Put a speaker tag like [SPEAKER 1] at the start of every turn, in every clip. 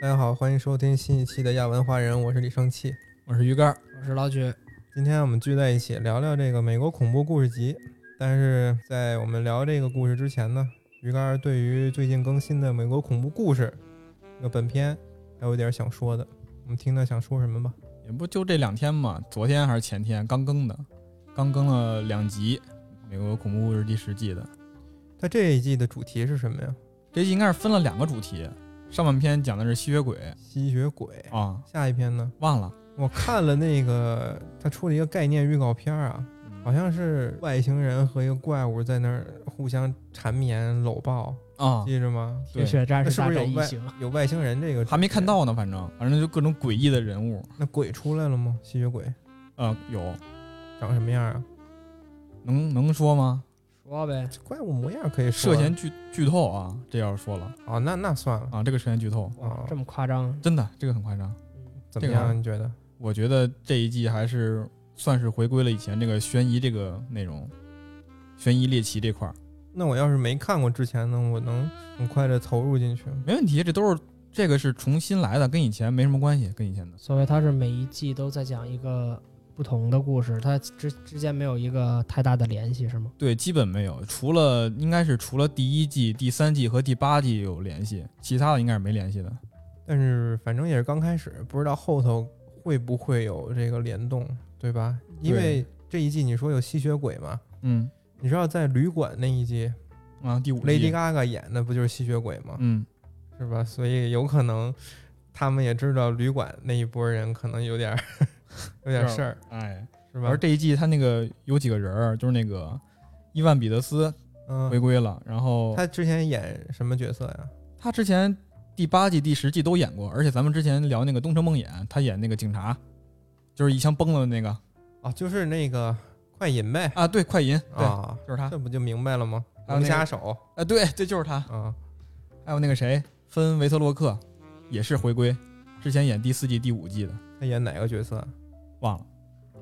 [SPEAKER 1] 大家好，欢迎收听新一期的亚文化人，我是李生气。
[SPEAKER 2] 我是鱼竿，我是老曲。
[SPEAKER 1] 今天我们聚在一起聊聊这个美国恐怖故事集。但是在我们聊这个故事之前呢，鱼竿儿对于最近更新的美国恐怖故事这个本片还有点想说的，我们听他想说什么吧。
[SPEAKER 2] 也不就这两天嘛，昨天还是前天刚更的，刚更了两集《美国恐怖故事》第十季的。
[SPEAKER 1] 他这一季的主题是什么呀？
[SPEAKER 2] 这季应该是分了两个主题，上半篇讲的是吸血鬼
[SPEAKER 1] 吸血鬼。
[SPEAKER 2] 啊，
[SPEAKER 1] 下一篇呢？
[SPEAKER 2] 忘了，
[SPEAKER 1] 我看了那个他出了一个概念预告片儿啊，好像是外星人和一个怪物在那儿互相缠绵搂抱，
[SPEAKER 2] 啊，
[SPEAKER 1] 记着吗？
[SPEAKER 3] 铁
[SPEAKER 2] 对，
[SPEAKER 3] 血战
[SPEAKER 1] 那是
[SPEAKER 3] 士
[SPEAKER 1] 不
[SPEAKER 3] 大
[SPEAKER 1] 是
[SPEAKER 3] 战
[SPEAKER 1] 有
[SPEAKER 3] 异
[SPEAKER 1] 外
[SPEAKER 3] 形，
[SPEAKER 1] 有外星人这个
[SPEAKER 2] 还没看？到呢，反正反正就各种诡异的人物，
[SPEAKER 1] 那鬼出来了吗？吸血鬼
[SPEAKER 2] 呃，有
[SPEAKER 1] 长什么样啊？
[SPEAKER 2] 能能说吗？
[SPEAKER 3] 说呗，
[SPEAKER 1] 这怪物模样可以说
[SPEAKER 2] 涉嫌剧剧透啊，这要是说了
[SPEAKER 1] 哦，那那算了。
[SPEAKER 2] 啊，这个涉嫌剧透，
[SPEAKER 1] 哦
[SPEAKER 3] 这么夸张？嗯
[SPEAKER 2] 真的这个很夸张。
[SPEAKER 1] 怎么
[SPEAKER 2] 这个
[SPEAKER 1] 样？你觉得？
[SPEAKER 2] 我觉得这一季还是算是回归了以前这个悬疑这个内容，悬疑猎奇这块儿。
[SPEAKER 1] 那我要是没看过之前呢，我能很快的投入进去吗。
[SPEAKER 2] 没问题，这都是这个是重新来的，跟以前没什么关系，跟以前的。
[SPEAKER 3] 所谓它是每一季都在讲一个不同的故事，它之之间没有一个太大的联系，是吗？
[SPEAKER 2] 对，基本没有，除了应该是除了第一季、第三季和第八季有联系，其他的应该是没联系的。
[SPEAKER 1] 但是反正也是刚开始，不知道后头会不会有这个联动，对吧？因为这一季你说有吸血鬼嘛，
[SPEAKER 2] 嗯，
[SPEAKER 1] 你知道在旅馆那一季
[SPEAKER 2] 啊，第五季。
[SPEAKER 1] ，Lady Gaga 演的不就是吸血鬼吗？
[SPEAKER 2] 嗯，
[SPEAKER 1] 是吧？所以有可能他们也知道旅馆那一波人可能有点儿有点事儿，
[SPEAKER 2] 哎，
[SPEAKER 1] 是吧
[SPEAKER 2] 而？这一季他那个有几个人儿，就是那个伊万彼得斯回
[SPEAKER 1] 嗯，
[SPEAKER 2] 归了，然后
[SPEAKER 1] 他之前演什么角色呀？
[SPEAKER 2] 他之前第八季、第十季都演过，而且咱们之前聊那个《东城梦魇》，他演那个警察，就是一枪崩了的那个
[SPEAKER 1] 哦，就是那个快银呗。
[SPEAKER 2] 啊，对，快银，对，
[SPEAKER 1] 啊，
[SPEAKER 2] 就是他
[SPEAKER 1] 这不就明白了吗？
[SPEAKER 2] 还有
[SPEAKER 1] 龙
[SPEAKER 2] 那个
[SPEAKER 1] 虾手
[SPEAKER 2] 啊，对，对，就是他。
[SPEAKER 1] 啊，
[SPEAKER 2] 还有那个谁，芬维特洛克，也是回归，之前演第四季、第五季的，
[SPEAKER 1] 他演哪个角色？
[SPEAKER 2] 忘了，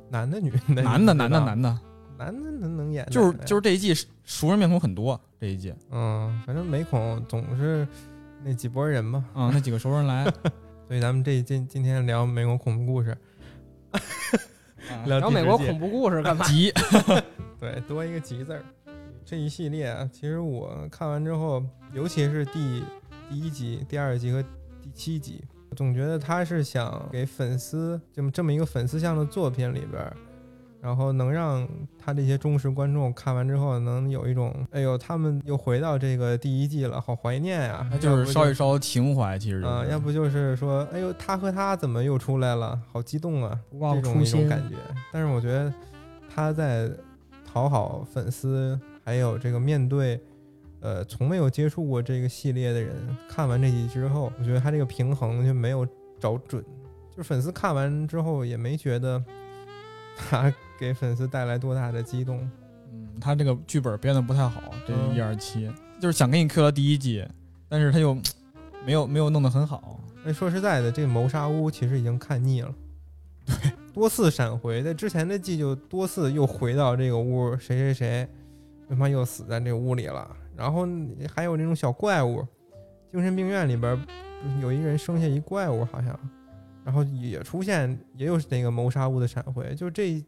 [SPEAKER 1] 男的女的？
[SPEAKER 2] 男的，
[SPEAKER 1] 你不
[SPEAKER 2] 男
[SPEAKER 1] 知
[SPEAKER 2] 的，
[SPEAKER 1] 道
[SPEAKER 2] 男的，
[SPEAKER 1] 男的能能演，
[SPEAKER 2] 就是就是这一季熟熟人面孔很多，这一季
[SPEAKER 1] 嗯，反正美恐总是那几拨人嘛，
[SPEAKER 2] 啊、那几个熟人来，
[SPEAKER 1] 所以咱们这今今天聊美国恐怖故事，
[SPEAKER 2] 啊
[SPEAKER 1] 聊
[SPEAKER 3] 然后
[SPEAKER 1] 第
[SPEAKER 3] 美
[SPEAKER 1] 十
[SPEAKER 3] 国
[SPEAKER 1] 届
[SPEAKER 3] 恐怖故事干嘛？
[SPEAKER 2] 急，
[SPEAKER 1] 对，多一个吉字儿。这一系列啊，其实我看完之后，尤其是第第一集、第二集和第七集，我总觉得他是想给粉丝这么这么一个粉丝向的作品里边儿，然后能让他这些忠实观众看完之后，能有一种哎呦，他们又回到这个第一季了，好怀念呀、啊！
[SPEAKER 2] 那嗯就是烧一
[SPEAKER 1] 烧，
[SPEAKER 2] 烧情怀，其实就是、
[SPEAKER 1] 嗯、要不就是说，哎呦，他和他怎么又出来了，好激动啊！
[SPEAKER 3] 不
[SPEAKER 1] 这
[SPEAKER 3] 忘
[SPEAKER 1] 种
[SPEAKER 3] 初
[SPEAKER 1] 一种
[SPEAKER 3] 心，
[SPEAKER 1] 感觉。但是我觉得他在讨好粉丝，还有这个面对呃从没有接触过这个系列的人，看完这集之后，我觉得他这个平衡就没有找准。就是粉丝看完之后也没觉得他给粉丝带来多大的激动，
[SPEAKER 2] 嗯，他这个剧本编的不太好，这
[SPEAKER 1] 嗯
[SPEAKER 2] 一二期、就是想给你 Q 到第一季，但是他又嘖没有没有弄得很好，
[SPEAKER 1] 那说实在的，这谋杀屋其实已经看腻了，对，多次闪回，在之前的季就多次又回到这个屋，谁谁谁，他妈又死在这个屋里了。然后还有那种小怪物，精神病院里边不是有一人生下一怪物好像，然后也出现也有那个谋杀屋的闪回，就这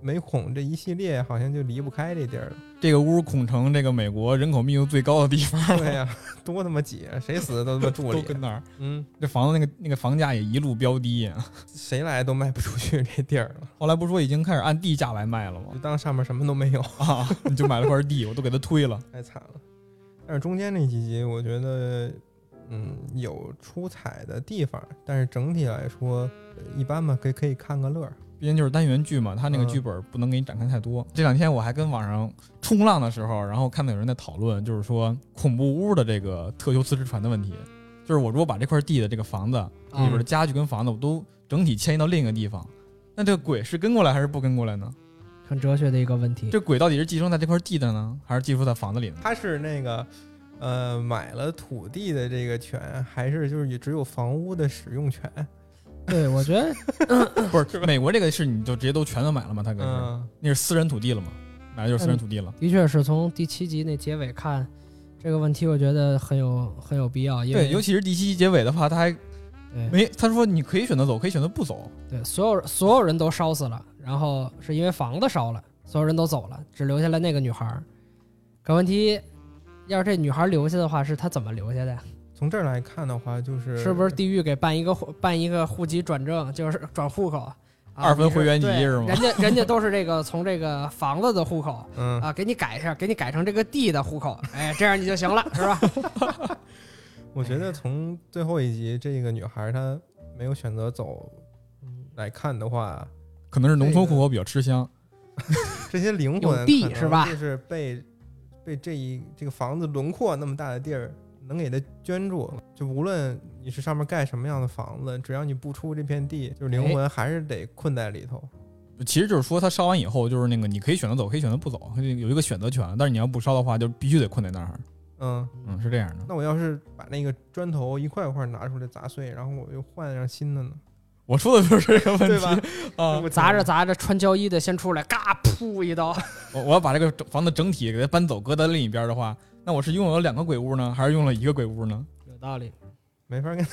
[SPEAKER 1] 美恐这一系列好像就离不开这地儿了。
[SPEAKER 2] 这个屋恐成这个美国人口密度最高的地方了，
[SPEAKER 1] 对呀、 多他妈挤啊，谁死都他妈住
[SPEAKER 2] 都
[SPEAKER 1] 里，
[SPEAKER 2] 跟那儿，
[SPEAKER 1] 嗯，
[SPEAKER 2] 这房子那个那个房价也一路飙低。啊
[SPEAKER 1] 谁来都卖不出去这地儿了。
[SPEAKER 2] 后来不是说已经开始按地价来卖了吗
[SPEAKER 1] 就？当上面什么都没有，
[SPEAKER 2] 啊， 你就买了块地，我都给他推了。
[SPEAKER 1] 太惨了。但是中间那几集，我觉得，嗯，有出彩的地方，但是整体来说呃一般吧，可以可以看个乐儿。
[SPEAKER 2] 毕竟就是单元剧嘛，他那个
[SPEAKER 1] 嗯
[SPEAKER 2] 剧本不能给你展开太多。这两天我还跟网上冲浪的时候，然后看到有人在讨论，就是说恐怖屋的这个特修斯之船的问题，就是我如果把这块地的这个房
[SPEAKER 1] 啊
[SPEAKER 2] 子里边的家具跟房子我都整体迁移到另一个地方，那这个鬼是跟过来还是不跟过来呢？
[SPEAKER 3] 很哲学的一个问题。
[SPEAKER 2] 这鬼到底是寄生在这块地的呢，还是寄生在房 子里呢？
[SPEAKER 1] 他是那个，呃，买了土地的这个权，还是就是也只有房屋的使用权？
[SPEAKER 3] 对，我觉得
[SPEAKER 2] 不是，美国这个是你就直接都全都买了吗？大哥是，
[SPEAKER 1] 嗯，
[SPEAKER 2] 那是私人土地了吗？买的就是私人土地了。
[SPEAKER 3] 的确是从第七集那结尾看这个问题，我觉得很有很有必要，因为
[SPEAKER 2] 对，尤其是第七集结尾的话，他还
[SPEAKER 3] 对
[SPEAKER 2] 没，他说你可以选择走，可以选择不走，
[SPEAKER 3] 对，所有所有人都烧死了，然后是因为房子烧了，所有人都走了，只留下了那个女孩儿。可问题，要是这女孩儿留下的话，是她怎么留下的呀？
[SPEAKER 1] 从这儿来看的话，就是
[SPEAKER 3] 是不是地狱给办一个户办一个户籍转正，就是 转户口？啊
[SPEAKER 2] 二分
[SPEAKER 3] 你是
[SPEAKER 2] 回原籍
[SPEAKER 3] 对
[SPEAKER 2] 是吗
[SPEAKER 3] 人家人家都是这个从这个房子的户口
[SPEAKER 1] 嗯，
[SPEAKER 3] 啊，给你改一下，给你改成这个地的户口，哎，这样你就行了，是吧？
[SPEAKER 1] 我觉得从最后一集这个女孩她没有选择走来看的话，
[SPEAKER 2] 可能是农
[SPEAKER 1] 这
[SPEAKER 2] 村
[SPEAKER 1] 个
[SPEAKER 2] 户口比较吃香。
[SPEAKER 1] 这些灵
[SPEAKER 3] 有
[SPEAKER 1] 魂
[SPEAKER 3] 地
[SPEAKER 1] 可能
[SPEAKER 3] 是吧
[SPEAKER 1] 就是被被这一这个房子轮廓那么大的地儿能给它圈住，就无论你是上面盖什么样的房子，只要你不出这片地，就是
[SPEAKER 3] 哎
[SPEAKER 1] 灵魂还是得困在里头。
[SPEAKER 2] 其实就是说，他烧完以后，就是那个你可以选择走，可以选择不走，有一个选择权。但是你要不烧的话，就必须得困在那儿。
[SPEAKER 1] 嗯，
[SPEAKER 2] 嗯，是这样的。
[SPEAKER 1] 那我要是把那个砖头一块一块拿出来砸碎，然后我又换上新 的呢，
[SPEAKER 2] 我说的就是这个问
[SPEAKER 1] 对
[SPEAKER 2] 题
[SPEAKER 1] 吧？
[SPEAKER 2] 啊！
[SPEAKER 1] 我
[SPEAKER 3] 砸着砸着，穿胶衣的先出来，嘎噗一刀，
[SPEAKER 2] 我我要把这个房子整体给它搬走，搁在另一边的话，那我是拥有两个鬼屋呢，还是用了一个鬼屋呢？
[SPEAKER 3] 有道理。
[SPEAKER 1] 没法跟，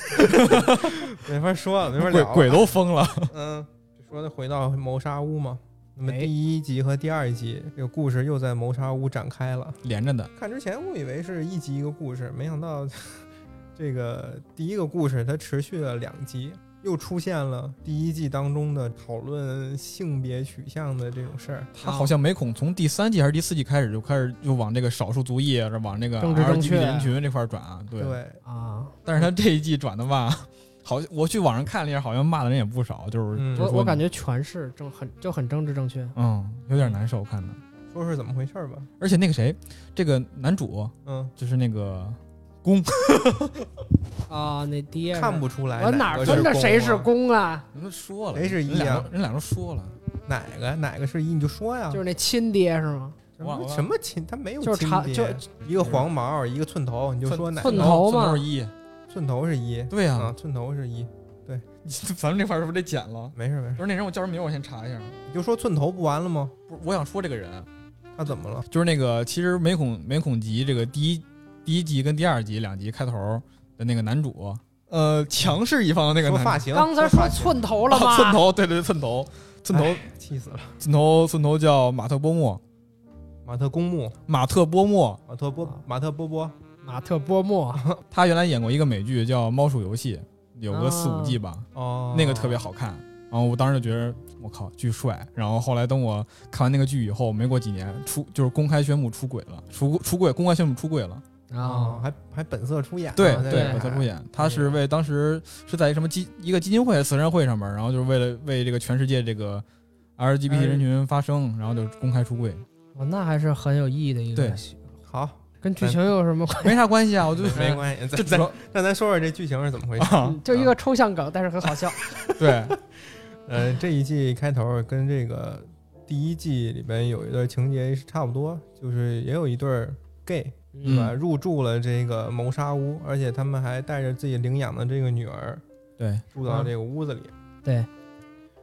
[SPEAKER 1] 没法说了，没法
[SPEAKER 2] 鬼
[SPEAKER 3] 啊
[SPEAKER 1] 聊了。
[SPEAKER 2] 鬼都疯了。
[SPEAKER 1] 嗯，说的回到谋杀屋嘛。那么
[SPEAKER 3] 哎
[SPEAKER 1] 第一集和第二集这个故事又在谋杀屋展开了。
[SPEAKER 2] 连着的，
[SPEAKER 1] 看之前我以为是一集一个故事，没想到 这个第一个故事它持续了两集，又出现了第一季当中的讨论性别取向的这种事儿。
[SPEAKER 2] 他好像没孔从第三季还是第四季开始就开始就往这个少数族裔，啊，往这个
[SPEAKER 3] 政治正确
[SPEAKER 2] LGBT 人群这块儿转啊。对，
[SPEAKER 1] 对，
[SPEAKER 3] 啊，
[SPEAKER 2] 但是他这一季转的吧，好，像我去网上看了一下，好像骂的人也不少，就是、
[SPEAKER 1] 嗯
[SPEAKER 2] 就是
[SPEAKER 3] 我
[SPEAKER 2] 说
[SPEAKER 3] 我感觉全是正很就很政治正确。
[SPEAKER 2] 嗯有点难受看的。
[SPEAKER 1] 说说怎么回事儿吧。
[SPEAKER 2] 而且那个谁，这个男主
[SPEAKER 1] 嗯，
[SPEAKER 2] 就是那个公，
[SPEAKER 3] 啊，那爹是
[SPEAKER 1] 看不出来
[SPEAKER 3] 我哪
[SPEAKER 1] 个
[SPEAKER 3] 分
[SPEAKER 1] 是
[SPEAKER 3] 的谁是
[SPEAKER 1] 啊
[SPEAKER 3] 公啊？
[SPEAKER 2] 人都说了，
[SPEAKER 1] 谁是一
[SPEAKER 2] 人俩
[SPEAKER 1] 啊
[SPEAKER 2] 都人俩都说了，
[SPEAKER 1] 哪个哪个是一，你就说呀。
[SPEAKER 3] 就是那亲爹是吗？
[SPEAKER 1] 什
[SPEAKER 2] 忘
[SPEAKER 1] 么
[SPEAKER 2] 了
[SPEAKER 1] 什么亲，他没有
[SPEAKER 3] 就是
[SPEAKER 1] 亲
[SPEAKER 3] 查
[SPEAKER 1] 爹，
[SPEAKER 3] 就
[SPEAKER 1] 一个黄毛，一个寸头，你就
[SPEAKER 2] 寸
[SPEAKER 1] 说哪个
[SPEAKER 3] 寸头嘛
[SPEAKER 2] 寸头是一，
[SPEAKER 1] 寸头是一
[SPEAKER 2] 对呀、
[SPEAKER 1] 啊，寸头是一，
[SPEAKER 2] 咱们这块儿是不是得剪了？
[SPEAKER 1] 没事没
[SPEAKER 2] 不
[SPEAKER 1] 事，
[SPEAKER 2] 是那人我叫什么名儿？我先查一下。
[SPEAKER 1] 你就说寸头不完了吗？
[SPEAKER 2] 不是，我想说这个人，
[SPEAKER 1] 他怎么了？
[SPEAKER 2] 就是那个其实美恐美恐集这个第一第一集跟第二集两集开头的那个男主，呃，强势一方的那个
[SPEAKER 1] 说
[SPEAKER 2] 男啊
[SPEAKER 1] 发型，
[SPEAKER 3] 刚才说
[SPEAKER 1] 发型
[SPEAKER 3] 寸头了吗？ 哎
[SPEAKER 2] 寸头，对对对，寸头，寸头，
[SPEAKER 1] 气死了，
[SPEAKER 2] 寸头，寸头叫马特波莫，
[SPEAKER 1] 马特公墓。
[SPEAKER 2] 马特波莫，
[SPEAKER 1] 马特波
[SPEAKER 3] 啊
[SPEAKER 1] 马特波波，
[SPEAKER 3] 马啊特波莫
[SPEAKER 2] 他原来演过一个美剧叫《猫鼠游戏》，有个四五季吧，
[SPEAKER 1] 哦，
[SPEAKER 2] 那个特别好看。然后我当时就觉得我靠巨帅，然后后来等我看完那个剧以后，没过几年出就是公开宣布出轨了，出出轨公开宣布出轨了。
[SPEAKER 3] 啊
[SPEAKER 1] 哦，，还还本色出演呢，
[SPEAKER 2] 对
[SPEAKER 1] 在这
[SPEAKER 2] 对，
[SPEAKER 1] 儿
[SPEAKER 2] 本色出演，他是为当时是在一什么基一个基金会慈善会上面，然后就是为了为这个全世界这个 LGBT 人群发声，然后就公开出柜，
[SPEAKER 3] 哦那还是很有意义的一个
[SPEAKER 2] 对
[SPEAKER 3] 东西，
[SPEAKER 1] 好，
[SPEAKER 3] 跟剧情又有什么 关
[SPEAKER 2] 没啥关系啊，我 就
[SPEAKER 1] 没关系，
[SPEAKER 2] 就
[SPEAKER 1] 咱
[SPEAKER 2] 主
[SPEAKER 1] 咱
[SPEAKER 2] 要
[SPEAKER 1] 那咱说说这剧情是怎么回事？
[SPEAKER 2] 啊
[SPEAKER 3] 系？， 就一个抽象梗，但是很好笑。
[SPEAKER 2] 对，
[SPEAKER 1] 呃，这一季开头跟这个第一季里边有一段情节是差不多，就是也有一对儿 gay 对吧，
[SPEAKER 2] 嗯
[SPEAKER 1] 入住了这个谋杀屋，而且他们还带着自己领养的这个女儿
[SPEAKER 2] 对，
[SPEAKER 1] 住到
[SPEAKER 3] 嗯
[SPEAKER 1] 这个屋子里。
[SPEAKER 3] 对，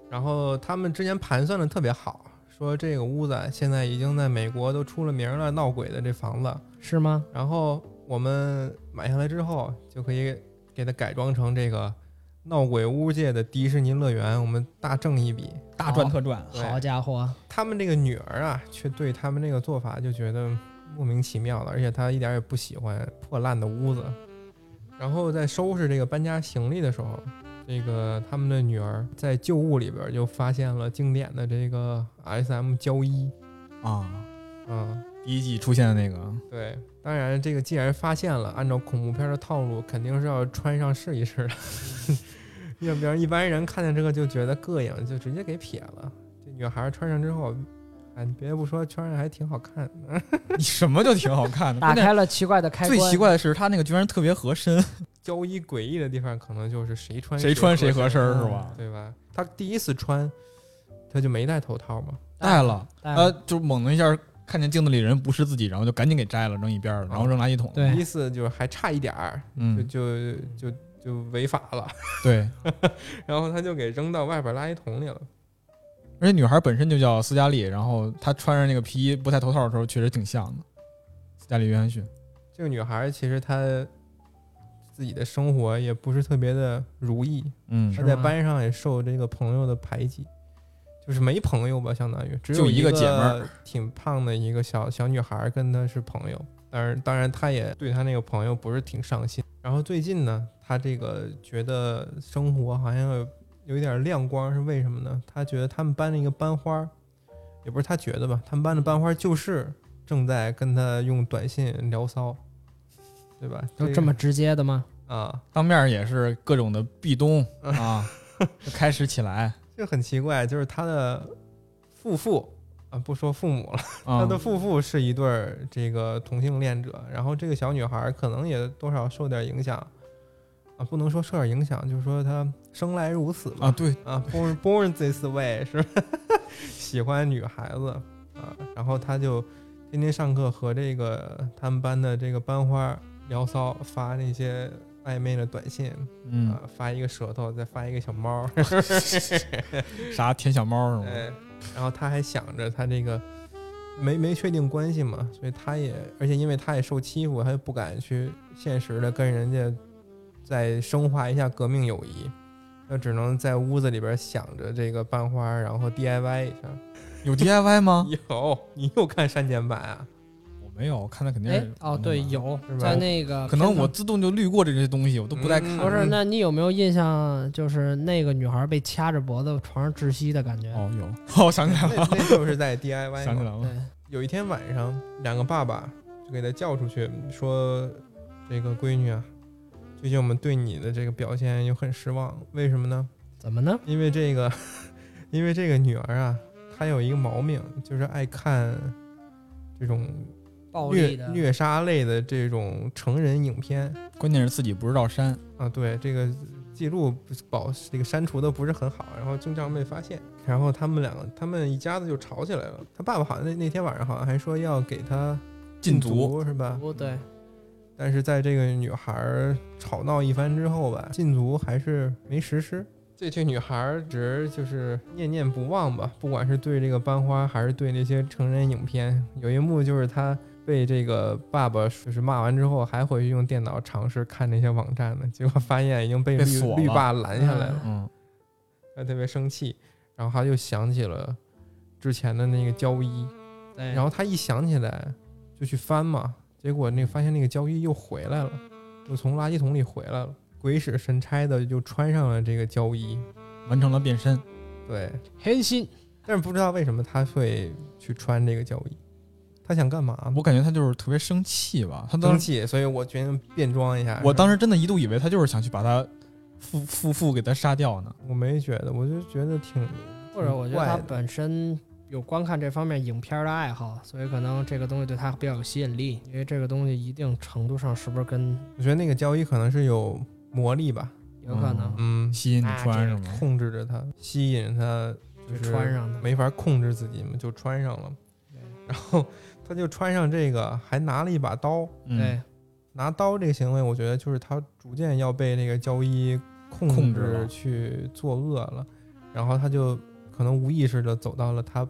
[SPEAKER 1] 然后他们之前盘算的特别好，说这个屋子啊现在已经在美国都出了名儿了，闹鬼的这房子，
[SPEAKER 3] 是吗？
[SPEAKER 1] 然后我们买下来之后，就可以给它改装成这个闹鬼屋界的迪士尼乐园，我们大挣一笔。
[SPEAKER 2] 大赚特赚，啊
[SPEAKER 1] 对
[SPEAKER 3] 好家伙，
[SPEAKER 1] 他们这个女儿啊，却对他们这个做法就觉得莫名其妙的，而且她一点也不喜欢破烂的屋子。然后在收拾这个搬家行李的时候，这个他们的女儿在旧物里边就发现了经典的这个 S.M. 胶衣，
[SPEAKER 2] 啊！
[SPEAKER 1] 嗯，
[SPEAKER 2] 第一季出现的那个，
[SPEAKER 1] 对，当然这个既然发现了，按照恐怖片的套路，肯定是要穿上试一试的， 要不然一般人看见这个就觉得膈应，就直接给撇了。这女孩穿上之后，哎，你别不说，穿上还挺好看的。
[SPEAKER 2] 你什么就挺好看的，
[SPEAKER 3] 打
[SPEAKER 2] 关键
[SPEAKER 3] 开了奇怪的开关。
[SPEAKER 2] 最奇怪的是他那个居然特别合身，
[SPEAKER 1] 交衣诡异的地方，可能就是谁穿
[SPEAKER 2] 谁穿谁合
[SPEAKER 1] 合
[SPEAKER 2] 身儿是
[SPEAKER 3] 嗯
[SPEAKER 2] 吧？
[SPEAKER 1] 对吧？她第一次穿，她就没戴头套嘛。
[SPEAKER 2] 戴了，
[SPEAKER 3] 戴
[SPEAKER 2] 呃
[SPEAKER 3] 哎了，，
[SPEAKER 2] 就猛的一下看见镜子里人不是自己，然后就赶紧给摘了，扔一边儿了，然后扔垃圾桶。
[SPEAKER 1] 第
[SPEAKER 3] 对
[SPEAKER 1] 一，次就是还差一点儿，就
[SPEAKER 2] 嗯，
[SPEAKER 1] 就就就违法了，
[SPEAKER 2] 对，
[SPEAKER 1] 然后她就给扔到外边垃圾桶里了。
[SPEAKER 2] 而且女孩本身就叫斯嘉丽，然后她穿上那个皮衣不戴头套的时候，确实挺像的。斯嘉丽·约翰逊，
[SPEAKER 1] 这个女孩儿其实她自己的生活也不是特别的如意，
[SPEAKER 2] 嗯
[SPEAKER 3] 是
[SPEAKER 1] 他在
[SPEAKER 3] 吗
[SPEAKER 1] 班上也受这个朋友的排挤，就是没朋友吧，相当于只
[SPEAKER 2] 就
[SPEAKER 1] 有
[SPEAKER 2] 一
[SPEAKER 1] 个
[SPEAKER 2] 个姐们儿，
[SPEAKER 1] 挺胖的一个小小女孩儿跟他是朋友，但是当然他也对他那个朋友不是挺上心。然后最近呢，他这个觉得生活好像有有一点亮光，是为什么呢？他觉得他们班的一个班花儿，也不是他觉得吧，他们班的班花儿就是正在跟他用短信聊骚，对吧？
[SPEAKER 3] 都
[SPEAKER 1] 个
[SPEAKER 3] 这么直接的吗？
[SPEAKER 1] 啊，
[SPEAKER 2] 当面也是各种的壁 咚啊，就开始起来
[SPEAKER 1] 这很奇怪，就是他的父父啊，不说父母了，
[SPEAKER 2] 啊
[SPEAKER 1] 他，的父父是一对儿这个同性恋者，然后这个小女孩可能也多少受点影响啊，不能说受点影响，就是说她生来如此吧
[SPEAKER 2] 啊，对，
[SPEAKER 1] 啊，born born this way 是吧 喜欢女孩子啊，然后她就天天上课和这个他们班的这个班花聊骚，发那些暧昧的短信
[SPEAKER 2] 嗯
[SPEAKER 1] 啊，，发一个舌头，再发一个小猫，
[SPEAKER 2] 啥舔小猫是吗？
[SPEAKER 1] 哎，然后他还想着他这个没没确定关系嘛，所以他也而且因为他也受欺负，他也不敢去现实的跟人家再升华一下革命友谊，那只能在屋子里边想着这个班花，然后 DIY 一下。
[SPEAKER 2] 有 DIY 吗？
[SPEAKER 1] 有，你又看删减版啊？
[SPEAKER 2] 我没有，我看他肯定
[SPEAKER 3] 哎
[SPEAKER 2] 是，
[SPEAKER 3] 哦，对，，有
[SPEAKER 1] 是吧
[SPEAKER 3] 在那个
[SPEAKER 2] 可能
[SPEAKER 3] 片
[SPEAKER 2] 我
[SPEAKER 3] 子
[SPEAKER 2] 自动就滤过这些东西，我都不带看
[SPEAKER 1] 嗯
[SPEAKER 3] 不是，那你有没有印象，就是那个女孩被掐着脖子床上窒息的感觉？
[SPEAKER 2] 哦， 有，我想起来
[SPEAKER 1] 那
[SPEAKER 2] 了，
[SPEAKER 1] 那就是在 DIY
[SPEAKER 2] 想起
[SPEAKER 1] 嘛。
[SPEAKER 2] 来了，
[SPEAKER 3] 对，
[SPEAKER 1] 有一天晚上，两个爸爸就给他叫出去，说：“这个闺女啊，最近我们对你的这个表现有很失望，为什么呢？
[SPEAKER 3] 怎么呢？
[SPEAKER 1] 因为这个， 因为这个女儿啊，她有一个毛病，就是爱看这种
[SPEAKER 3] 暴
[SPEAKER 1] 虐
[SPEAKER 3] 力的
[SPEAKER 1] 虐杀类的这种成人影片
[SPEAKER 2] 关键是自己不知道删，
[SPEAKER 1] 啊。对，这个记录不保这个删除的不是很好，然后经常被发现。然后他们两个，他们一家子就吵起来了。他爸爸好像那那天晚上好像还说要给他
[SPEAKER 2] 禁足，
[SPEAKER 1] 足是吧？
[SPEAKER 3] 不对，
[SPEAKER 1] 但是在这个女孩儿吵闹一番之后吧，禁足还是没实施。这这女孩儿直就是念念不忘吧，不管是对这个班花，还是对那些成人影片，有一幕就是她被这个爸爸就是骂完之后，还回去用电脑尝试看那些网站呢，结果发现已经被
[SPEAKER 2] 被
[SPEAKER 1] 绿
[SPEAKER 2] 锁
[SPEAKER 1] 绿
[SPEAKER 2] 了
[SPEAKER 1] 霸拦下来了。
[SPEAKER 2] 嗯，
[SPEAKER 1] 他特别生气，然后他就想起了之前的那个胶衣，
[SPEAKER 3] 对，
[SPEAKER 2] 哎
[SPEAKER 1] 然后他一想起来就去翻嘛，结果那个发现那个胶衣又回来了，又从垃圾桶里回来了，鬼使神差的就穿上了这个胶衣。
[SPEAKER 2] 完成了变身，
[SPEAKER 1] 对，
[SPEAKER 3] 黑心
[SPEAKER 1] 但是不知道为什么他会去穿这个胶衣，他想干嘛呢？
[SPEAKER 2] 我感觉他就是特别生气吧，他当
[SPEAKER 1] 生
[SPEAKER 2] 时，
[SPEAKER 1] 气，所以我决定变装一下。
[SPEAKER 2] 我当
[SPEAKER 1] 时
[SPEAKER 2] 时真的一度以为他就是想去把他父父父给他杀掉呢，
[SPEAKER 1] 我没觉得，我就觉得挺
[SPEAKER 3] 或者我觉得
[SPEAKER 1] 怪
[SPEAKER 2] 嗯
[SPEAKER 3] 他
[SPEAKER 1] 的
[SPEAKER 3] 本身有观看这方面影片的爱好，所以可能这个东西对他比较有吸引力。因为这个东西一定程度上是不是跟
[SPEAKER 1] 我觉得那个胶衣可能是有魔力吧，
[SPEAKER 3] 有可能
[SPEAKER 1] 嗯，
[SPEAKER 2] 吸引你
[SPEAKER 3] 啊
[SPEAKER 2] 穿是
[SPEAKER 3] 这
[SPEAKER 2] 吗？
[SPEAKER 1] 控制着他，吸引他，就
[SPEAKER 2] 嗯
[SPEAKER 3] 就是穿上的？
[SPEAKER 1] 没法控制自己嘛，就穿上了。然后他就穿上这个，还拿了一把刀。
[SPEAKER 2] 嗯，
[SPEAKER 3] 对，
[SPEAKER 1] 拿刀这个行为，我觉得就是他逐渐要被那个交易控制
[SPEAKER 2] 控制了
[SPEAKER 1] 去作恶了。然后他就可能无意识的走到了他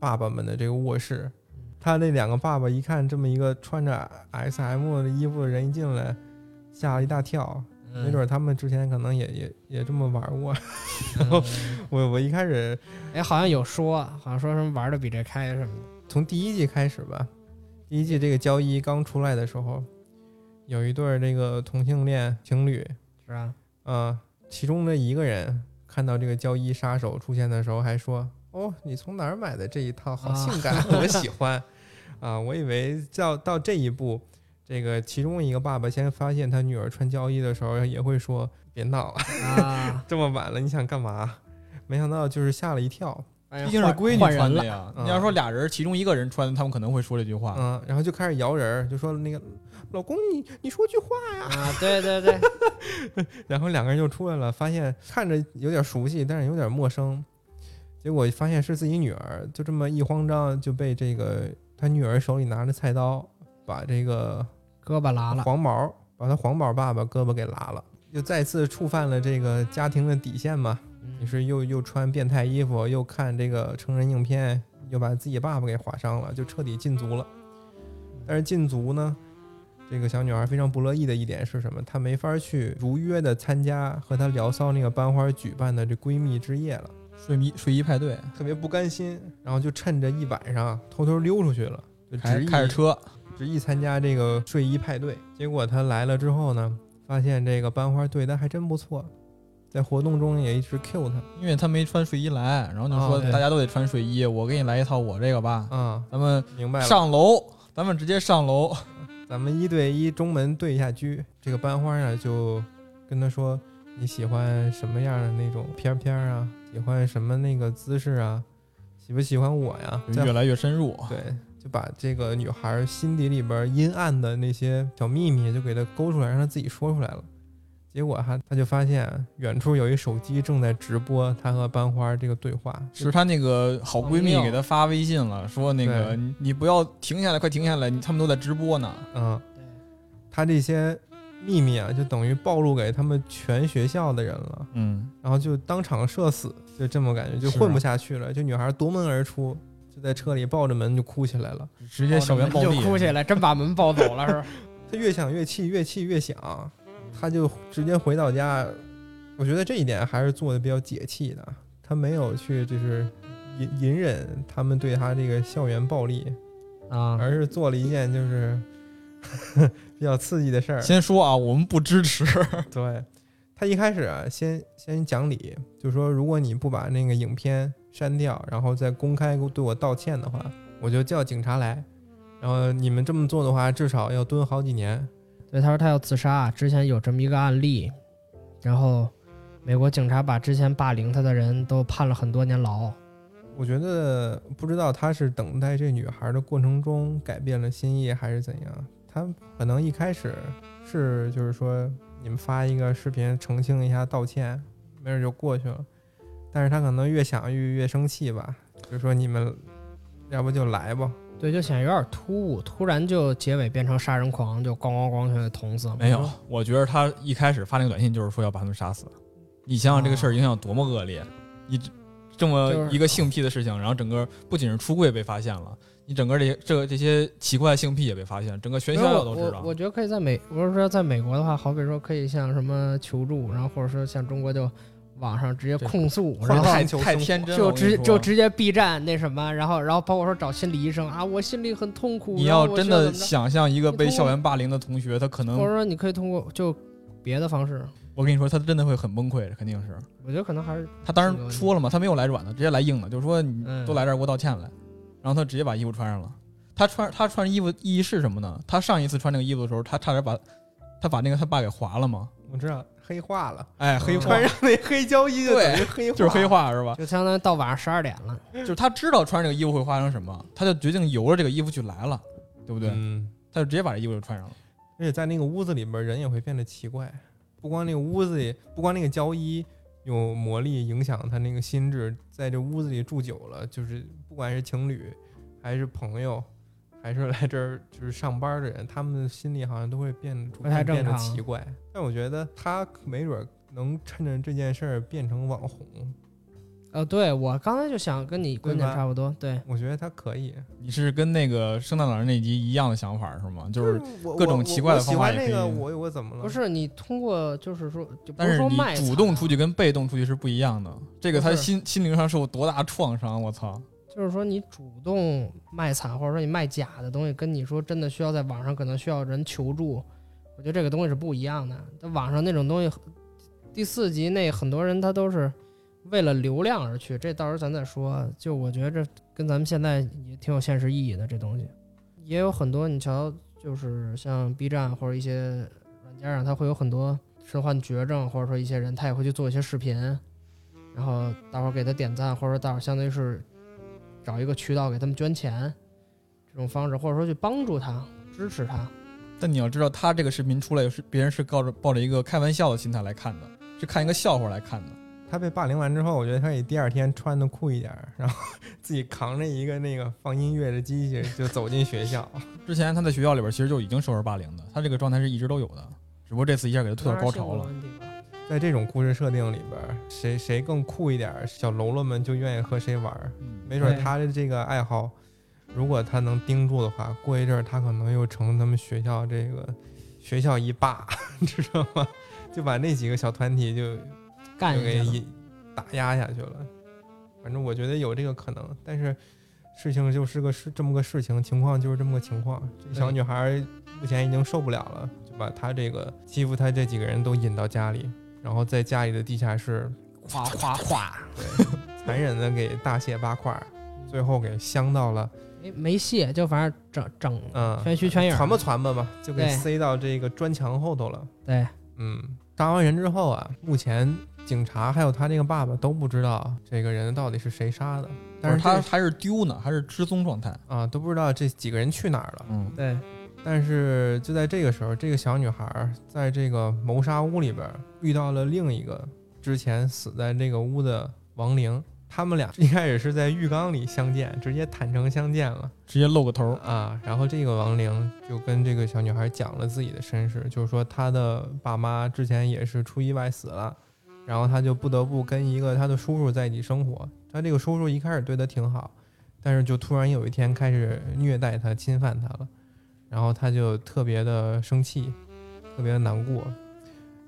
[SPEAKER 1] 爸爸们的这个卧室。
[SPEAKER 2] 嗯
[SPEAKER 1] 他那两个爸爸一看这么一个穿着 S M 的衣服的人一进来，吓了一大跳。
[SPEAKER 2] 嗯
[SPEAKER 1] 没准他们之前可能也也也这么玩过。
[SPEAKER 3] 嗯。
[SPEAKER 1] 我我一开始
[SPEAKER 3] 哎，好像有说，好像说什么玩的比这开什么的。
[SPEAKER 1] 从第一季开始吧，第一季这个交易刚出来的时候，有一对儿这个同性恋情侣，
[SPEAKER 3] 是吧？
[SPEAKER 1] 呃，其中的一个人看到这个交易杀手出现的时候，还说：“哦，你从哪儿买的这一套？好
[SPEAKER 3] 啊
[SPEAKER 1] 性感，我喜欢。”啊，我以为到到这一步，这个其中一个爸爸先发现他女儿穿交易的时候，也会说：“别闹了，
[SPEAKER 3] 啊，
[SPEAKER 1] 这么晚了，你想干嘛？”没想到就是吓了一跳，
[SPEAKER 3] 毕
[SPEAKER 2] 毕竟是闺女
[SPEAKER 3] 换
[SPEAKER 2] 穿
[SPEAKER 3] 人
[SPEAKER 2] 的
[SPEAKER 3] 了，
[SPEAKER 2] 呀。
[SPEAKER 1] 嗯
[SPEAKER 2] 你要说俩人其中一个人穿的，他们可能会说这句话。
[SPEAKER 1] 嗯、然后就开始摇人儿，就说那个老公你你说句话。
[SPEAKER 3] 啊，对对 对，
[SPEAKER 1] 然后两个人就出来了，发现看着有点熟悉，但是有点陌生。结果发现是自己女儿，就这么一慌张就被这个他女儿手里拿着菜刀把这个
[SPEAKER 3] 胳膊拉了，
[SPEAKER 1] 黄毛把他黄毛爸爸胳膊给拉了，又再次触犯了这个家庭的底线嘛。你
[SPEAKER 3] 嗯
[SPEAKER 1] 是又又穿变态衣服，又看这个成人影片，又把自己爸爸给划伤了，就彻底禁足了。但是禁足呢，这个小女孩非常不乐意的一点是什么？她没法去如约的参加和她聊骚那个班花举办的这闺蜜之夜了，
[SPEAKER 2] 睡衣睡衣派对，
[SPEAKER 1] 特别不甘心，然后就趁着一晚上偷偷溜出去了，就
[SPEAKER 2] 开
[SPEAKER 1] 执意
[SPEAKER 2] 开着车，
[SPEAKER 1] 执意参加这个睡衣派对。结果她来了之后呢，发现这个班花对她还真不错，在活动中也一直 Q 她
[SPEAKER 2] 因为他没穿睡衣来，然后就说
[SPEAKER 1] 哦对
[SPEAKER 2] 大家都得穿睡衣，我给你来一套我这个吧，
[SPEAKER 1] 啊，
[SPEAKER 2] 咱们
[SPEAKER 1] 明白了。
[SPEAKER 2] 上楼，咱们直接上楼，
[SPEAKER 1] 咱们一对一中门对一下狙，这个班花啊就跟他说你喜欢什么样的那种片儿片儿啊，喜欢什么那个姿势啊，喜不喜欢我呀？
[SPEAKER 2] 就
[SPEAKER 1] 再
[SPEAKER 2] 越来越深入。
[SPEAKER 1] 对，就把这个女孩心底里边阴暗的那些小秘密就给她勾出来，让她自己说出来了。结果哈，他就发现远处有一手机正在直播她和班花这个对话，
[SPEAKER 2] 是她那个好闺蜜给她发微信了，说那个
[SPEAKER 1] 对
[SPEAKER 2] 你你不要停下来，快停下来，你他们都在直播呢。
[SPEAKER 1] 嗯，
[SPEAKER 3] 对，
[SPEAKER 1] 她这些秘密啊，就等于暴露给他们全学校的人了。
[SPEAKER 2] 嗯，
[SPEAKER 1] 然后就当场社死，就这么感觉，就是
[SPEAKER 2] 啊
[SPEAKER 1] 混不下去了。就女孩夺门而出，就在车里抱着门就哭起来了。
[SPEAKER 2] 直接校园暴力
[SPEAKER 3] 哦就，哭起来，真把门抱走了是吧？
[SPEAKER 1] 她越想越气，越气越想，她就直接回到家。我觉得这一点还是做的比较解气的，她没有去就是隐隐忍他们对她这个校园暴力，
[SPEAKER 3] 啊，
[SPEAKER 1] 而是做了一件就是 比较刺激的事儿。
[SPEAKER 2] 先说啊，我们不支持。
[SPEAKER 1] 对，他一开始啊，先先讲理，就说如果你不把那个影片删掉，然后再公开对我道歉的话，我就叫警察来。然后你们这么做的话，至少要蹲好几年。
[SPEAKER 3] 对，他说他要自杀，之前有这么一个案例，然后美国警察把之前霸凌他的人都判了很多年牢。
[SPEAKER 1] 我觉得不知道他是等待这女孩的过程中改变了心意，还是怎样。他可能一开始是就是说你们发一个视频澄清一下道歉，没准就过去了。但是他可能越想越越生气吧，就说你们要不就来吧，
[SPEAKER 3] 对，就显得有点突兀，突然就结尾变成杀人狂，就咣咣咣全给捅死了。
[SPEAKER 2] 没有， 我觉得他一开始发那个短信就是说要把他们杀死。你想想这个事儿影响多么恶劣，你这这么一个性癖的事情，然后整个不仅是出柜被发现了，你整个这些这个这些奇怪性癖也被发现，整个全
[SPEAKER 3] 没
[SPEAKER 2] 学
[SPEAKER 3] 有，
[SPEAKER 2] 校
[SPEAKER 3] 我
[SPEAKER 2] 都知
[SPEAKER 3] 我
[SPEAKER 2] 道
[SPEAKER 3] 我。觉得可以在美，我是说在美国的话，好比说可以像什么求助，然后或者说像中国就网上直接
[SPEAKER 2] 这
[SPEAKER 3] 控诉，
[SPEAKER 1] 我
[SPEAKER 3] 然后
[SPEAKER 2] 太
[SPEAKER 1] 我
[SPEAKER 2] 太天真了，
[SPEAKER 3] 就
[SPEAKER 2] 我跟你
[SPEAKER 3] 直
[SPEAKER 2] 说啊
[SPEAKER 3] 就直接 B 站那什么，然后然后包括说找心理医生啊，我心里很痛苦。
[SPEAKER 2] 你
[SPEAKER 3] 然后
[SPEAKER 2] 要
[SPEAKER 3] 我
[SPEAKER 2] 真
[SPEAKER 3] 需要
[SPEAKER 2] 的
[SPEAKER 3] 怎么着
[SPEAKER 2] 想象一个被
[SPEAKER 3] 你通
[SPEAKER 2] 校园霸凌的同学，他可
[SPEAKER 3] 或者
[SPEAKER 2] 能，
[SPEAKER 3] 说你可以通过就别的方式，
[SPEAKER 2] 我跟你说，他真的会很崩溃，肯定是。
[SPEAKER 3] 我觉得可能还是
[SPEAKER 2] 他当
[SPEAKER 3] 这个
[SPEAKER 2] 时
[SPEAKER 3] 问题
[SPEAKER 2] 说了嘛，他没有来软的，直接来硬的，就是说你
[SPEAKER 3] 嗯
[SPEAKER 2] 都来这儿给我道歉来，然后他直接把衣服穿上了。他穿他穿衣服意义是什么呢？他上一次穿那个衣服的时候，他差点把他把那个他爸给划了嘛，
[SPEAKER 1] 我知道黑化了，
[SPEAKER 2] 哎，黑
[SPEAKER 1] 嗯
[SPEAKER 2] 化
[SPEAKER 1] 穿上那黑胶衣就等于黑化，
[SPEAKER 2] 就是黑。化是吧？
[SPEAKER 3] 就相当于到晚上十二点了。
[SPEAKER 2] 就是他知道穿这个衣服会发生什么，他就决定由着这个衣服去来了，对不对？
[SPEAKER 1] 嗯，
[SPEAKER 2] 他就直接把这衣服就穿上了。
[SPEAKER 1] 而且在那个屋子里边，人也会变得奇怪。不光那个屋子里，不光那个胶衣有魔力影响他那个心智，在这屋子里住久了，就是不管是情侣，还是朋友，还是来这儿就是上班的人，他们心里好像都会变得逐
[SPEAKER 3] 不太
[SPEAKER 1] 渐
[SPEAKER 3] 正
[SPEAKER 1] 变得
[SPEAKER 3] 常
[SPEAKER 1] 奇怪。但我觉得他没准儿能趁着这件事儿变成网红，
[SPEAKER 3] 呃，对我刚才就想跟你观点差不多，对，
[SPEAKER 1] 我觉得他可以。
[SPEAKER 2] 你是跟那个圣诞老人那集一样的想法是吗？就是
[SPEAKER 1] 嗯我
[SPEAKER 2] 各种
[SPEAKER 1] 我我
[SPEAKER 2] 奇怪的
[SPEAKER 1] 我喜
[SPEAKER 2] 方法
[SPEAKER 1] 欢
[SPEAKER 2] 也
[SPEAKER 1] 那
[SPEAKER 2] 可以
[SPEAKER 1] 个我我怎么了？
[SPEAKER 3] 不是你通过就是说，就不
[SPEAKER 2] 但是
[SPEAKER 3] 说
[SPEAKER 2] 你
[SPEAKER 3] 卖惨
[SPEAKER 2] 主动出去跟被动出去是不一样的，这个
[SPEAKER 3] 不
[SPEAKER 2] 他
[SPEAKER 3] 是
[SPEAKER 2] 心心灵上受多大创伤，我操！
[SPEAKER 3] 就是说你主动卖惨或者说你卖假的东西，跟你说真的需要在网上可能需要人求助，我觉得这个东西是不一样的。在网上那种东西，第四集那很多人他都是为了流量而去，这到时候咱再说。就我觉得这跟咱们现在也挺有现实意义的，这东西也有很多。你瞧，就是像 B 站或者一些软件上，它会有很多身患绝症或者说一些人，他也会去做一些视频，然后大伙儿给他点赞，或者说大伙儿相当于是找一个渠道给他们捐钱，这种方式，或者说去帮助他、支持他。
[SPEAKER 2] 但你要知道，他这个视频出来是别人是抱着抱着一个开玩笑的心态来看的，是看一个笑话来看的。
[SPEAKER 1] 他被霸凌完之后，我觉得他也第二天穿的酷一点儿，然后 自己扛着一个那个放音乐的机器就走进学校，
[SPEAKER 2] 之前他在学校里边其实就已经受人霸凌的，他这个状态是一直都有的，只不过这次一下给他推到高潮了。
[SPEAKER 3] 了。
[SPEAKER 1] 在这种故事设定里边儿，谁谁更酷一点儿，小喽啰们就愿意和谁玩儿。
[SPEAKER 2] 嗯
[SPEAKER 1] 没准儿
[SPEAKER 3] 对
[SPEAKER 1] 他的这个爱好如果他能盯住的话，过一阵儿他可能又成他们学校这个学校一霸， 你知道吗？就把那几个小团体就
[SPEAKER 3] 干
[SPEAKER 1] 就给
[SPEAKER 3] 下去了。
[SPEAKER 1] 一打压下去了。反正我觉得有这个可能，但是事情就是个事，这么个事情，情况就是这么个情况。这小
[SPEAKER 3] 对
[SPEAKER 1] 女孩儿目前已经受不了了，就把她这个欺负她这几个人都引到家里，然后在家里的地下室
[SPEAKER 3] 夸夸夸！
[SPEAKER 1] 残忍的给大卸八块儿，最后给镶到了，
[SPEAKER 3] 没没戏，就反正整整
[SPEAKER 1] 嗯，
[SPEAKER 3] 全虚全影儿。
[SPEAKER 1] 传吧传吧嘛，就给
[SPEAKER 3] 对
[SPEAKER 1] 塞到这个砖墙后头了。
[SPEAKER 3] 对，
[SPEAKER 1] 嗯，杀完人之后啊，目前警察还有他这个爸爸都不知道这个人到底是谁杀的，但
[SPEAKER 2] 但
[SPEAKER 1] 是
[SPEAKER 2] 是他
[SPEAKER 1] 这
[SPEAKER 2] 还是丢呢，还是失踪状态。
[SPEAKER 1] 啊都不知道这几个人去哪儿了。
[SPEAKER 2] 嗯，
[SPEAKER 3] 对，
[SPEAKER 1] 但是就在这个时候，这个小女孩儿在这个谋杀屋里边儿遇到了另一个之前死在这个屋的亡灵。他们俩一开始是在浴缸里相见，直接坦诚相见了。
[SPEAKER 2] 直接露个头儿。
[SPEAKER 1] 啊，然后这个亡灵就跟这个小女孩讲了自己的身世，就是说她的爸妈之前也是出意外死了，然后她就不得不跟一个她的叔叔在一起生活。她这个叔叔一开始对她挺好，但是就突然有一天开始虐待她、侵犯她了，然后她就特别的生气，特别的难过。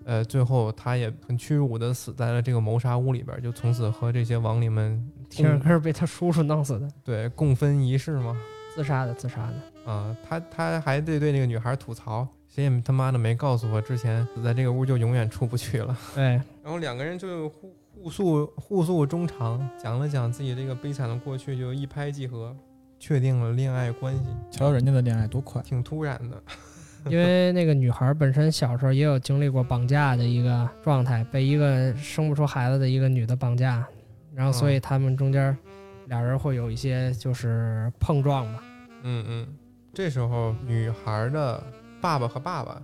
[SPEAKER 1] 呃，最后她也很屈辱的死在了这个谋杀屋里边儿，就从此和这些亡灵们
[SPEAKER 3] 听着
[SPEAKER 1] 嗯
[SPEAKER 3] 可是被他叔叔弄死的，
[SPEAKER 1] 对共分一室嘛。
[SPEAKER 3] 自杀的，自杀 的。
[SPEAKER 1] 啊，他他还对对那个女孩吐槽，谁也他妈的没告诉我，之前死在这个屋就永远出不去了。
[SPEAKER 3] 对，
[SPEAKER 1] 然后两个人就互互诉互诉衷肠，讲了讲自己这个悲惨的过去，就一拍即合，确定了恋爱关系，
[SPEAKER 2] 瞧瞧人家的恋爱多快，
[SPEAKER 1] 挺突然的。
[SPEAKER 3] 因为那个女孩本身小时候也有经历过绑架的一个状态，被一个生不出孩子的一个女的绑架，然后所
[SPEAKER 1] 嗯
[SPEAKER 3] 以他们中间俩人会有一些就是碰撞吧。
[SPEAKER 1] 嗯嗯，这时候女孩的爸爸和爸爸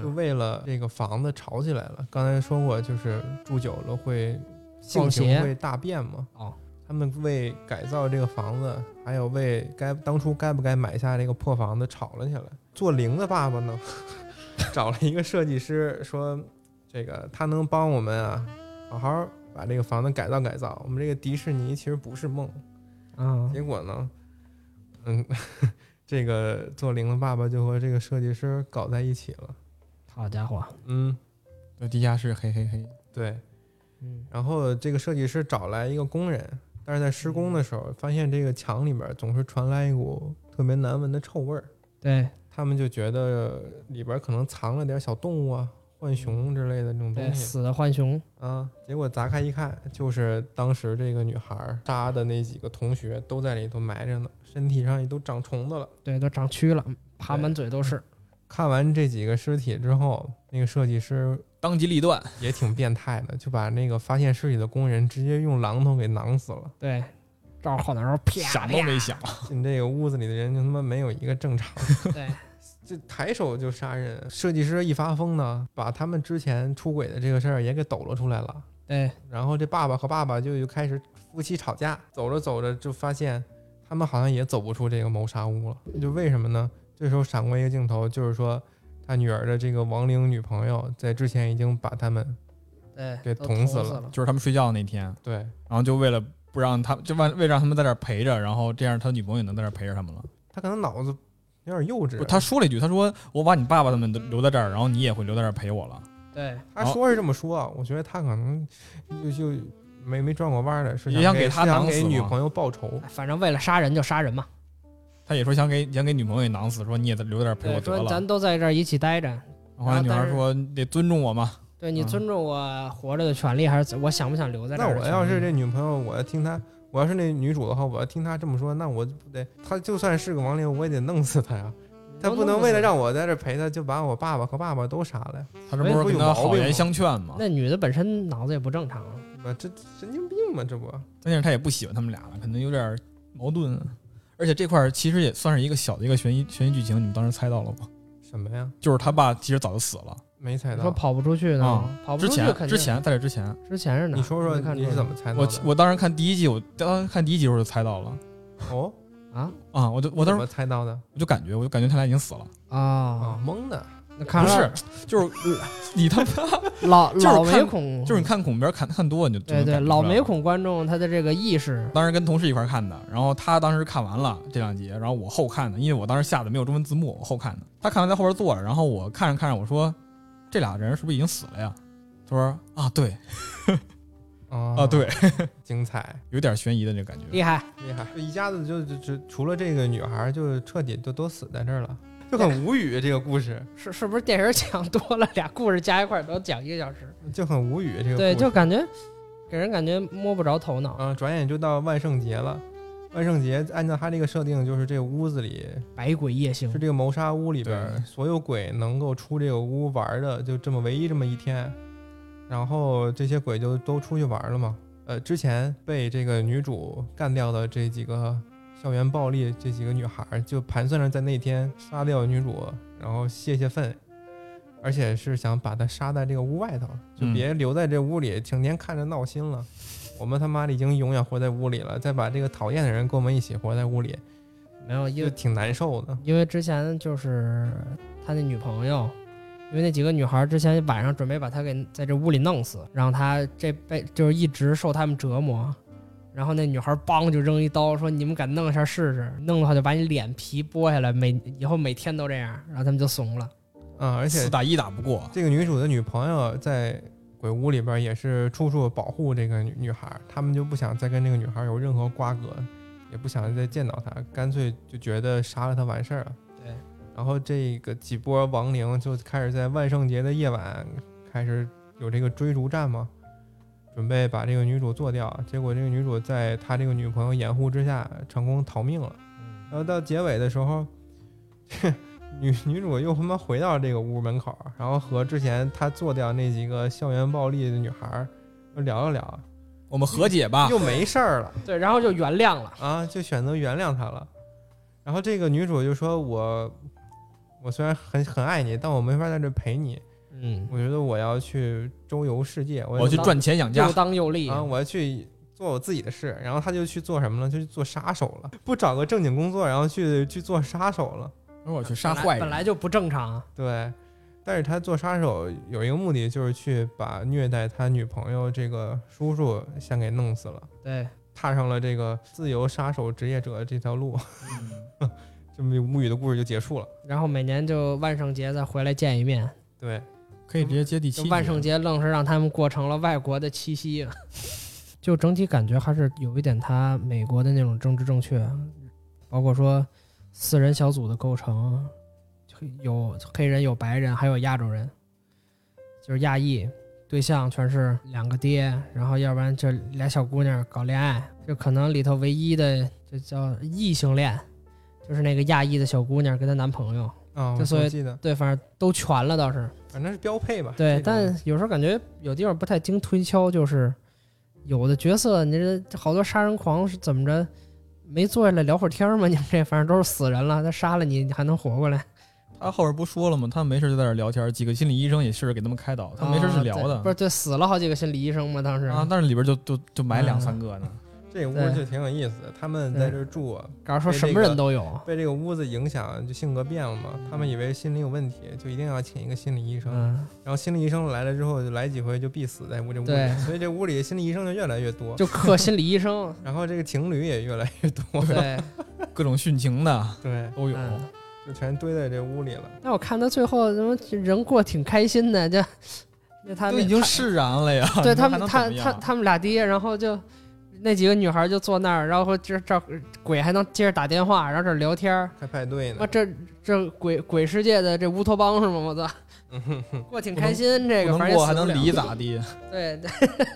[SPEAKER 1] 就
[SPEAKER 3] 嗯，
[SPEAKER 1] 为了这个房子吵起来了。刚才说过，就是住久了会
[SPEAKER 3] 性
[SPEAKER 1] 性情
[SPEAKER 3] 邪
[SPEAKER 1] 会大变嘛。
[SPEAKER 3] 哦，
[SPEAKER 1] 他们为改造这个房子，还有为该当初该不该买下这个破房子吵了起来。做零的爸爸呢， 找了一个设计师，说这个他能帮我们啊，好好把这个房子改造改造。我们这个迪士尼其实不是梦。
[SPEAKER 3] 啊，
[SPEAKER 1] 结果呢，嗯， 这个做零的爸爸就和这个设计师搞在一起了。
[SPEAKER 3] 好家伙，
[SPEAKER 1] 嗯，
[SPEAKER 2] 在地下室嘿嘿嘿。
[SPEAKER 1] 对。
[SPEAKER 3] 嗯，
[SPEAKER 1] 然后这个设计师找来一个工人，但是在施工的时候发现这个墙里边总是传来一股特别难闻的臭味儿，
[SPEAKER 3] 对
[SPEAKER 1] 他们就觉得里边可能藏了点小动物啊、浣熊之类的这种
[SPEAKER 3] 对，
[SPEAKER 1] 东西
[SPEAKER 3] 死的浣熊，
[SPEAKER 1] 啊。结果砸开一看，就是当时这个女孩儿杀的那几个同学都在里头埋着呢，身体上也都长虫子了。
[SPEAKER 3] 对，都长蛆了，嗯爬满嘴都
[SPEAKER 1] 嗯
[SPEAKER 3] 是。
[SPEAKER 1] 看完这几个尸体之后，那个设计师
[SPEAKER 2] 当机立断，
[SPEAKER 1] 也挺变态的，就把那个发现尸体的工人直接用榔头给攮死了。
[SPEAKER 3] 对，照着后脑勺啪，
[SPEAKER 2] 想都没想，
[SPEAKER 1] 进这个屋子里的人就他妈没有一个正常，
[SPEAKER 3] 啪。对，
[SPEAKER 1] 这抬手就杀人。设计师一发疯呢，把他们之前出轨的这个事儿也给抖了出来了。
[SPEAKER 3] 对，
[SPEAKER 1] 然后这爸爸和爸爸就又开始夫妻吵架，走着走着就发现他们好像也走不出这个谋杀屋了。就为什么呢？这时候闪过一个镜头，就是说他女儿的这个亡灵女朋友在之前已经把他们
[SPEAKER 3] 对，
[SPEAKER 1] 给
[SPEAKER 3] 都
[SPEAKER 1] 捅
[SPEAKER 3] 捅
[SPEAKER 1] 死了
[SPEAKER 3] 了。
[SPEAKER 2] 就是他们睡觉那天，
[SPEAKER 1] 对
[SPEAKER 2] 然后就为了不让他，就为为了让他们在这儿陪着，然后这样他女朋友也能在这儿陪着他们了。
[SPEAKER 1] 他可能脑子有点幼稚
[SPEAKER 2] 不，。他说了一句，他说我把你爸爸他们都留在这儿，然后你也会留在这儿陪我了。
[SPEAKER 3] 对，
[SPEAKER 1] 他说是这么说，啊我觉得他可能就就没没转过弯儿来，是
[SPEAKER 2] 也想
[SPEAKER 1] 给
[SPEAKER 2] 给他
[SPEAKER 1] 是想
[SPEAKER 2] 囊
[SPEAKER 1] 给
[SPEAKER 2] 死
[SPEAKER 1] 女
[SPEAKER 2] 吗
[SPEAKER 1] 朋友报仇。
[SPEAKER 3] 哎反正为了杀人就杀人嘛。
[SPEAKER 2] 他也说想给想给女朋友也囊死，说你也留在这儿陪我
[SPEAKER 3] 对，
[SPEAKER 2] 得了
[SPEAKER 3] 说。咱都在这儿一起待着，
[SPEAKER 2] 然后那女孩说你得尊重我嘛，
[SPEAKER 3] 对你
[SPEAKER 2] 嗯
[SPEAKER 3] 尊重我活着的权利，还是怎我想不想留在这
[SPEAKER 1] 那
[SPEAKER 3] 儿的
[SPEAKER 1] 我
[SPEAKER 3] 权利？
[SPEAKER 1] 要是这女朋友，我要听她，我要是那女主的话，我要听她这么说，那我就不得，她就算是个亡灵，我也得弄死她呀。她
[SPEAKER 3] 都
[SPEAKER 1] 不
[SPEAKER 3] 弄
[SPEAKER 1] 能
[SPEAKER 3] 死
[SPEAKER 1] 为了
[SPEAKER 3] 你
[SPEAKER 1] 让我在这陪她，就把我爸爸和爸爸都杀了呀。
[SPEAKER 2] 他这不是跟他好言相劝嘛？
[SPEAKER 3] 那女的本身脑子也不正常啊，
[SPEAKER 1] 我这神经病嘛，这不
[SPEAKER 2] 关键是他也不喜欢他们俩了，可能有点矛盾。而且这块儿其实也算是一个小的一个悬疑悬疑剧情，你们当时猜到了吗？
[SPEAKER 1] 什么呀？
[SPEAKER 2] 就是他爸其实早就死了，
[SPEAKER 1] 没猜
[SPEAKER 3] 你说
[SPEAKER 1] 到。
[SPEAKER 3] 跑不出去呢，
[SPEAKER 2] 啊
[SPEAKER 3] 跑不
[SPEAKER 2] 之
[SPEAKER 3] 出去
[SPEAKER 2] 前
[SPEAKER 3] 肯定
[SPEAKER 2] 之前在这之前，
[SPEAKER 3] 之前是哪？
[SPEAKER 1] 你说
[SPEAKER 3] 我
[SPEAKER 1] 说
[SPEAKER 3] 没看
[SPEAKER 1] 你是
[SPEAKER 3] 出来
[SPEAKER 1] 怎么猜到
[SPEAKER 2] 我
[SPEAKER 1] 的？
[SPEAKER 2] 我当时看第一季，我当时看第一集的时候就猜到了
[SPEAKER 1] 哦，
[SPEAKER 3] 啊？
[SPEAKER 2] 啊，我就我当
[SPEAKER 1] 怎
[SPEAKER 2] 时
[SPEAKER 1] 么猜到的？
[SPEAKER 2] 我就感觉我就感觉他俩已经死了，
[SPEAKER 3] 啊、哦
[SPEAKER 1] 啊，蒙的。
[SPEAKER 3] 那看
[SPEAKER 2] 不
[SPEAKER 3] 来
[SPEAKER 2] 是，就是你他妈
[SPEAKER 3] 老
[SPEAKER 2] 就是
[SPEAKER 3] 老眉
[SPEAKER 2] 看
[SPEAKER 3] 恐，
[SPEAKER 2] 就是你看恐怖片看看多了，你就
[SPEAKER 3] 对对老眉
[SPEAKER 2] 没。
[SPEAKER 3] 恐观众他的这个意识，
[SPEAKER 2] 当时跟同事一块儿看的，然后他当时看完了这两集，然后我后看的，因为我当时下的没有中文字幕，我后看的。他看完在后边坐着，然后我看着看着，我说这俩人是不是已经死了呀？他说啊，对
[SPEAKER 1] 啊
[SPEAKER 2] 啊，，对，
[SPEAKER 1] 哦 精彩。
[SPEAKER 2] 有点悬疑的那个感觉。
[SPEAKER 3] 厉害，
[SPEAKER 1] 厉害，一家子就就只除了这个女孩儿，就彻底就都死在这儿了，就很无语。这个故事
[SPEAKER 3] 是是不是电影讲多了， 俩故事加一块儿都讲一个小时？
[SPEAKER 1] 就很无语。这个
[SPEAKER 3] 对，
[SPEAKER 1] 故
[SPEAKER 3] 就
[SPEAKER 1] 事
[SPEAKER 3] 感觉给人感觉摸不着头脑，
[SPEAKER 1] 嗯，转眼就到万圣节了。万圣节按照他这个设定，就是这个屋子里
[SPEAKER 3] 百鬼夜行
[SPEAKER 1] 是这个谋杀屋里边儿
[SPEAKER 2] 对
[SPEAKER 1] 所有鬼能够出这个屋玩儿的，就这么唯一这么一天。然后这些鬼就都出去玩儿了嘛。呃，之前被这个女主干掉的这几个校园暴力这几个女孩儿，就盘算着在那天杀掉女主，然后泄泄愤，而且是想把她杀在这个屋外头，就
[SPEAKER 2] 嗯
[SPEAKER 1] 别留在这屋里，整天看着闹心了。我们他妈的已经永远活在屋里了，再把这个讨厌的人跟我们一起活在屋里，
[SPEAKER 3] 没有，因
[SPEAKER 1] 就
[SPEAKER 3] 为
[SPEAKER 1] 挺难受的。
[SPEAKER 3] 因为之前就是他那女朋友，因为那几个女孩之前晚上准备把他给在这屋里弄死，让他这被就是一直受他们折磨。然后那女孩梆就扔一刀，说：“你们敢弄一下试试？弄的话就把你脸皮剥下来，每以后每天都这样。”然后他们就怂了。
[SPEAKER 1] 嗯，而且
[SPEAKER 2] 四打一打不过，
[SPEAKER 1] 这个女主的女朋友在鬼屋里边也是处处保护这个女女孩儿，他们就不想再跟这个女孩儿有任何瓜葛，也不想再见到她，干脆就觉得杀了她完事儿了。
[SPEAKER 3] 对，
[SPEAKER 1] 然后这个几波亡灵就开始在万圣节的夜晚开始有这个追逐战嘛，准备把这个女主做掉。结果这个女主在她这个女朋友掩护之下成功逃命了。然后到结尾的时候，女女主又他妈回到这个屋门口，然后和之前她做掉那几个校园暴力的女孩儿又聊了聊，
[SPEAKER 2] 我们和解吧。
[SPEAKER 1] 又没事儿了
[SPEAKER 3] 对，然后就原谅了。
[SPEAKER 1] 啊，就选择原谅她了。然后这个女主就说我。我虽然很很爱你，但我没法在这陪你。
[SPEAKER 3] 嗯，
[SPEAKER 1] 我觉得我要去周游世界，我
[SPEAKER 2] 我去赚钱养家
[SPEAKER 3] 又，当又立。
[SPEAKER 1] 啊，我要去做我自己的事。然后他就去做什么了？就去做杀手了，不找个正经工作，然后去去做杀手了。
[SPEAKER 2] 我说我去杀坏
[SPEAKER 3] 本来，本
[SPEAKER 2] 人。
[SPEAKER 3] 来就不正常。
[SPEAKER 1] 对，但是他做杀手有一个目的，就是去把虐待他女朋友这个叔叔先给弄死了，
[SPEAKER 3] 对，
[SPEAKER 1] 踏上了这个自由杀手职业者这条路。
[SPEAKER 2] 嗯
[SPEAKER 1] 这么无语的故事就结束了。
[SPEAKER 3] 然后每年就万圣节再回来见一面，
[SPEAKER 1] 对，
[SPEAKER 2] 可以直接接第七
[SPEAKER 3] 就
[SPEAKER 2] 集。
[SPEAKER 3] 万圣节愣是让他们过成了外国的七夕，啊 就整体感觉还是有一点他美国的那种政治正确，包括说四人小组的构成，有黑人、有白人，还有亚洲人，就是亚裔对象全是两个爹，然后要不然就俩小姑娘搞恋爱，就可能里头唯一的就叫异性恋，就是那个亚裔的小姑娘跟她男朋友，
[SPEAKER 1] 啊，
[SPEAKER 3] 就
[SPEAKER 1] 我
[SPEAKER 3] 所
[SPEAKER 1] 都
[SPEAKER 3] 以
[SPEAKER 1] 记得，
[SPEAKER 3] 对，反正都全了倒是。
[SPEAKER 1] 反正是标配吧。
[SPEAKER 3] 对，
[SPEAKER 1] 这种
[SPEAKER 3] 但有时候感觉有地方不太经推敲，就是有的角色，你这好多杀人狂是怎么着？没坐下来聊会儿天儿吗？你们这反正都是死人了，他杀了你，你还能活过来？
[SPEAKER 2] 他后边不说了吗？他们没事就在这儿聊天，几个心理医生也是给他们开导，他们没事是
[SPEAKER 3] 啊
[SPEAKER 2] 聊
[SPEAKER 3] 对
[SPEAKER 2] 的
[SPEAKER 3] 不是对，死了好几个心理医生嘛，当时、
[SPEAKER 2] 啊，但是里边就就就埋两三个呢。
[SPEAKER 1] 这屋
[SPEAKER 3] 对
[SPEAKER 1] 就挺有意思的，他们在这儿住啊。
[SPEAKER 3] 搞说
[SPEAKER 1] 被
[SPEAKER 3] 什
[SPEAKER 1] 这
[SPEAKER 3] 么人
[SPEAKER 1] 个
[SPEAKER 3] 都有，
[SPEAKER 1] 被这个屋子影响，就性格变了嘛。他们以为心理有问题，就一定要请一个心理医生。
[SPEAKER 3] 嗯，
[SPEAKER 1] 然后心理医生来了之后，就来几回就必死在屋这屋
[SPEAKER 3] 对
[SPEAKER 1] 里，所以这屋里心理医生就越来越 多。，
[SPEAKER 3] 就克心理 医生
[SPEAKER 1] 然后这个情侣也越来越多，
[SPEAKER 3] 对，
[SPEAKER 2] 各种殉情 的
[SPEAKER 1] 对，
[SPEAKER 2] 都有。
[SPEAKER 3] 嗯。
[SPEAKER 1] 就全堆在这屋里了。
[SPEAKER 3] 但我看他最后怎么人过挺开心的，就就他
[SPEAKER 2] 都
[SPEAKER 3] 们
[SPEAKER 2] 已经
[SPEAKER 3] 他
[SPEAKER 2] 释然了 呀。
[SPEAKER 3] 对
[SPEAKER 2] 你
[SPEAKER 3] 他
[SPEAKER 2] 还
[SPEAKER 3] 们，
[SPEAKER 2] 能
[SPEAKER 3] 他
[SPEAKER 2] 怎么
[SPEAKER 3] 他
[SPEAKER 2] 样啊
[SPEAKER 3] 他们俩爹，然后就那几个女孩就坐那儿，然后这这鬼还能接着打电话，然后这聊天儿。
[SPEAKER 1] 开派对
[SPEAKER 3] 妈，
[SPEAKER 1] 呢，
[SPEAKER 3] 这这鬼鬼世界的这乌托邦是吗？我操，过挺开心，这个
[SPEAKER 2] 不
[SPEAKER 3] 反
[SPEAKER 2] 能
[SPEAKER 3] 正
[SPEAKER 2] 过
[SPEAKER 3] 也
[SPEAKER 2] 还
[SPEAKER 3] 死不
[SPEAKER 2] 能
[SPEAKER 3] 了
[SPEAKER 2] 离咋地？
[SPEAKER 3] 对 对，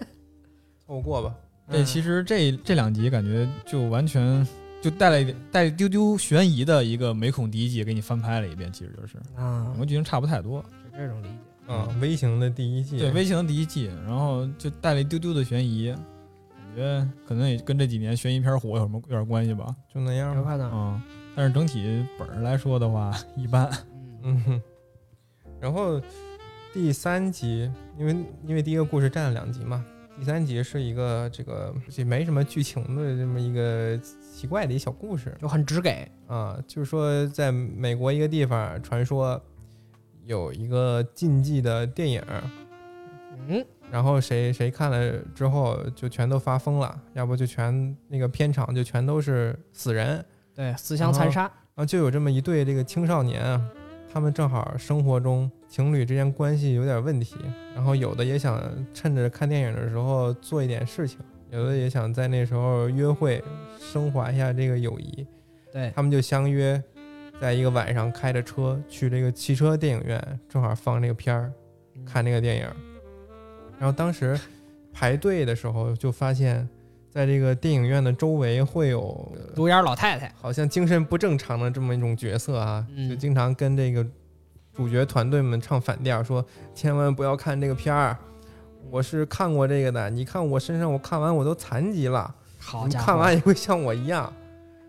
[SPEAKER 1] 凑过吧。
[SPEAKER 3] 嗯
[SPEAKER 2] 这其实这这两集感觉就完全就带了一点带一丢丢悬疑的一个美恐第一季给你翻拍了一遍，其实就是
[SPEAKER 3] 啊
[SPEAKER 2] 整，个剧情差不太多。
[SPEAKER 3] 是这种理解。
[SPEAKER 1] 嗯，微型的第一季，
[SPEAKER 2] 对，微型第一季，然后就带了一丢丢的悬疑，感觉可能也跟这几年悬疑片火有什么有点关系吧。
[SPEAKER 1] 就那样
[SPEAKER 3] 有
[SPEAKER 1] 吧。
[SPEAKER 3] 可能，
[SPEAKER 2] 嗯，但是整体本儿来说的话一般。
[SPEAKER 3] 嗯，
[SPEAKER 1] 嗯 哼，然后第三集，因为因为第一个故事占了两集嘛，第三集是一个这个也没什么剧情的这么一个奇怪的一小故事。
[SPEAKER 3] 就很直给，
[SPEAKER 1] 啊，就是说在美国一个地方，传说有一个禁忌的电影，
[SPEAKER 3] 嗯，
[SPEAKER 1] 然后谁谁看了之后就全都发疯了，要不就全那个片场就全都是死人，
[SPEAKER 3] 对，自
[SPEAKER 2] 嗯
[SPEAKER 3] 相残杀，
[SPEAKER 1] 然后就有这么一对这个青少年啊，他们正好生活中情侣之间关系有点问题，然后有的也想趁着看电影的时候做一点事情，有的也想在那时候约会，升华一下这个友谊。
[SPEAKER 3] 对，
[SPEAKER 1] 他们就相约在一个晚上开着车去这个汽车电影院，正好放这个片儿，
[SPEAKER 3] 嗯
[SPEAKER 1] 看这个电影。然后当时排队的时候就发现，在这个电影院的周围会有呃
[SPEAKER 3] 独眼老太
[SPEAKER 2] 嗯
[SPEAKER 3] 太，
[SPEAKER 1] 好像精神不正常的这么一种角色啊，
[SPEAKER 3] 嗯
[SPEAKER 1] 就经常跟这个主角团队们唱反调，说千万不要看这个片儿。我是看过这个的，你看我身上，我看完我都残疾了，
[SPEAKER 3] 好
[SPEAKER 1] 你
[SPEAKER 3] 家伙，
[SPEAKER 1] 看完也会像我一样。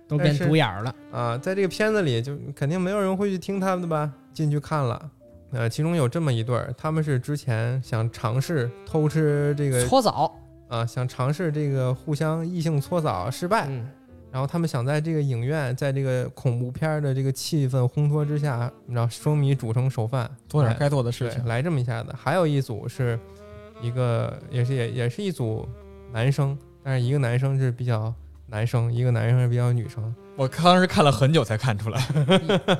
[SPEAKER 3] 都变独眼了，
[SPEAKER 1] 啊，在这个片子里就肯定没有人会去听他们的吧？进去看了，呃，其中有这么一对儿，他们是之前想尝试偷吃这个
[SPEAKER 3] 搓 澡，
[SPEAKER 1] 啊，想尝试这个互相异性搓澡失败，
[SPEAKER 3] 嗯，
[SPEAKER 1] 然后他们想在这个影院，在这个恐怖片儿的这个气氛烘托之下，然后生米煮成熟饭，
[SPEAKER 2] 做点
[SPEAKER 1] 哎
[SPEAKER 2] 该做的事
[SPEAKER 1] 对
[SPEAKER 2] 情，。
[SPEAKER 1] 来这么一下子。还有一组是一个也是也也是一组男生，但是一个男生是比较男生，一个男生是比较女生。
[SPEAKER 2] 我当时看了很久才看 出来，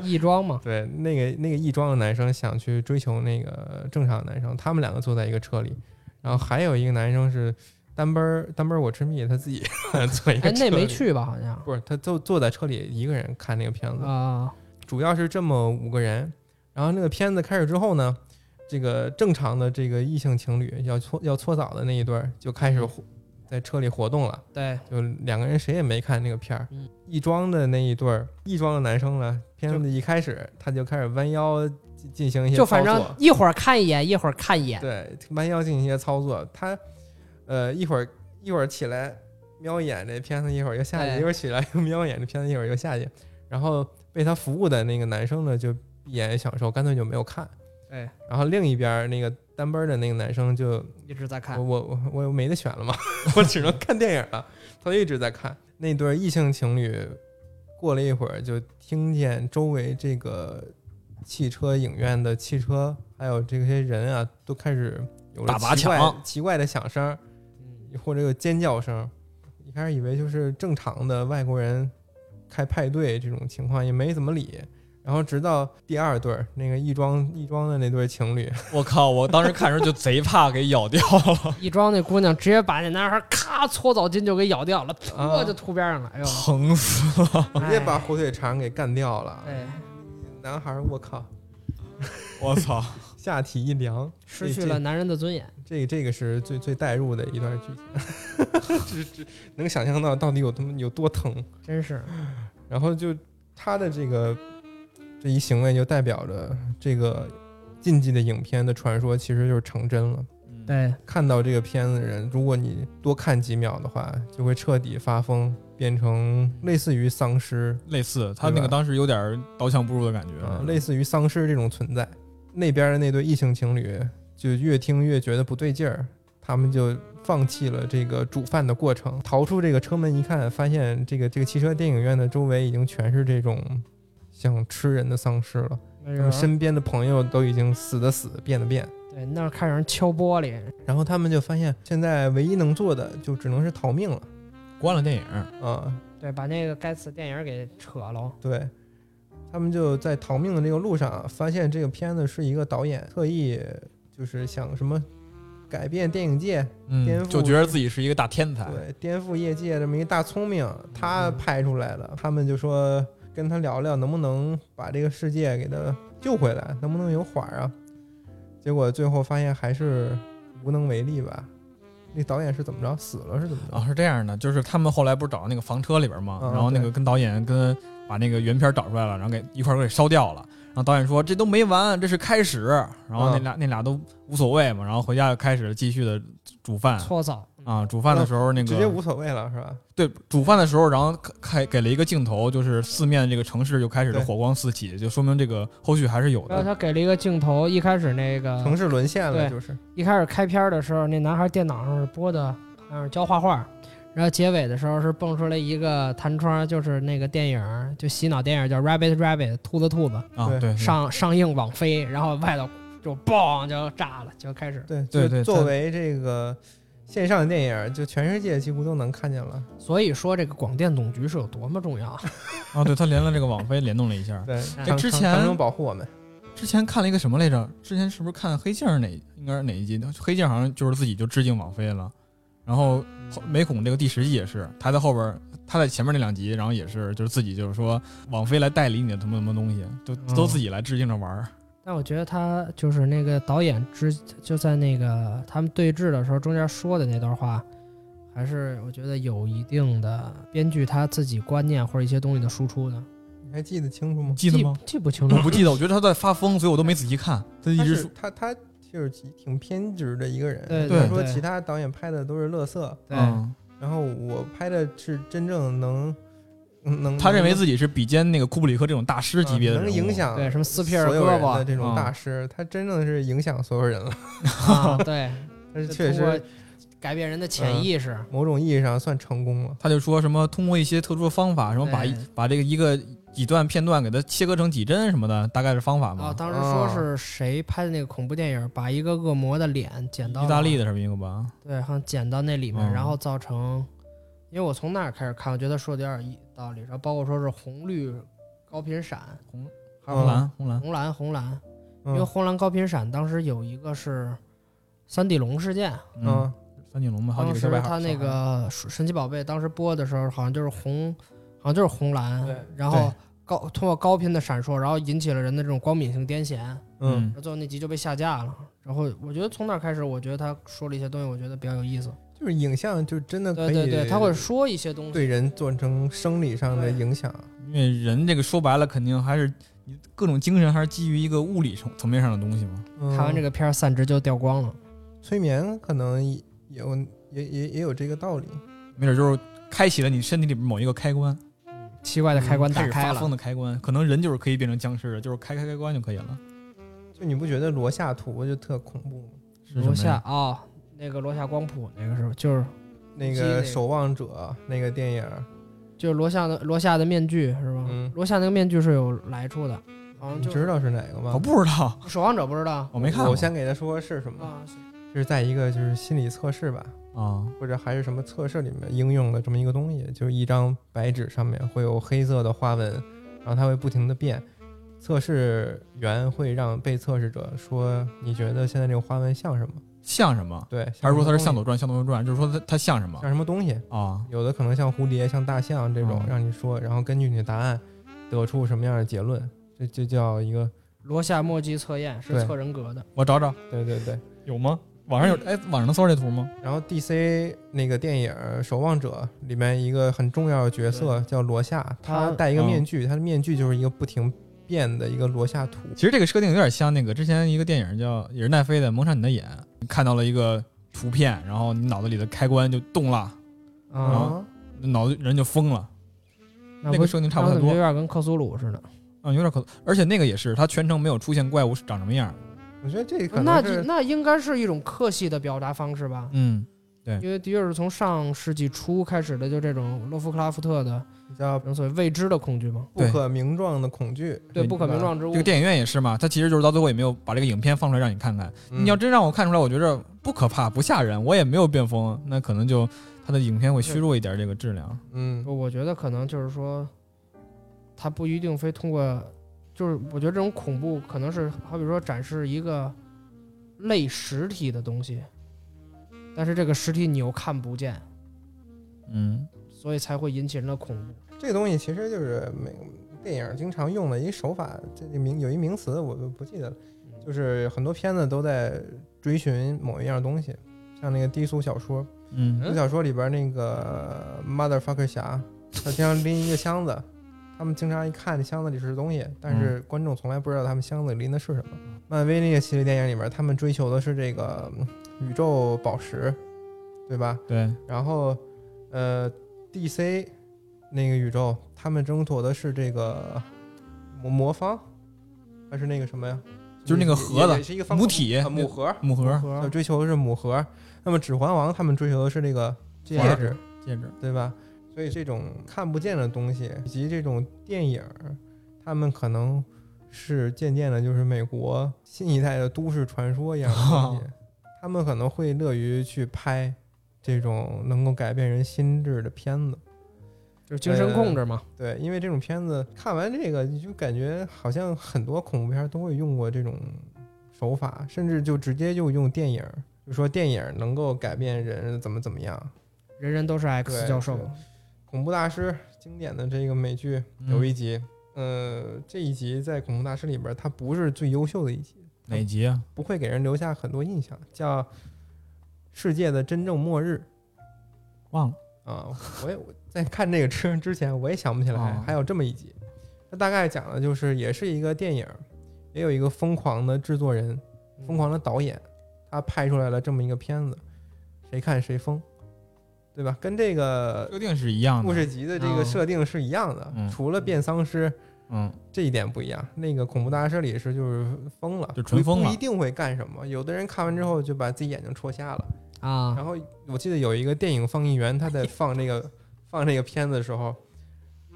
[SPEAKER 3] 异装嘛，
[SPEAKER 1] 对，那个那个异装的男生想去追求那个正常的男生，他们两个坐在一个车里，然后还有一个男生是单奔儿单奔儿我吃蜜，他自己 坐一个
[SPEAKER 3] 哎，
[SPEAKER 1] 车
[SPEAKER 3] 那没
[SPEAKER 1] 里，
[SPEAKER 3] 去吧？好像
[SPEAKER 1] 不是他就坐在车里一个人看那个片子，
[SPEAKER 2] 嗯
[SPEAKER 3] 啊，
[SPEAKER 1] 主要是这么五个人。然后那个片子开始之后呢，这个正常的这个异性情侣要搓要搓澡的那一对儿就开始活在车里活动了。
[SPEAKER 3] 对，
[SPEAKER 1] 就两个人谁也没看那个片儿
[SPEAKER 3] 嗯，
[SPEAKER 1] 亦庄的那一对儿，亦庄的男生呢，片子一开始他就开始弯腰进进行一些
[SPEAKER 3] 就
[SPEAKER 1] 操
[SPEAKER 3] 反正
[SPEAKER 1] 作，
[SPEAKER 3] 一会儿看一眼，一会儿看一眼，
[SPEAKER 1] 对，弯腰进行一些操作，他呃一会儿一会儿起来瞄一眼这片子，一会儿又下
[SPEAKER 3] 哎
[SPEAKER 1] 去，一会儿起来又瞄一眼这片子，一会儿又下去，然后被他服务的那个男生呢就闭眼享受，干脆就没有看，
[SPEAKER 3] 对，
[SPEAKER 1] 然后另一边儿那个单班儿的那个男生就
[SPEAKER 3] 一直在看
[SPEAKER 1] 我，我我我没得选了嘛，我只能看电影了。他就一直在看那对异性情侣，过了一会儿就听见周围这个汽车影院的汽车还有这些人啊，都开始有了
[SPEAKER 2] 打砸
[SPEAKER 1] 奇怪
[SPEAKER 2] 抢
[SPEAKER 1] 奇怪的响声，
[SPEAKER 3] 嗯
[SPEAKER 1] 或者有尖叫声。一开始以为就是正常的外国人开派对这种情况，也没怎么理。然后直到第二对儿那个亦庄亦庄的那对情侣，
[SPEAKER 2] 我靠！我当时看的时候就贼怕给咬掉了，
[SPEAKER 3] 一庄那姑娘直接把那男孩咔搓澡巾就给咬掉了，
[SPEAKER 1] 啊
[SPEAKER 3] 噗就吐边上了，哎呦，
[SPEAKER 2] 疼死了！
[SPEAKER 1] 直接把火腿肠给干掉了。
[SPEAKER 3] 哎，
[SPEAKER 1] 男孩，儿，我靠，
[SPEAKER 2] 我操！
[SPEAKER 1] 下体一凉，
[SPEAKER 3] 失去了男人的尊严。
[SPEAKER 1] 这这个是最最带入的一段剧情， 这这能想象到到底有多么有多疼。
[SPEAKER 3] 真是，
[SPEAKER 1] 然后就他的这个这一行为，就代表着这个禁忌的影片的传说其实就是成真了。
[SPEAKER 3] 对，
[SPEAKER 1] 看到这个片子的人，如果你多看几秒的话，就会彻底发疯，变成类似于丧尸
[SPEAKER 2] 类似他
[SPEAKER 1] 对吧
[SPEAKER 2] 那个当时有点刀枪不入的感觉
[SPEAKER 1] 啊，类似于丧尸这种存在。那边的那对异性情侣就越听越觉得不对劲儿，他们就放弃了这个煮饭的过程，逃出这个车门一看，发现这个这个汽车电影院的周围已经全是这种想吃人的丧尸了，
[SPEAKER 3] 那
[SPEAKER 1] 然后
[SPEAKER 3] 人
[SPEAKER 1] 身边的朋友都已经死的死，变的变。
[SPEAKER 3] 对那儿开始有人敲玻璃，
[SPEAKER 1] 然后他们就发现，现在唯一能做的就只能是逃命了
[SPEAKER 2] 关了电影，
[SPEAKER 1] 啊！
[SPEAKER 3] 对，把那个该死电影给扯了。
[SPEAKER 1] 对，他们就在逃命的这个路上，啊发现这个片子是一个导演特意就是想什么改变电影界，颠
[SPEAKER 2] 嗯，
[SPEAKER 1] 覆
[SPEAKER 2] 就觉得自己是一个大天才。
[SPEAKER 1] 对，颠覆业界这么一大聪明，他
[SPEAKER 3] 嗯
[SPEAKER 1] 拍出来的。他们就说跟他聊聊，能不能把这个世界给他救回来，能不能有缓儿啊？结果最后发现还是无能为力吧。那导演是怎么着？死了是怎么着？
[SPEAKER 2] 啊，是这样的，就是他们后来不是找到那个房车里边吗？
[SPEAKER 1] 嗯
[SPEAKER 2] 然后那个
[SPEAKER 1] 对
[SPEAKER 2] 跟导演跟把那个原片找出来了，然后给一块儿给烧掉了。然后导演说这都没完，这是开始。然后那
[SPEAKER 1] 嗯
[SPEAKER 2] 俩、那俩都无所谓嘛，然后回家就开始继续的煮饭
[SPEAKER 3] 搓澡，
[SPEAKER 2] 啊。煮饭的时候那
[SPEAKER 1] 直接
[SPEAKER 2] 个
[SPEAKER 1] 无所谓了是吧？
[SPEAKER 2] 对煮饭的时候，然后开给了一个镜头，就是四面这个城市就开始
[SPEAKER 1] 对
[SPEAKER 2] 火光四起，就说明这个后续还是有
[SPEAKER 3] 然后
[SPEAKER 2] 的。
[SPEAKER 3] 他给了一个镜头，一开始那
[SPEAKER 1] 城
[SPEAKER 3] 个
[SPEAKER 1] 市沦陷了
[SPEAKER 3] 对
[SPEAKER 1] 就是。
[SPEAKER 3] 呃一开始开篇的时候，那男孩电脑上是播的，好像是教画画，然后结尾的时候是蹦出来一个弹窗，就是那个电影儿就洗脑电影儿叫《Rabbit Rabbit》兔子兔子
[SPEAKER 2] 啊，
[SPEAKER 1] 对
[SPEAKER 2] 对，对
[SPEAKER 3] 上上映网飞，然后外头就嘣就炸了，就开始。
[SPEAKER 1] 对
[SPEAKER 2] 对
[SPEAKER 1] 就
[SPEAKER 2] 对
[SPEAKER 1] 作
[SPEAKER 2] 它
[SPEAKER 1] 为这个线上电影，就全世界几乎都能看见了。
[SPEAKER 3] 所以说这个广电总局是有多么重要。
[SPEAKER 2] 啊，对，它连了这个网飞联动了一下。
[SPEAKER 1] 对，
[SPEAKER 3] 哎
[SPEAKER 1] 长
[SPEAKER 2] 之
[SPEAKER 1] 长
[SPEAKER 2] 前
[SPEAKER 1] 长征保护我们。
[SPEAKER 2] 之前看了一个什么来着？之前是不是看黑镜儿哪？应该是哪一集？黑镜好像就是自己就致敬网飞了。然后后美恐这个第十季也是，他在后边儿，他在前面那两集，然后也是就是自己就是说网飞来代理你的什么什么东西，就
[SPEAKER 1] 嗯
[SPEAKER 2] 都自己来致敬着玩儿。
[SPEAKER 3] 但我觉得他就是那个导演之就在那个他们对峙的时候中间说的那段话，还是我觉得有一定的编剧他自己观念或者一些东西的输出的。
[SPEAKER 1] 你还记得清楚吗？
[SPEAKER 2] 记得吗？
[SPEAKER 3] 记记不清楚
[SPEAKER 2] 我不记得，我觉得他在发疯，所以我都没仔细看。他一
[SPEAKER 1] 他
[SPEAKER 2] 直
[SPEAKER 1] 是
[SPEAKER 2] 说
[SPEAKER 1] 他他就是挺偏执的一个人。
[SPEAKER 3] 对
[SPEAKER 2] 对
[SPEAKER 1] 他说
[SPEAKER 3] 对
[SPEAKER 1] 其他导演拍的都是垃圾，
[SPEAKER 3] 对，
[SPEAKER 2] 嗯，
[SPEAKER 1] 然后我拍的是真正能嗯能。
[SPEAKER 2] 他认为
[SPEAKER 1] 己
[SPEAKER 2] 自己是比肩那个库布里克这种大师
[SPEAKER 3] 嗯
[SPEAKER 2] 级别的人
[SPEAKER 1] 能
[SPEAKER 2] 物
[SPEAKER 1] 影响
[SPEAKER 3] 对什么斯皮尔
[SPEAKER 1] 啊所有
[SPEAKER 3] 胳
[SPEAKER 1] 人
[SPEAKER 3] 膊
[SPEAKER 1] 的 这种
[SPEAKER 2] 嗯
[SPEAKER 1] 大师，他真正是影响所有人了。
[SPEAKER 3] 啊， 对，
[SPEAKER 1] 但是
[SPEAKER 3] 就
[SPEAKER 1] 确
[SPEAKER 3] 通过
[SPEAKER 1] 实嗯
[SPEAKER 3] 改变人的潜意识。
[SPEAKER 1] 某种意义上算成功了。
[SPEAKER 2] 他就说什么通过一些特殊的方法，什么把一
[SPEAKER 3] 对
[SPEAKER 2] 把这个一个几段片段给它切割成几帧什么的，大概是方
[SPEAKER 1] 嗯
[SPEAKER 2] 法
[SPEAKER 3] 啊，
[SPEAKER 2] 嘛。
[SPEAKER 3] 当时说是谁拍的那个恐怖电影，把一个恶魔的脸剪到
[SPEAKER 2] 意大
[SPEAKER 3] 了
[SPEAKER 2] 利的什么一个吧，
[SPEAKER 3] 对，好像剪到那里面，
[SPEAKER 2] 嗯
[SPEAKER 3] 然后造成，因为我从那儿开始看，我觉得说的有点一道理，然后包括说是红绿高频闪、
[SPEAKER 2] 红
[SPEAKER 3] 还有
[SPEAKER 2] 红蓝红蓝，
[SPEAKER 3] 红蓝红蓝，因为
[SPEAKER 1] 嗯
[SPEAKER 3] 红蓝高频闪当时有一个是三地龙事件，
[SPEAKER 2] 嗯，，三井龙吧，好几
[SPEAKER 3] 当
[SPEAKER 2] 个
[SPEAKER 3] 时
[SPEAKER 2] 小白孩
[SPEAKER 3] 哦他
[SPEAKER 2] 儿
[SPEAKER 3] 那个嗯神神奇宝贝当时播的时候好像就是红，好像就是红
[SPEAKER 1] 对
[SPEAKER 3] 蓝，然后
[SPEAKER 2] 对
[SPEAKER 3] 高通过高频的闪烁，然后引起了人的这种光敏性癫痫。
[SPEAKER 1] 嗯，
[SPEAKER 3] 然后最后那集就被下架了。然后我觉得从那儿开始，我觉得他说了一些东西，我觉得比较有意思。
[SPEAKER 1] 就是影像就真的可以
[SPEAKER 3] 对对对，他会说一些东西。
[SPEAKER 1] 对人造成生理上的影响。
[SPEAKER 2] 因为人这个说白了，肯定还是你各种精神还是基于一个物理层层面上的东西嘛。
[SPEAKER 1] 嗯
[SPEAKER 3] 看完这个片儿，散值就掉光了。
[SPEAKER 1] 催眠可能也有也也也有这个道理。
[SPEAKER 2] 没准就是开启了你身体里边某一个开关，
[SPEAKER 3] 奇怪的开关
[SPEAKER 2] 嗯开
[SPEAKER 3] 打
[SPEAKER 2] 始
[SPEAKER 3] 开
[SPEAKER 2] 发
[SPEAKER 3] 了
[SPEAKER 2] 疯，的开关，可能人就是可以变成僵尸的，就是开开开关就可以了。
[SPEAKER 1] 就你不觉得罗夏图就特恐怖吗？
[SPEAKER 2] 是什么
[SPEAKER 3] 楼
[SPEAKER 2] 呀
[SPEAKER 3] 下啊、哦，那个罗夏光谱那个是吧就是
[SPEAKER 1] 那
[SPEAKER 3] 记得
[SPEAKER 1] 个
[SPEAKER 3] 那
[SPEAKER 1] 《
[SPEAKER 3] 个
[SPEAKER 1] 守望者》那个电影，
[SPEAKER 3] 就是罗夏的罗夏的面具是吧？
[SPEAKER 1] 嗯
[SPEAKER 3] 罗夏那个面具是有来处的，好像
[SPEAKER 1] 你
[SPEAKER 3] 嗯就
[SPEAKER 1] 知道是哪个
[SPEAKER 2] 我
[SPEAKER 1] 吗？
[SPEAKER 2] 不知道，
[SPEAKER 3] 守望者不知道
[SPEAKER 2] 我没看过。
[SPEAKER 1] 我先给他说是
[SPEAKER 2] 哦
[SPEAKER 1] 什么，
[SPEAKER 3] 啊，
[SPEAKER 1] 就是在一个就是心理测试吧，
[SPEAKER 2] 啊，
[SPEAKER 1] 或者还是什么测试里面应用的这么一个东西，就是一张白纸上面会有黑色的花纹，然后它会不停的变。测试员会让被测试者说：“你觉得现在这个花纹像什么
[SPEAKER 2] 像什么？”？
[SPEAKER 1] 对，
[SPEAKER 2] 还是说它是向
[SPEAKER 1] 什么
[SPEAKER 2] 左转，向左转，就是说它它像什么
[SPEAKER 1] 东西像什么东西？
[SPEAKER 2] 啊？
[SPEAKER 1] 有的可能像蝴蝶、像大象这种
[SPEAKER 2] 嗯，
[SPEAKER 1] 让你说，然后根据你的答案得出什么样的结论，这这叫一个
[SPEAKER 3] 罗夏墨迹测验是
[SPEAKER 1] 对
[SPEAKER 3] 测人格的，
[SPEAKER 2] 我找找
[SPEAKER 1] 对对对。
[SPEAKER 2] 有吗？网上有哎，网上能搜着这图吗？
[SPEAKER 1] 然后 DC 那个电影《守望者》里面一个很重要的角色叫罗夏，他
[SPEAKER 3] 他
[SPEAKER 1] 戴一个
[SPEAKER 2] 嗯
[SPEAKER 1] 面具，他的面具就是一个不停变的一个罗夏图。
[SPEAKER 2] 其实这个设定有点像那个之前一个电影叫也是奈飞的《蒙上你的眼》，你看到了一个图片，然后你脑子里的开关就动了，
[SPEAKER 3] 啊，
[SPEAKER 2] 脑子人就疯了，
[SPEAKER 3] 那
[SPEAKER 2] 哦那
[SPEAKER 3] 不
[SPEAKER 2] 个设定差不太
[SPEAKER 3] 那怎么
[SPEAKER 2] 多
[SPEAKER 3] 有点跟克苏鲁似的。
[SPEAKER 2] 啊，有点可，而且那个也是，它全程没有出现怪物是长什么样，
[SPEAKER 1] 我觉得这可
[SPEAKER 3] 那
[SPEAKER 1] 能
[SPEAKER 3] 就是那应该是一种客系的表达方式吧，
[SPEAKER 2] 嗯，
[SPEAKER 3] 因为的确是从上世纪初开始的，就这种洛夫克拉夫特的
[SPEAKER 1] 比较
[SPEAKER 3] 这种所谓未知的恐惧嘛，
[SPEAKER 1] 不可名状的恐惧。
[SPEAKER 3] 对
[SPEAKER 2] 对
[SPEAKER 3] 不可名状之物
[SPEAKER 2] 这个。电影院也是嘛，它其实就是到最后也没有把这个影片放出来让你看看，
[SPEAKER 1] 嗯
[SPEAKER 2] 你要真让我看出来，我觉着不可怕不吓人，我也没有变疯，那可能就它的影片会虚弱一点这个质量，
[SPEAKER 1] 嗯，
[SPEAKER 3] 我觉得可能就是说，它不一定非通过，就是我觉得这种恐怖可能是好比说展示一个类实体的东西，但是这个实体你又看不见，
[SPEAKER 2] 嗯，
[SPEAKER 3] 所以才会引起人的恐怖。
[SPEAKER 1] 这个东西其实就是每电影经常用的一手法，这个名有一名词我都不记得了，就是很多片子都在追寻某一样东西，像那个低俗小说，
[SPEAKER 2] 嗯
[SPEAKER 1] 低俗小说里边那个 motherfucker 侠，他经常拎一个箱子，他们经常一看这箱子里是东西，但是观众从来不知道他们箱子里拎的是什么。漫威那个系列电影里边，他们追求的是这个嗯宇宙宝石，对吧？
[SPEAKER 2] 对，
[SPEAKER 1] 然后，呃，DC 那个宇宙，他们争夺的是这个魔魔方，还是那个什么呀？
[SPEAKER 2] 就是那个盒子
[SPEAKER 1] 也也是一个方
[SPEAKER 2] 母体
[SPEAKER 1] 啊母盒，
[SPEAKER 2] 木盒
[SPEAKER 3] 和
[SPEAKER 1] 要追求的是母盒。那么《指环王》他们追求的是这个戒指，
[SPEAKER 2] 戒指，
[SPEAKER 1] 对吧？所以这种看不见的东西，以及这种电影儿，他们可能是渐渐的，就是美国新一代的都市传说一样的东西，他们可能会乐于去拍这种能够改变人心智的片子。
[SPEAKER 3] 就是精神控制嘛。
[SPEAKER 1] 对，因为这种片子看完这个，你就感觉好像很多恐怖片都会用过这种手法，甚至就直接就用电影儿，就说电影儿能够改变人怎么怎么样。
[SPEAKER 3] 人人都是 X
[SPEAKER 1] 对
[SPEAKER 3] 教授嗯
[SPEAKER 1] 是，恐怖大师经典的这个美剧
[SPEAKER 2] 嗯
[SPEAKER 1] 有一集，呃，这一集在恐怖大师里边儿，它不是最优秀的一集，
[SPEAKER 2] 哪集啊？
[SPEAKER 1] 不会给人留下很多印象，叫《世界的真正末日
[SPEAKER 2] 忘了。》
[SPEAKER 1] 啊。我也我在看这个之之前，我也想不起来
[SPEAKER 2] 哦
[SPEAKER 1] 还有这么一集。它大概讲的就是，也是一个电影儿，也有一个疯狂的制作人，疯狂的导演，他拍出来了这么一个片子，谁看谁疯，对吧？跟这个
[SPEAKER 2] 设定是一样的。
[SPEAKER 1] 故事集的这
[SPEAKER 3] 哦
[SPEAKER 1] 个设定是一样的，
[SPEAKER 2] 啊嗯
[SPEAKER 1] 除了变丧尸
[SPEAKER 2] 嗯，
[SPEAKER 1] 这一点不一样。那个恐怖大师里是就是疯了，
[SPEAKER 2] 就纯疯
[SPEAKER 1] 不
[SPEAKER 2] 了嗯
[SPEAKER 1] 不一定会干什么。有的人看完之后就把自己眼睛戳瞎了。
[SPEAKER 3] 啊
[SPEAKER 1] 嗯然，后我记得有一个电影放映员， 他在放这个放这个片子的时候，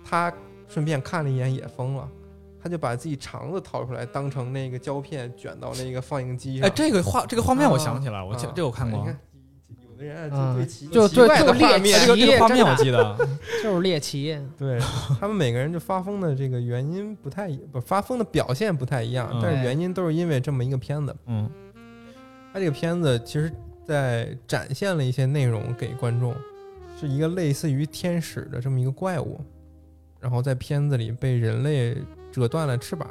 [SPEAKER 1] 他顺便看了一眼也疯了。他就把自己肠子掏出来，当成那个胶片卷到那个放映机上。
[SPEAKER 2] 哎，这个画这个画面我想起来，我
[SPEAKER 1] 啊
[SPEAKER 2] 这这我看过
[SPEAKER 1] 你。看，有的人啊
[SPEAKER 3] 啊
[SPEAKER 1] 就对奇
[SPEAKER 3] 就
[SPEAKER 1] 奇怪
[SPEAKER 3] 就
[SPEAKER 1] 的
[SPEAKER 3] 猎
[SPEAKER 1] 画面
[SPEAKER 2] 哎，这啊个这个
[SPEAKER 3] 奇迹
[SPEAKER 2] 画面
[SPEAKER 3] 真的
[SPEAKER 2] 我记得，
[SPEAKER 3] 就是猎奇，
[SPEAKER 1] 对他们每个人就发疯的这个原因不太一，不发疯的表现不太一样
[SPEAKER 2] 嗯，
[SPEAKER 1] 但是原因都是因为这么一个片子。
[SPEAKER 2] 嗯，
[SPEAKER 1] 它这个片子其实，在展现了一些内容给观众，是一个类似于天使的这么一个怪物，然后在片子里被人类折断了翅膀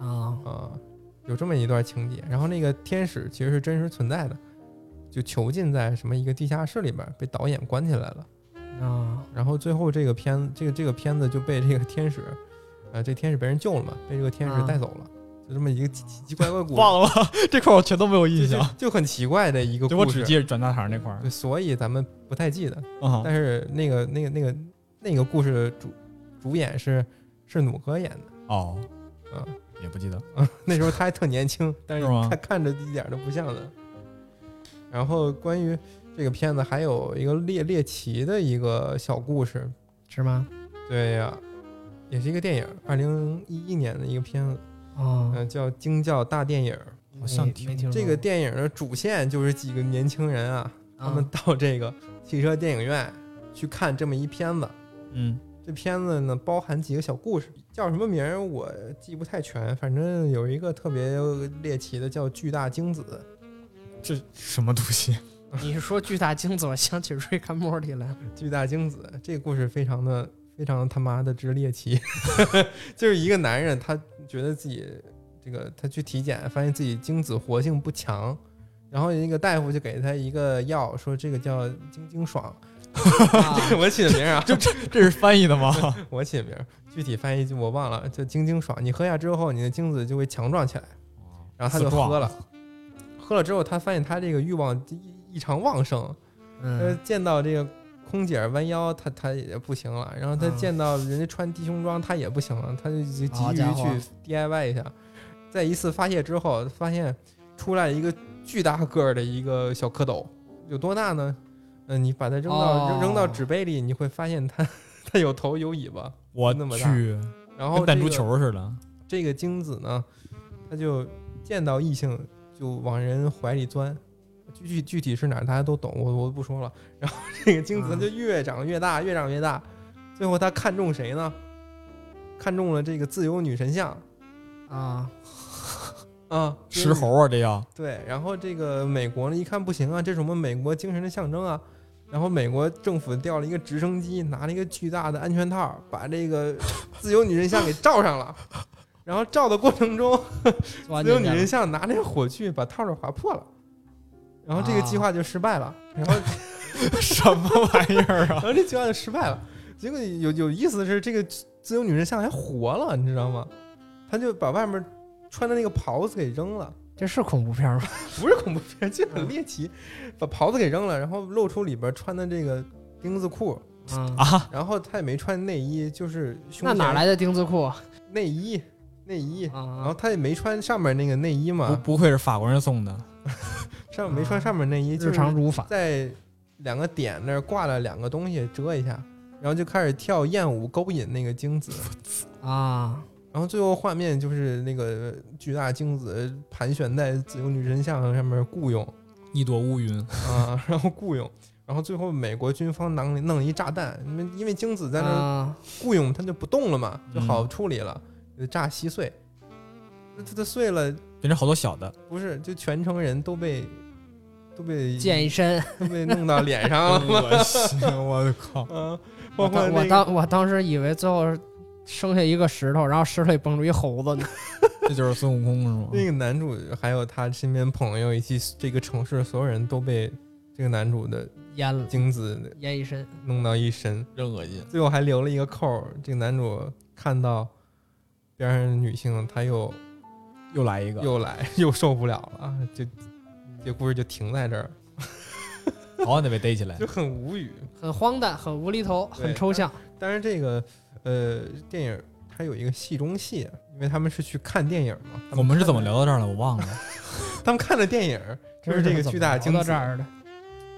[SPEAKER 3] 啊，
[SPEAKER 1] 啊、有这么一段情节。然后那个天使其实是真实存在的，就囚禁在什么一个地下室里边，被导演关起来了。
[SPEAKER 3] 啊，
[SPEAKER 1] 然后最后这个片这个这个片子就被这个天使，呃，这天使被人救了嘛，被这个天
[SPEAKER 3] 啊
[SPEAKER 1] 使带走了，就这么一个奇奇奇怪怪故事，
[SPEAKER 2] 嗯忘了 这块儿我全都没有
[SPEAKER 1] 就就
[SPEAKER 2] 印象，
[SPEAKER 1] 就很奇怪的一个
[SPEAKER 2] 就我
[SPEAKER 1] 故
[SPEAKER 2] 只
[SPEAKER 1] 事，
[SPEAKER 2] 记着转大堂那块儿。
[SPEAKER 1] 对，所以咱们不太记得。
[SPEAKER 2] 嗯，
[SPEAKER 1] 但是那个那个那个那个故事的主主演是是努哥演的，
[SPEAKER 2] 哦，
[SPEAKER 1] 啊，
[SPEAKER 2] 也不记得。
[SPEAKER 1] 那时候他还特年轻，但是
[SPEAKER 2] 是吗
[SPEAKER 1] 看看着一点都不像的。然后关于这个片子还有一个猎猎奇的一个小故事，
[SPEAKER 3] 是吗？
[SPEAKER 1] 对呀、也是一个电影，二零一一年的一个片子，
[SPEAKER 3] 啊
[SPEAKER 1] 嗯、，叫《惊叫大电影》。
[SPEAKER 2] 好像
[SPEAKER 3] 没
[SPEAKER 2] 听
[SPEAKER 3] 没听
[SPEAKER 1] 这个电影的主线就是几个年轻人啊，他
[SPEAKER 3] 他
[SPEAKER 1] 们到这个汽车电影院去看这么一片子。
[SPEAKER 2] 嗯，
[SPEAKER 1] 这片子呢，包含几个小故事，叫什么名儿我记不太全，反正有一个特别猎奇的叫《巨大精子》。
[SPEAKER 2] 这什么东西？
[SPEAKER 3] 你说巨大精子，我想起瑞克莫蒂来了。
[SPEAKER 1] 巨大精子这个故事非常的非常他妈的之猎奇， 就是一个男人他觉得自己这个他去体检发现自己精子活性不强，然后那个大夫就给他一个药，说这个叫精精爽，
[SPEAKER 3] 啊
[SPEAKER 1] 我起的名儿啊，
[SPEAKER 2] 这是翻译的吗？
[SPEAKER 1] 我起的名儿，具
[SPEAKER 3] 嗯
[SPEAKER 1] 体翻译就我忘了，叫精精爽，你喝下之后你的精子就会强壮起来，
[SPEAKER 3] 哦
[SPEAKER 1] 然后他就喝了，喝了之后他发现他这个欲望异异常旺盛，呃
[SPEAKER 3] 嗯，，
[SPEAKER 1] 见到这个空姐儿弯腰，他他也不行了。然后他
[SPEAKER 3] 嗯
[SPEAKER 1] 见到人家穿低胸装，他也不行了，他就就
[SPEAKER 3] 好
[SPEAKER 1] 急于
[SPEAKER 3] 家伙
[SPEAKER 1] 去 DIY 一下。在一次发泄之后，发现出来一个巨大个儿的一个小蝌蚪，有多大呢？嗯、你把它扔到、
[SPEAKER 3] 哦
[SPEAKER 1] 扔扔到纸杯里，你会发现它 它有头有尾巴。
[SPEAKER 2] 我
[SPEAKER 1] 那么大
[SPEAKER 2] 去，
[SPEAKER 1] 然后、
[SPEAKER 2] 跟
[SPEAKER 1] 这个、
[SPEAKER 2] 弹珠球似的。
[SPEAKER 1] 这个精子呢，它就见到异性就往人怀里钻，具具具体是哪儿大家都懂，我我不说了。然后这个精子
[SPEAKER 3] 啊
[SPEAKER 1] 就越长越大，越长越大，最后他看中谁呢？看中了这个自由女神像
[SPEAKER 3] 啊，
[SPEAKER 1] 啊，
[SPEAKER 2] 石猴。啊，这要
[SPEAKER 1] 对，然后这个美国呢，一看不行啊，这是我们美国精神的象征啊。然后美国政府调了一个直升机，拿了一个巨大的安全套，把这个自由女神像给罩上了。然后罩的过程中，
[SPEAKER 3] 钻
[SPEAKER 1] 自由
[SPEAKER 3] 进
[SPEAKER 1] 女神
[SPEAKER 3] 去了
[SPEAKER 1] 像拿那个火炬把套儿划破了，然后这个
[SPEAKER 3] 啊
[SPEAKER 1] 计划就失败了，然后
[SPEAKER 2] 什么玩意儿
[SPEAKER 1] 然
[SPEAKER 2] 啊？
[SPEAKER 1] 后这计划就失败了。结果有有意思的是，这个自由女神像还活了，你知道吗？她就把外面穿的那个袍子给扔了，
[SPEAKER 3] 这是恐怖片吗？
[SPEAKER 1] 不是恐怖片，就
[SPEAKER 3] 嗯
[SPEAKER 1] 很猎奇，把袍子给扔了，然后露出里边穿的这个钉子裤，
[SPEAKER 3] 啊，
[SPEAKER 1] 然后她也没穿内衣，就是胸
[SPEAKER 3] 那哪
[SPEAKER 1] 前
[SPEAKER 3] 来的钉子裤啊？
[SPEAKER 1] 内衣内衣？然后
[SPEAKER 3] 啊
[SPEAKER 1] 她也没穿上面那个内衣
[SPEAKER 2] 不
[SPEAKER 1] 嘛，
[SPEAKER 2] 不愧是法国人送的，
[SPEAKER 1] 上没穿
[SPEAKER 3] 啊
[SPEAKER 1] 上面内衣，就
[SPEAKER 3] 日
[SPEAKER 1] 是
[SPEAKER 3] 常如法
[SPEAKER 1] 在两个点那儿挂了两个东西折一下，然后就开始跳艳舞勾引那个精子，
[SPEAKER 3] 啊，
[SPEAKER 1] 然后最后画面就是那个巨大精子盘旋在自由女神像上面雇佣
[SPEAKER 2] 一朵乌云，
[SPEAKER 1] 啊，然后雇佣。然后最后，美国军方弄弄一炸弹，因为因为精子在那儿
[SPEAKER 3] 啊，
[SPEAKER 1] 雇佣，它就不动了嘛，就
[SPEAKER 2] 嗯
[SPEAKER 1] 好处理了，就炸稀碎。那它它碎了，
[SPEAKER 2] 变成好多小的，
[SPEAKER 1] 不是，就全城人都被都被
[SPEAKER 3] 溅一身。
[SPEAKER 1] 都被弄到脸上了 吗？
[SPEAKER 2] 恶心，我靠！
[SPEAKER 1] 嗯，包
[SPEAKER 3] 我
[SPEAKER 1] 括
[SPEAKER 3] 当
[SPEAKER 1] 那
[SPEAKER 3] 我
[SPEAKER 1] 个，
[SPEAKER 3] 当我当时以为最后生下一个石头，然后石头里蹦出一猴子呢。
[SPEAKER 2] 这就是孙悟空是吗？
[SPEAKER 1] 那个男主还有他身边朋友以及这个城市所有人都被这个男主的
[SPEAKER 3] 淹了，
[SPEAKER 1] 精子
[SPEAKER 3] 淹一身。
[SPEAKER 1] 弄到一身，
[SPEAKER 2] 真恶心，
[SPEAKER 1] 最后还留了一个扣儿。这个男主看到边上的女性，他又
[SPEAKER 2] 又来一个，
[SPEAKER 1] 又来 又受不了了，啊就这故事就停在这儿，
[SPEAKER 2] 早晚得被逮起来
[SPEAKER 1] 就。很无语。
[SPEAKER 3] 很荒诞，很无厘头，
[SPEAKER 1] 对
[SPEAKER 3] 很抽象。
[SPEAKER 1] 但是这个呃电影它有一个戏中戏，啊因为他们是去看电影嘛。他
[SPEAKER 2] 我们是
[SPEAKER 1] 看
[SPEAKER 2] 怎么
[SPEAKER 1] 的？
[SPEAKER 2] 聊到这儿了？我忘了。
[SPEAKER 1] 他们看的电影就是这个巨大
[SPEAKER 3] 怎
[SPEAKER 1] 精
[SPEAKER 3] 么
[SPEAKER 1] 子
[SPEAKER 3] 聊到这，儿的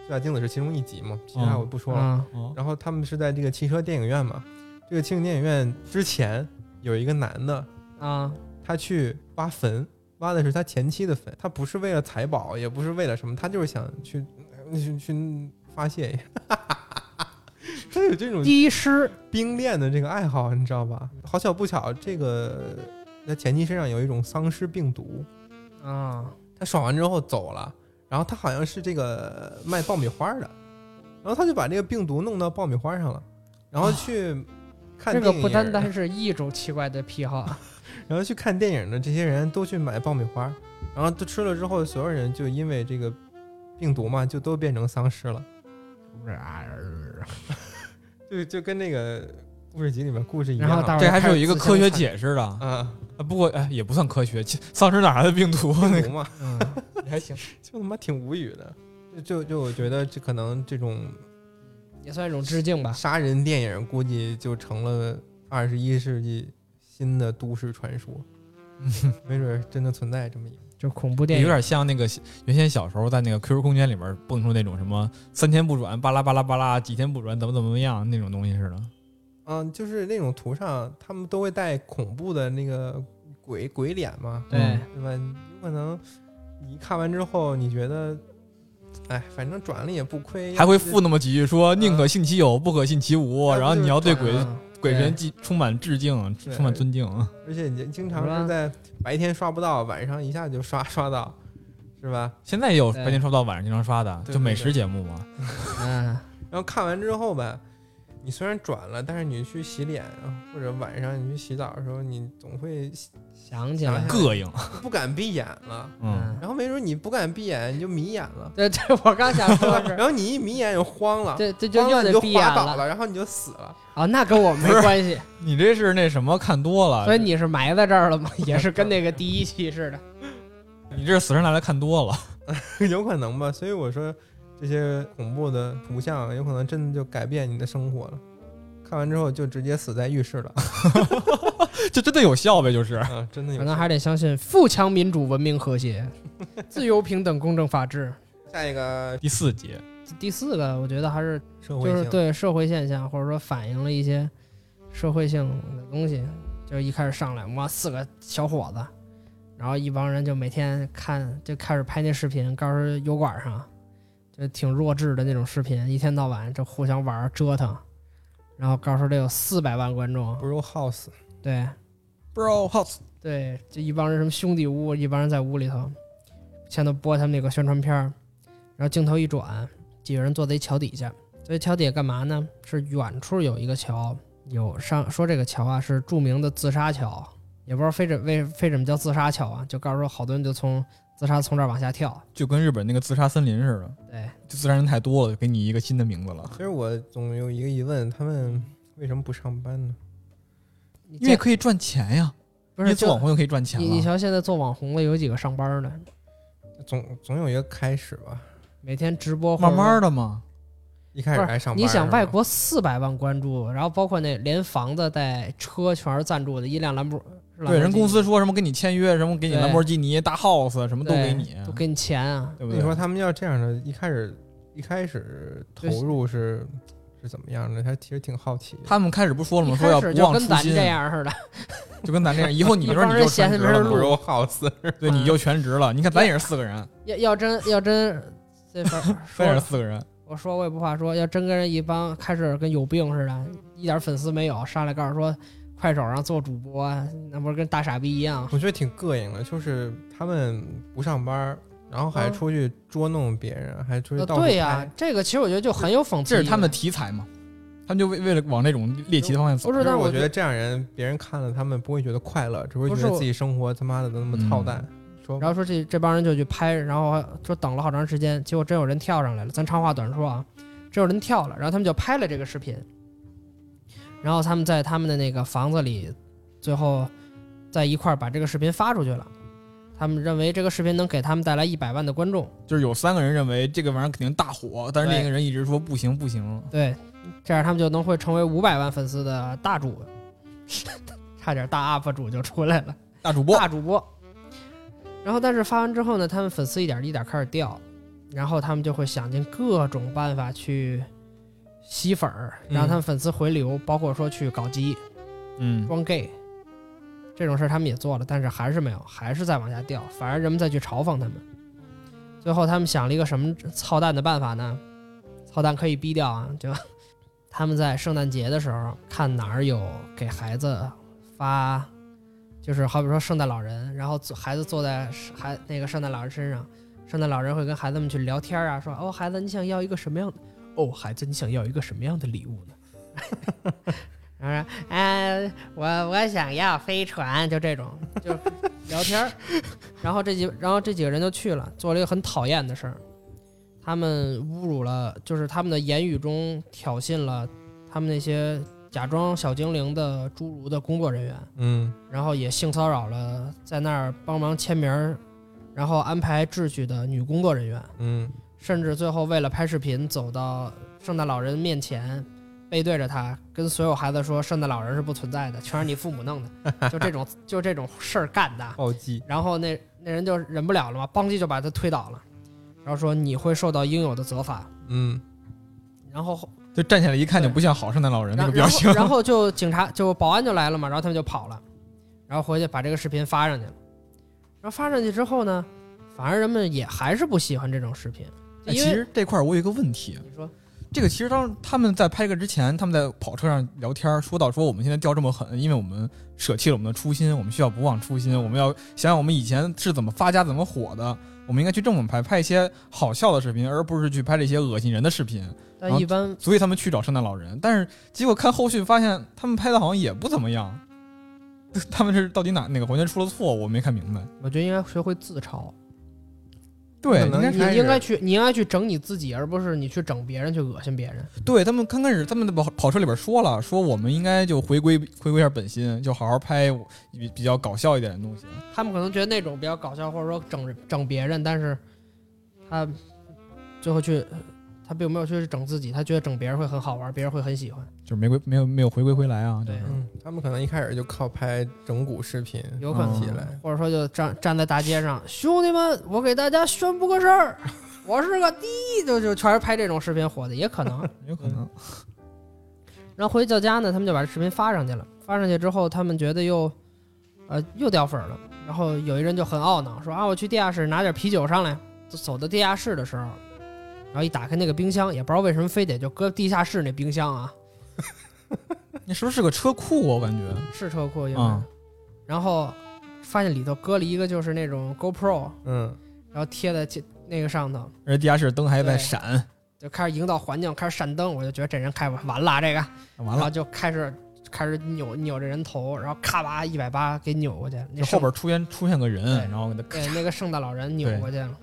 [SPEAKER 1] 巨大精子是其中一集嘛，其他
[SPEAKER 2] 嗯
[SPEAKER 1] 我不说了。
[SPEAKER 3] 啊
[SPEAKER 2] 哦，
[SPEAKER 1] 然后他们是在这个汽车电影院嘛，这个汽车电影院之前有一个男的，
[SPEAKER 3] 啊
[SPEAKER 1] 他去挖坟，挖的是他前妻的坟，他不是为了财宝，也不是为了什么，他就是想去呃去去发泄 一下。他有这种
[SPEAKER 3] 低湿
[SPEAKER 1] 冰恋的这个爱好，你知道吧？好巧不巧，这个他前妻身上有一种丧尸病毒，
[SPEAKER 2] 嗯
[SPEAKER 3] 啊
[SPEAKER 1] 他爽完之后走了，然后他好像是这个卖爆米花的，然后他就把这个病毒弄到爆米花上了，然后去看
[SPEAKER 3] 啊这
[SPEAKER 1] 电
[SPEAKER 3] 个
[SPEAKER 1] 影，
[SPEAKER 3] 不单单是一种奇怪的癖 好，
[SPEAKER 1] 然后去看电影的这些人都去买爆米花，然后都吃了之后，所有人就因为这个病毒嘛，就都变成丧尸了，
[SPEAKER 3] 啊
[SPEAKER 1] 就就跟那个故事集里面故事一样。
[SPEAKER 3] 然后大伙
[SPEAKER 2] 哦这
[SPEAKER 3] 儿
[SPEAKER 2] 还是有一个科学
[SPEAKER 3] 看
[SPEAKER 2] 解释的。
[SPEAKER 1] 啊，
[SPEAKER 2] 啊不过哎，也不算科学，其丧尸哪来的病 毒？
[SPEAKER 1] 病毒嘛，
[SPEAKER 3] 嗯，
[SPEAKER 2] 还行，
[SPEAKER 1] 就他妈挺无语的。就就就我觉得这可能这种
[SPEAKER 3] 也算一种致敬吧。
[SPEAKER 1] 杀人电影估计就成了二十一世纪新的都市传 说，没准儿真的存在这么一个。
[SPEAKER 3] 就恐怖 电
[SPEAKER 2] 有
[SPEAKER 3] 影，
[SPEAKER 2] 点像那个原先小时候在那个 QQ 空间里面蹦出那种什么三天不转，巴拉巴拉巴拉，几天不转，怎么怎么样那种东西似的。
[SPEAKER 1] 嗯，就是那种图上他们都会带恐怖的那个鬼鬼脸嘛，
[SPEAKER 3] 对
[SPEAKER 2] 嗯
[SPEAKER 1] 对吧？有可能你看完之后，你觉得，哎，反正转了也不亏，
[SPEAKER 2] 还会附那么几句说
[SPEAKER 1] 嗯
[SPEAKER 2] 宁可信其有，不可信其无，
[SPEAKER 1] 要不
[SPEAKER 2] 然后你要对
[SPEAKER 1] 就是
[SPEAKER 2] 鬼
[SPEAKER 1] 转
[SPEAKER 3] 啊
[SPEAKER 2] 鬼神既充满致敬，
[SPEAKER 1] 对
[SPEAKER 2] 充满尊敬。
[SPEAKER 1] 而且你经
[SPEAKER 3] 是
[SPEAKER 1] 常
[SPEAKER 3] 吧
[SPEAKER 1] 是在白天刷不到，晚上一下就刷刷到，是吧？
[SPEAKER 2] 现在也有
[SPEAKER 3] 对
[SPEAKER 2] 白天刷不到，晚上经常刷的，
[SPEAKER 1] 对
[SPEAKER 2] 就美
[SPEAKER 1] 对
[SPEAKER 2] 食
[SPEAKER 1] 对
[SPEAKER 2] 节目嘛。
[SPEAKER 3] 嗯，
[SPEAKER 1] 然后看完之后吧，你虽然转了，但是你去洗脸或者晚上你去洗澡的时候，你总会
[SPEAKER 3] 想起来
[SPEAKER 1] 想
[SPEAKER 3] 了。
[SPEAKER 1] 起，
[SPEAKER 2] 膈应，
[SPEAKER 1] 不敢闭眼了。
[SPEAKER 2] 嗯，
[SPEAKER 1] 然后没准你不敢闭眼，你就迷眼了
[SPEAKER 3] 对对，我刚想说的
[SPEAKER 1] 然
[SPEAKER 3] 是，
[SPEAKER 1] 后你一迷眼就慌了，
[SPEAKER 3] 这这就
[SPEAKER 1] 慌
[SPEAKER 3] 又
[SPEAKER 1] 了你
[SPEAKER 3] 得
[SPEAKER 1] 嗯就
[SPEAKER 3] 闭眼
[SPEAKER 1] 滑倒
[SPEAKER 3] 了
[SPEAKER 1] 了，然后你就死了。
[SPEAKER 3] 啊，那跟我没
[SPEAKER 2] 不是啊
[SPEAKER 3] 关系，
[SPEAKER 2] 你这是那什么看多了，
[SPEAKER 3] 所以你是埋在这 儿了吗？也是跟那个第一期似的，
[SPEAKER 2] 你这是死神来了看多了。
[SPEAKER 1] 有可能吧。所以我说，这些恐怖的图像有可能真的就改变你的生活了。看完之后就直接死在浴室 了，
[SPEAKER 2] 就真的有效呗，就是
[SPEAKER 1] 啊，真的有
[SPEAKER 3] 可
[SPEAKER 1] 效。
[SPEAKER 3] 能还得相信富强、民主、文明、和 谐、自由、平等、公正、法治。
[SPEAKER 1] 下一个
[SPEAKER 2] 第四集，
[SPEAKER 3] 第四个，我觉得还是
[SPEAKER 1] 社会
[SPEAKER 3] 就是
[SPEAKER 1] 性，
[SPEAKER 3] 对社会现象，或者说反映了一些社会性的东西。就是一开始上来，哇，四个小伙子，然后一帮人就每天看，就开始拍那视频，告诉油管上，就挺弱智的那种视频，一天到晚就互相玩儿折腾，然后告诉这有四百万观众，
[SPEAKER 1] Bro House，
[SPEAKER 3] 对
[SPEAKER 2] Bro House，
[SPEAKER 3] 对，就一帮人什么兄弟屋，一帮人在屋里头，现在播他们那个宣传片儿，然后镜头一转，几个人坐在一桥底下。这桥底下干嘛呢？是远处有一个桥，有上说这个桥啊是著名的自杀桥，也不知道非怎为非怎么叫自杀桥啊，就告诉说好多人就从自杀从这儿往下跳。
[SPEAKER 2] 就跟日本那个自杀森林似的，
[SPEAKER 3] 对，
[SPEAKER 2] 就自杀人太多了，就给你一个新的名字了。
[SPEAKER 1] 其实我总有一个疑问，他们为什么不上班呢？
[SPEAKER 3] 你
[SPEAKER 2] 因为
[SPEAKER 3] 这
[SPEAKER 2] 可以赚钱呀，
[SPEAKER 3] 不
[SPEAKER 2] 因
[SPEAKER 3] 是
[SPEAKER 2] 为做
[SPEAKER 3] 就
[SPEAKER 2] 网红就可以赚钱
[SPEAKER 3] 你你
[SPEAKER 2] 了。
[SPEAKER 3] 瞧现在做网红了有几个上班的，
[SPEAKER 1] 总总有一个开始吧，
[SPEAKER 3] 每天直播
[SPEAKER 2] 慢慢
[SPEAKER 3] 的。
[SPEAKER 2] 的嘛，
[SPEAKER 1] 一开
[SPEAKER 3] 不
[SPEAKER 1] 始
[SPEAKER 3] 是
[SPEAKER 1] 还上班。
[SPEAKER 3] 你想外？国四百万关注，然后包括那连房子带车全是赞助的，一辆兰博是兰博
[SPEAKER 2] 对人
[SPEAKER 3] 基尼
[SPEAKER 2] 公司说什么跟你签约，什么给你
[SPEAKER 3] 对
[SPEAKER 2] 兰博基尼、大 house，什么都
[SPEAKER 3] 对
[SPEAKER 2] 给你，
[SPEAKER 3] 都给你钱啊。
[SPEAKER 2] 对不
[SPEAKER 1] 那
[SPEAKER 2] 对？
[SPEAKER 1] 你说他们要这样的，一开始一开始
[SPEAKER 3] 对
[SPEAKER 1] 投入是是怎么样的？还其实挺好奇的。
[SPEAKER 2] 他们开始不说了
[SPEAKER 3] 一
[SPEAKER 2] 吗？说
[SPEAKER 3] 开
[SPEAKER 2] 要
[SPEAKER 3] 始
[SPEAKER 2] 不
[SPEAKER 3] 就
[SPEAKER 2] 忘初
[SPEAKER 3] 跟咱
[SPEAKER 2] 心，
[SPEAKER 3] 这样似的，
[SPEAKER 2] 就跟咱这样。以后你说
[SPEAKER 3] 帮
[SPEAKER 2] 你
[SPEAKER 3] 人
[SPEAKER 2] 就
[SPEAKER 3] 闲
[SPEAKER 2] 全
[SPEAKER 3] 着
[SPEAKER 2] 职
[SPEAKER 3] 没人
[SPEAKER 2] 了
[SPEAKER 1] 不
[SPEAKER 3] 录
[SPEAKER 2] 嘛，
[SPEAKER 1] 如 house，
[SPEAKER 2] 对，
[SPEAKER 3] 嗯
[SPEAKER 2] 你就全职了。你看咱也是四个人，
[SPEAKER 3] 要要真要真 这份儿
[SPEAKER 2] 咱也是
[SPEAKER 3] 说，
[SPEAKER 2] 四个人，
[SPEAKER 3] 我说我也不怕说，要真跟人一帮开始跟有病似的，一点粉丝没有，上来告诉说快手上做主播，那不是跟大傻逼一样？
[SPEAKER 1] 我觉得挺膈应的，就是他们不上班儿，然后还
[SPEAKER 3] 嗯
[SPEAKER 1] 出去捉弄别人，还出去
[SPEAKER 3] 呃
[SPEAKER 1] 到处
[SPEAKER 3] 对呀、
[SPEAKER 1] 拍
[SPEAKER 3] 这个其实我觉得就很有讽刺。
[SPEAKER 2] 这是他们的题材嘛。他们就为为了往那种猎奇的方向走
[SPEAKER 3] 不，是，
[SPEAKER 1] 但
[SPEAKER 3] 但
[SPEAKER 1] 是
[SPEAKER 3] 是
[SPEAKER 1] 我
[SPEAKER 3] 我
[SPEAKER 1] 觉得这样人，别人看了他们不会觉得快乐，只会
[SPEAKER 3] 不
[SPEAKER 1] 觉
[SPEAKER 3] 是
[SPEAKER 1] 得
[SPEAKER 3] 我嗯
[SPEAKER 1] 自己生活他妈的都那么操蛋。说
[SPEAKER 3] 然后说这这帮人就去拍，然后说等了好长时间，结果真有人跳上来了。咱长话短说啊，真有人跳了，然后他们就拍了这个视频。然后他们在他们的那个房子里，最后在一块儿把这个视频发出去了。他们认为这个视频能给他们带来一百万的观众，
[SPEAKER 2] 就是有三个人认为这个玩意儿肯定大火，但是
[SPEAKER 3] 对
[SPEAKER 2] 另一个人一直说不行不行。
[SPEAKER 3] 对，这样他们就能会成为五百万粉丝的大主， 差点大 UP 主就出来了。
[SPEAKER 2] 大主播
[SPEAKER 3] 大主播。然后，但是发完之后呢，他们粉丝一点一点开始掉，然后他们就会想尽各种办法去吸粉儿，
[SPEAKER 1] 嗯
[SPEAKER 3] 让他们粉丝回流，包括说去搞基、
[SPEAKER 2] 嗯，
[SPEAKER 3] 装 gay 这种事儿，他们也做了，但是还是没有，还是在往下掉，反而人们再去嘲讽他们。最后，他们想了一个什么操蛋的办法呢？操蛋可以逼掉啊，就 他们在圣诞节的时候看哪儿有给孩子发，就是好比说圣诞老人，然后坐孩子坐在孩那个圣诞老人身上，圣诞老人会跟孩子们去聊天啊，说哦孩子你想要一个什么样的？哦孩子你想要一个什么样的礼物呢？ 然后说，哎，我我想要飞船，就这种，就聊天儿。然后这几，然后这几个人就去了，做了一个很讨厌的事儿，他们侮辱了，就是他们的言语中挑衅了他们那些假装小精灵的侏儒的工作人员。
[SPEAKER 1] 嗯，
[SPEAKER 3] 然后也性骚扰了在那儿帮忙签名儿，然后安排秩序的女工作人员，
[SPEAKER 1] 嗯，
[SPEAKER 3] 甚至最后为了拍视频走到圣诞老人面前，背对着他，跟所有孩子说圣诞老人是不存在的，全是你父母弄 的，就这种就这种事儿干的。
[SPEAKER 1] 暴击，
[SPEAKER 3] 然后那那人就忍不了了嘛，邦叽就把他推倒了，然后说你会受到应有的责罚。
[SPEAKER 1] 嗯，
[SPEAKER 3] 然后
[SPEAKER 2] 就站起来一看就不像好圣诞老啊人那个
[SPEAKER 3] 然后
[SPEAKER 2] 表
[SPEAKER 3] 然
[SPEAKER 2] 情
[SPEAKER 3] 后。然后就警察就保安就来了嘛，然后他们就跑了，然后回去把这个视频发上去了。然后发上去之后呢，反而人们也还是不喜欢这种视频，
[SPEAKER 2] 哎
[SPEAKER 3] 因
[SPEAKER 2] 其
[SPEAKER 3] 为、
[SPEAKER 2] 实这块儿我有一个问题，啊
[SPEAKER 3] 你说
[SPEAKER 2] 这个其实当他们在拍这个之前，他们在跑车上聊天儿，说到说我们现在掉这么狠，因为我们舍弃了我们的初心，我们需要不忘初心，我们要想想我们以前是怎么发家、怎么火的，我们应该去这么拍，拍一些好笑的视频，而不是去拍这些恶心人的视频。
[SPEAKER 3] 但一般
[SPEAKER 2] 所以他们去找圣诞老人，但是结果看后续发现他们拍的好像也不怎么样， 他们是到底哪哪个环节出了错，我没看明白。
[SPEAKER 3] 我觉得应该学会自嘲，
[SPEAKER 2] 对，
[SPEAKER 1] 可
[SPEAKER 2] 应
[SPEAKER 1] 能
[SPEAKER 2] 该
[SPEAKER 1] 一
[SPEAKER 2] 是
[SPEAKER 3] 你
[SPEAKER 1] 开始
[SPEAKER 3] 应该去你应该去整你自己，而不是你去整别人去恶心别人。
[SPEAKER 2] 对他们刚开始，他们的跑跑车里边说了，说我们应该就回归回归一下本心，就好好拍比比较搞笑一点的东西。
[SPEAKER 3] 他们可能觉得那种比较搞笑，或者说整整别人，但是他最后去他并没有去整自己，他觉得整别人会很好玩，别人会很喜欢，
[SPEAKER 2] 就是没归没有没有回归回来啊，就
[SPEAKER 3] 对
[SPEAKER 2] 是
[SPEAKER 1] 嗯，他们可能一开始就靠拍整蛊视频
[SPEAKER 3] 有可能
[SPEAKER 1] 起来，
[SPEAKER 3] 或者说就站站在大街上，兄弟们，我给大家宣布个事儿，我是个第一，就就全是拍这种视频火的，也可能。
[SPEAKER 2] 有可能。
[SPEAKER 3] 然后回到家呢，他们就把这视频发上去了，发上去之后，他们觉得又，呃，又掉粉儿了。然后有一人就很懊恼，说啊，我去地下室拿点啤酒上来。就走到地下室的时候，然后一打开那个冰箱，也不知道为什么非得就搁地下室那冰箱啊，
[SPEAKER 2] 那是不是个车库？啊我感觉
[SPEAKER 3] 是车库应该。
[SPEAKER 2] 嗯
[SPEAKER 3] 然后发现里头搁了一个就是那种 GoPro，
[SPEAKER 1] 嗯，
[SPEAKER 3] 然后贴在这那个上头。
[SPEAKER 2] 而且地下室灯还在
[SPEAKER 3] 对
[SPEAKER 2] 闪，
[SPEAKER 3] 就开始营造环境，开始闪灯，我就觉得这人开完完了这个，
[SPEAKER 2] 完
[SPEAKER 3] 然后
[SPEAKER 2] 了，
[SPEAKER 3] 就开始开始扭扭这人头，然后咔吧一百八给扭过去，那
[SPEAKER 2] 就后
[SPEAKER 3] 圣
[SPEAKER 2] 边出现出现个人，
[SPEAKER 3] 对
[SPEAKER 2] 然后给他咔
[SPEAKER 3] 对那个圣诞老人扭过去了。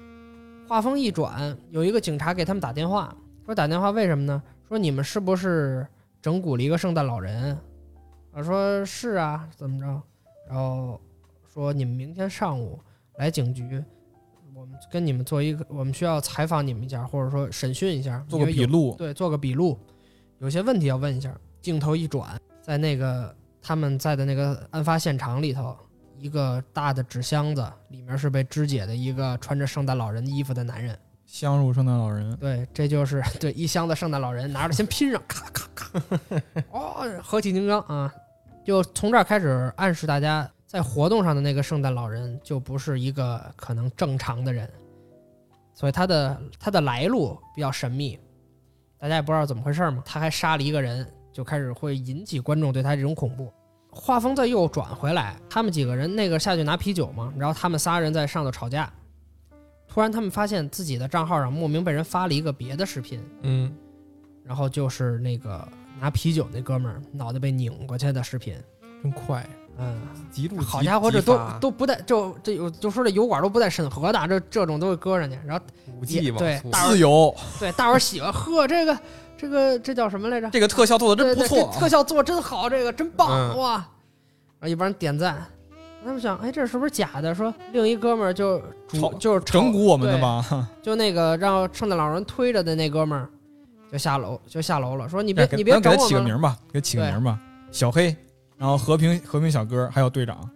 [SPEAKER 3] 话锋一转，有一个警察给他们打电话，说打电话为什么呢？说你们是不是整蛊了一个圣诞老人？我说是啊，怎么着？然后说你们明天上午来警局，我们跟你们做一个，我们需要采访你们一下，或者说审讯一下，
[SPEAKER 2] 做个
[SPEAKER 3] 因为有
[SPEAKER 2] 笔录，
[SPEAKER 3] 对，做个笔录，有些问题要问一下。镜头一转，在那个他们在的那个案发现场里头，一个大的纸箱子里面是被肢解的一个穿着圣诞老人衣服的男人，
[SPEAKER 2] 镶入圣诞老人，
[SPEAKER 3] 对，这就是对一箱子圣诞老人，拿着先拼上，咔咔咔，哦，合体金刚啊！就从这儿开始暗示大家，在活动上的那个圣诞老人就不是一个可能正常的人，所以他的他的来路比较神秘，大家也不知道怎么回事嘛。他还杀了一个人，就开始会引起观众对他这种恐怖。画风再又转回来，他们几个人那个下去拿啤酒嘛，然后他们仨人在上头吵架，突然他们发现自己的账号上莫名被人发了一个别的视频，
[SPEAKER 1] 嗯
[SPEAKER 3] 然后就是那个拿啤酒那哥们儿脑袋被拧过去的视频，
[SPEAKER 1] 真快，
[SPEAKER 3] 嗯，
[SPEAKER 1] 极度
[SPEAKER 3] 好
[SPEAKER 1] 急
[SPEAKER 3] 家伙，
[SPEAKER 1] 急
[SPEAKER 3] 这都
[SPEAKER 1] 发
[SPEAKER 3] 都不带就这有就说这油管都不带审核的，这这种都会搁上去，然后
[SPEAKER 1] 五 G 网
[SPEAKER 3] 对
[SPEAKER 1] 速
[SPEAKER 3] 大
[SPEAKER 2] 自由，
[SPEAKER 3] 对大伙儿喜欢， 呵，这个这个这叫什么来着？
[SPEAKER 2] 这个特效做的
[SPEAKER 3] 对
[SPEAKER 2] 真不
[SPEAKER 3] 对
[SPEAKER 2] 错
[SPEAKER 3] 这特
[SPEAKER 2] 啊，
[SPEAKER 3] 效做真好，这个真棒、
[SPEAKER 1] 嗯
[SPEAKER 3] 哇！然后一帮人点赞，他们想，哎，这是不是假的？说另一哥们儿就主
[SPEAKER 2] 炒
[SPEAKER 3] 就是炒
[SPEAKER 2] 整蛊我们的？吧？
[SPEAKER 3] 对就那个让圣诞老人推着的那哥们儿，就下楼就下楼了，说你别
[SPEAKER 2] 哎给
[SPEAKER 3] 你别
[SPEAKER 2] 咱给
[SPEAKER 3] 整
[SPEAKER 2] 他
[SPEAKER 3] 我
[SPEAKER 2] 起个
[SPEAKER 3] 们了。
[SPEAKER 2] 名吧，给他起个名吧，小黑，然后和平和平小哥，还有队长，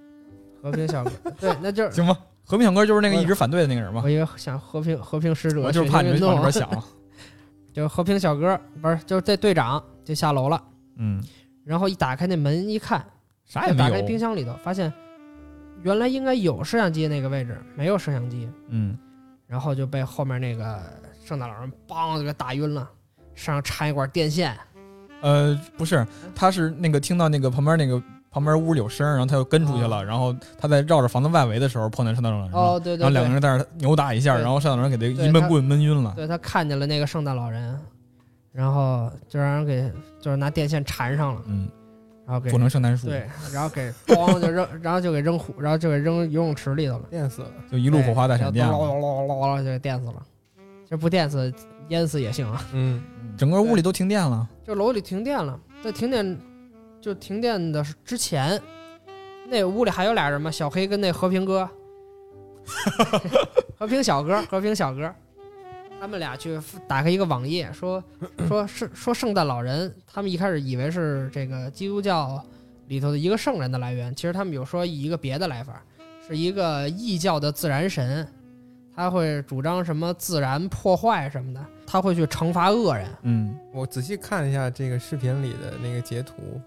[SPEAKER 3] 和 平小哥，对，那就是
[SPEAKER 2] 行吗？和平小哥就是那个
[SPEAKER 3] 我
[SPEAKER 2] 一直反对的那个人嘛
[SPEAKER 3] 我，以为想和平和平使者，
[SPEAKER 2] 我就是怕你
[SPEAKER 3] 血
[SPEAKER 2] 们
[SPEAKER 3] 腥
[SPEAKER 2] 往
[SPEAKER 3] 运
[SPEAKER 2] 这 边，
[SPEAKER 3] 动啊
[SPEAKER 2] 想，
[SPEAKER 3] 就是和平小哥不是就是这队长就下楼了，
[SPEAKER 2] 嗯，
[SPEAKER 3] 然后一打开那门一看，
[SPEAKER 2] 啥也没
[SPEAKER 3] 打开冰
[SPEAKER 2] 有，
[SPEAKER 3] 箱里头发现原来应该有摄像机那个位置没有摄像机，
[SPEAKER 2] 嗯，
[SPEAKER 3] 然后就被后面那个圣诞老人梆就给打晕了，身上插一管电线，
[SPEAKER 2] 呃，不是，
[SPEAKER 3] 嗯
[SPEAKER 2] 他是那个听到那个旁边那个旁边屋里有声儿，然后他就跟出去了，
[SPEAKER 3] 哦
[SPEAKER 2] 然后他在绕着房子外围的时候碰见圣诞老人了。
[SPEAKER 3] 哦，
[SPEAKER 2] 嗯
[SPEAKER 3] 对
[SPEAKER 2] 然
[SPEAKER 3] 对
[SPEAKER 2] 后两个
[SPEAKER 3] 对，
[SPEAKER 2] 人在那儿扭打一下，
[SPEAKER 3] 对
[SPEAKER 2] 然后圣诞老人给他
[SPEAKER 3] 对
[SPEAKER 2] 一闷
[SPEAKER 3] 他
[SPEAKER 2] 棍闷晕了。
[SPEAKER 3] 对他看见了那个圣诞老人，然后就让人给就是拿电线缠上了，
[SPEAKER 2] 嗯，
[SPEAKER 3] 然后给
[SPEAKER 2] 做成圣诞树，
[SPEAKER 3] 对，然后给咣就扔， 然后就给扔湖，然后就给扔游泳池里头了，
[SPEAKER 1] 电死了，
[SPEAKER 2] 就一路火花带
[SPEAKER 3] 对
[SPEAKER 2] 闪电
[SPEAKER 3] 然后
[SPEAKER 2] 了，
[SPEAKER 3] 咚咚咚咚咚咚就给电死了，这不电死淹死也行啊，
[SPEAKER 1] 嗯，
[SPEAKER 2] 整个屋里都停电了。嗯
[SPEAKER 3] 就楼里停电了，在停电就停电的之前，那屋里还有俩人嘛，小黑跟那和平哥，和平小哥，和平小哥，他们俩去打开一个网页，说说是说圣诞老人，他们一开始以为是这个基督教里头的一个圣人的来源，其实他们有说一个别的来法，是一个异教的自然神。他会主张什么自然破坏什么的，他会去惩罚恶人。
[SPEAKER 2] 嗯，
[SPEAKER 1] 我仔细看了一下这个视频里的那个截图，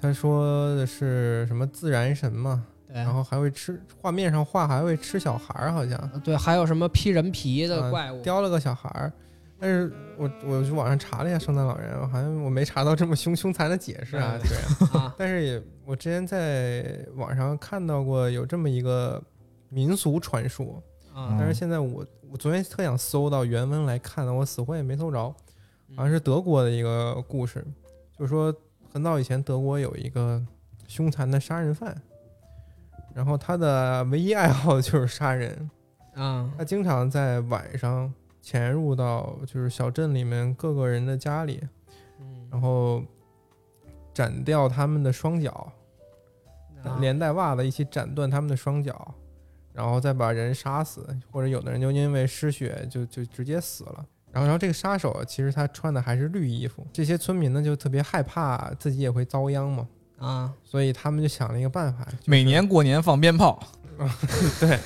[SPEAKER 1] 他说的是什么自然神嘛，
[SPEAKER 3] 对，
[SPEAKER 1] 然后还会吃，画面上画还会吃小孩儿，好像
[SPEAKER 3] 呃对，还有什么披人皮的
[SPEAKER 1] 啊
[SPEAKER 3] 怪物？
[SPEAKER 1] 叼了个小孩儿。但是我我去网上查了一下圣诞老人，我好像我没查到这么凶凶残的解释啊，
[SPEAKER 3] 嗯
[SPEAKER 1] 对啊。
[SPEAKER 3] 啊，
[SPEAKER 1] 但是也，我之前在网上看到过有这么一个民俗传说，
[SPEAKER 3] 啊
[SPEAKER 1] 但是现在我我昨天特想搜到原文来看的，我死活也没搜着，好像是德国的一个故事，就是说很早以前德国有一个凶残的杀人犯，然后他的唯一爱好就是杀人，
[SPEAKER 3] 啊
[SPEAKER 1] 他经常在晚上潜入到就是小镇里面各个人的家里，
[SPEAKER 3] 嗯
[SPEAKER 1] 然后斩掉他们的双脚。
[SPEAKER 3] 啊
[SPEAKER 1] 连带袜子一起斩断他们的双脚，然后再把人杀死，或者有的人就因为失血就就直接死了。然后，然后这个杀手其实他穿的还是绿衣服，这些村民呢就特别害怕自己也会遭殃嘛，
[SPEAKER 3] 啊，
[SPEAKER 1] 所以他们就想了一个办法，就是
[SPEAKER 2] 每年过年放鞭炮，
[SPEAKER 1] 对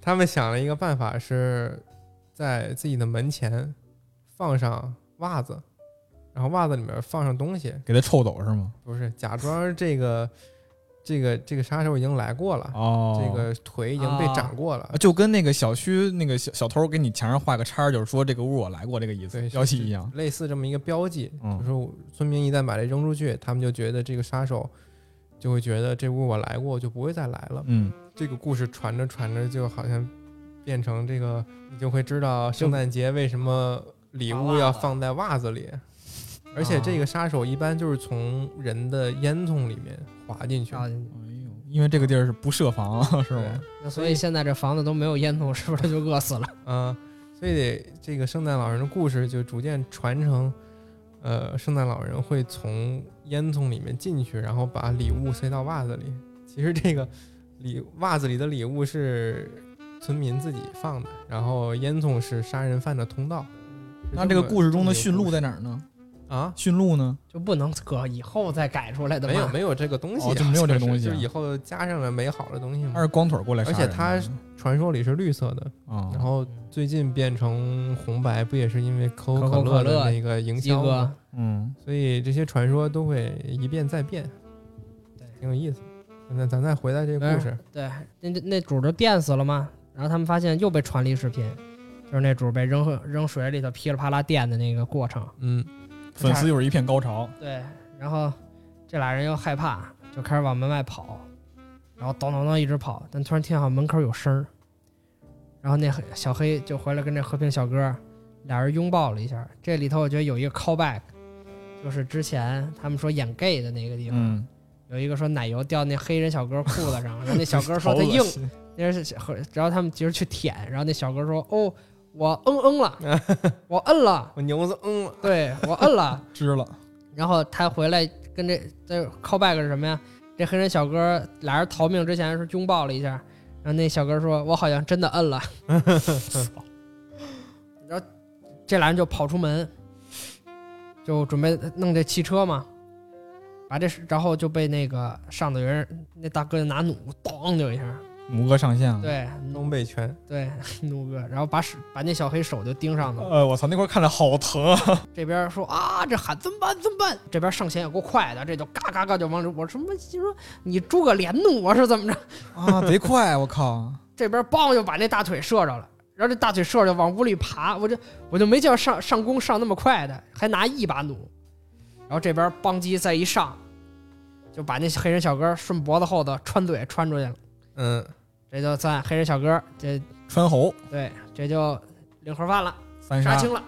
[SPEAKER 1] 他们想了一个办法是在自己的门前放上袜子，然后袜子里面放上东西，
[SPEAKER 2] 给他臭走是吗？
[SPEAKER 1] 不是假装这个这个这个杀手已经来过
[SPEAKER 3] 啊
[SPEAKER 1] 了，
[SPEAKER 2] 哦，啊
[SPEAKER 1] 这个腿已经被斩过了，
[SPEAKER 2] 就跟那个小区那个小小偷给你墙上画个叉儿，就是说这个屋我来过这个意思，
[SPEAKER 1] 对，
[SPEAKER 2] 消息
[SPEAKER 1] 是
[SPEAKER 2] 一样。
[SPEAKER 1] 类似这么一个标记，
[SPEAKER 2] 嗯
[SPEAKER 1] 就是我村民一旦把这扔出去，他们就觉得这个杀手就会觉得这屋我来过，我就不会再来了。
[SPEAKER 2] 嗯，
[SPEAKER 1] 这个故事传着传着，就好像变成这个，你就会知道圣诞节为什么礼物要放在袜子里。而且这个
[SPEAKER 2] 啊
[SPEAKER 1] 杀手一般就是从人的烟囱里面滑进去，
[SPEAKER 3] 啊
[SPEAKER 2] 哎呦，因为这个地儿是不设防 是吗？
[SPEAKER 3] 那所以现在这房子都没有烟囱，是不是就饿死了？
[SPEAKER 1] 啊，所以得这个圣诞老人的故事就逐渐传承，呃，圣诞老人会从烟囱里面进去，然后把礼物塞到袜子里。其实这个礼袜子里的礼物是村民自己放的，然后烟囱是杀人犯的通道。
[SPEAKER 2] 那这个故事中的驯鹿
[SPEAKER 1] 在
[SPEAKER 2] 在哪儿呢？
[SPEAKER 1] 啊，
[SPEAKER 2] 驯鹿呢？
[SPEAKER 3] 就不能搁以后再改出来的吗？
[SPEAKER 1] 没有没有这个东西、
[SPEAKER 2] 哦就没有这个东西啊
[SPEAKER 1] 就是以后加上了美好的东西
[SPEAKER 2] 它
[SPEAKER 1] 嘛。
[SPEAKER 2] 是光腿儿过来
[SPEAKER 1] 嗯
[SPEAKER 2] 杀
[SPEAKER 1] 而
[SPEAKER 2] 人
[SPEAKER 1] 且
[SPEAKER 2] 的，
[SPEAKER 1] 它是传说里是绿色的，
[SPEAKER 2] 啊，
[SPEAKER 1] 然后最近变成红白，不也是因为可口
[SPEAKER 3] 可口可
[SPEAKER 1] 乐
[SPEAKER 3] 乐
[SPEAKER 1] 的那个营
[SPEAKER 3] 鸡
[SPEAKER 1] 销
[SPEAKER 3] 哥
[SPEAKER 1] 吗？，
[SPEAKER 2] 嗯，
[SPEAKER 1] 所以这些传说都会一变再变，
[SPEAKER 3] 对
[SPEAKER 1] 挺有意思。那咱再回到这个故事，
[SPEAKER 3] 对，那那那主儿就电死了嘛，然后他们发现又被传了一视频，就是那主儿被扔扔水里头噼里啪啦电的那个过程。
[SPEAKER 1] 嗯，
[SPEAKER 2] 粉丝又是一片高潮，
[SPEAKER 3] 对，然后这俩人又害怕，就开始往门外跑，然后咚咚咚一直跑，但突然听好门口有声儿，然后那黑小黑就回来跟这和平小哥俩人拥抱了一下。这里头我觉得有一个 callback，就是之前他们说演 gay 的那个地方，
[SPEAKER 2] 嗯，
[SPEAKER 3] 有一个说奶油掉那黑人小哥裤子上，然后那 小哥说
[SPEAKER 2] 好恶
[SPEAKER 3] 他硬，
[SPEAKER 2] 心
[SPEAKER 3] 那是小然后他们急着去舔，然后那小哥说哦。我嗯嗯了， 我摁了，
[SPEAKER 1] 我牛子嗯了，
[SPEAKER 3] 对我摁了，
[SPEAKER 2] 知了，
[SPEAKER 3] 然后他回来跟这这 callback 是什么呀？这黑人小哥俩人逃命之前是拥抱了一下，然后那小哥说：“我好像真的摁了。” 然后这俩人就跑出门，就准备弄这汽车嘛，把这然后就被那个上头有人那大哥就拿弩咚就一下，
[SPEAKER 2] 母哥上线了。
[SPEAKER 3] 对
[SPEAKER 1] 东北拳，
[SPEAKER 3] 对，弩哥，然后把手把那小黑手就钉上头，
[SPEAKER 2] 呃，我操，那块儿看着好疼啊！
[SPEAKER 3] 这边说啊，这喊怎么办？怎么办？这边上前也够快的，这就嘎嘎嘎就往里。我什么？心说你诸葛连弩啊，是怎么着？
[SPEAKER 2] 啊，贼快，我靠！
[SPEAKER 3] 这边梆就把那大腿射着了，然后这大腿射着往屋里爬，我就我就没见上上弓上那么快的，还拿一把弩。然后这边梆叽再一上，就把那黑人小哥顺脖子后头穿腿穿出去了。
[SPEAKER 1] 嗯，
[SPEAKER 3] 这就算黑人小哥，这
[SPEAKER 2] 川猴
[SPEAKER 3] 对这就领盒饭了，
[SPEAKER 2] 三
[SPEAKER 3] 杀
[SPEAKER 2] 杀
[SPEAKER 3] 青了。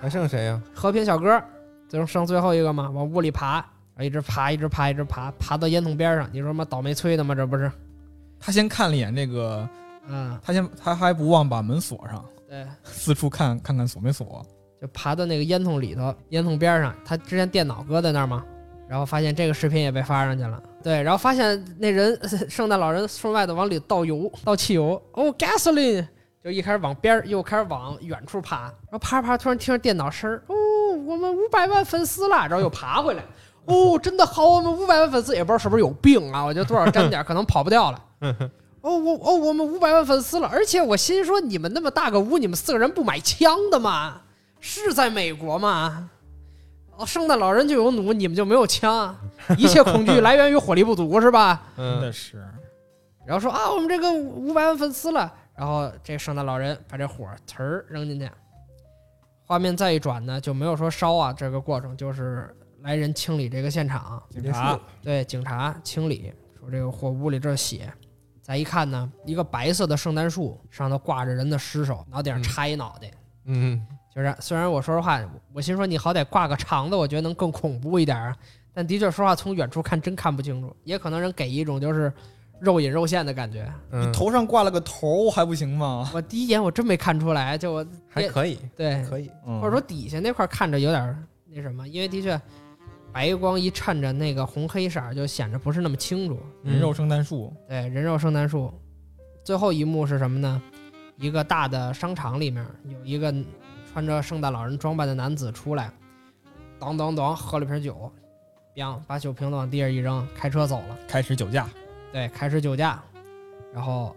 [SPEAKER 1] 还剩谁呀、
[SPEAKER 3] 和平小哥最后剩最后一个嘛，往屋里爬，然后一直爬，一直爬，一直爬，爬到烟囱边上。你说妈倒霉催的吗？这不是？
[SPEAKER 2] 他先看了一眼这个，
[SPEAKER 3] 嗯，
[SPEAKER 2] 他先他还不忘把门锁上，
[SPEAKER 3] 对，
[SPEAKER 2] 四处看看看锁没锁。
[SPEAKER 3] 就爬到那个烟囱里头，烟囱边上。他之前电脑搁在那儿嘛，然后发现这个视频也被发上去了。对，然后发现那人 圣诞老人顺外头往里倒油，倒汽油，哦，gasoline，就一开始往边儿又开始往远处爬，然后爬着爬着突然听着电脑声儿，哦，我们五百万粉丝啦，然后又爬回来，哦，真的好，我们五百万粉丝也不知道是不是有病啊，我觉得多少沾点儿可能跑不掉了。哦，我哦，我们五百万粉丝了，而且我心说，你们那么大个屋，你们四个人不买枪的吗？是在美国吗？哦，圣诞老人就有弩，你们就没有枪， 一切恐惧来源于火力不足，是吧？
[SPEAKER 2] 真
[SPEAKER 1] 嗯，
[SPEAKER 2] 的是，
[SPEAKER 3] 然后说啊，我们这个五百万粉丝了，然后这圣诞老人把这火呲儿扔进去，画面再一转呢，就没有说烧啊这个过程，就是来人清理这个现场，
[SPEAKER 2] 警察
[SPEAKER 3] 对警察清理，说这个火屋里这儿血。再一看呢，一个白色的圣诞树上头挂着人的尸首，脑顶上
[SPEAKER 1] 嗯
[SPEAKER 3] 插一脑袋。
[SPEAKER 1] 嗯，
[SPEAKER 3] 就是虽然我说实话，我心说你好歹挂个长的，我觉得能更恐怖一点儿啊。但的确说话，从远处看真看不清楚，也可能人给一种就是肉隐肉现的感觉。
[SPEAKER 1] 嗯，
[SPEAKER 2] 头上挂了个头，还不行吗？
[SPEAKER 3] 我第一眼我真没看出来，就我
[SPEAKER 1] 还可以，
[SPEAKER 3] 对，
[SPEAKER 1] 可以，
[SPEAKER 2] 嗯
[SPEAKER 3] 或者说底下那块看着有点儿那什么，因为的确白光一衬着那个红黑色儿，就显着不是那么清楚。
[SPEAKER 2] 嗯人肉圣诞树，
[SPEAKER 3] 对，人肉圣诞树。最后一幕是什么呢？一个大的商场里面有一个穿着圣诞老人装扮的男子出来，当当当喝了瓶酒，biang 把酒瓶子往地上一扔，开车走了。
[SPEAKER 2] 开始酒驾，
[SPEAKER 3] 对，开始酒驾，然后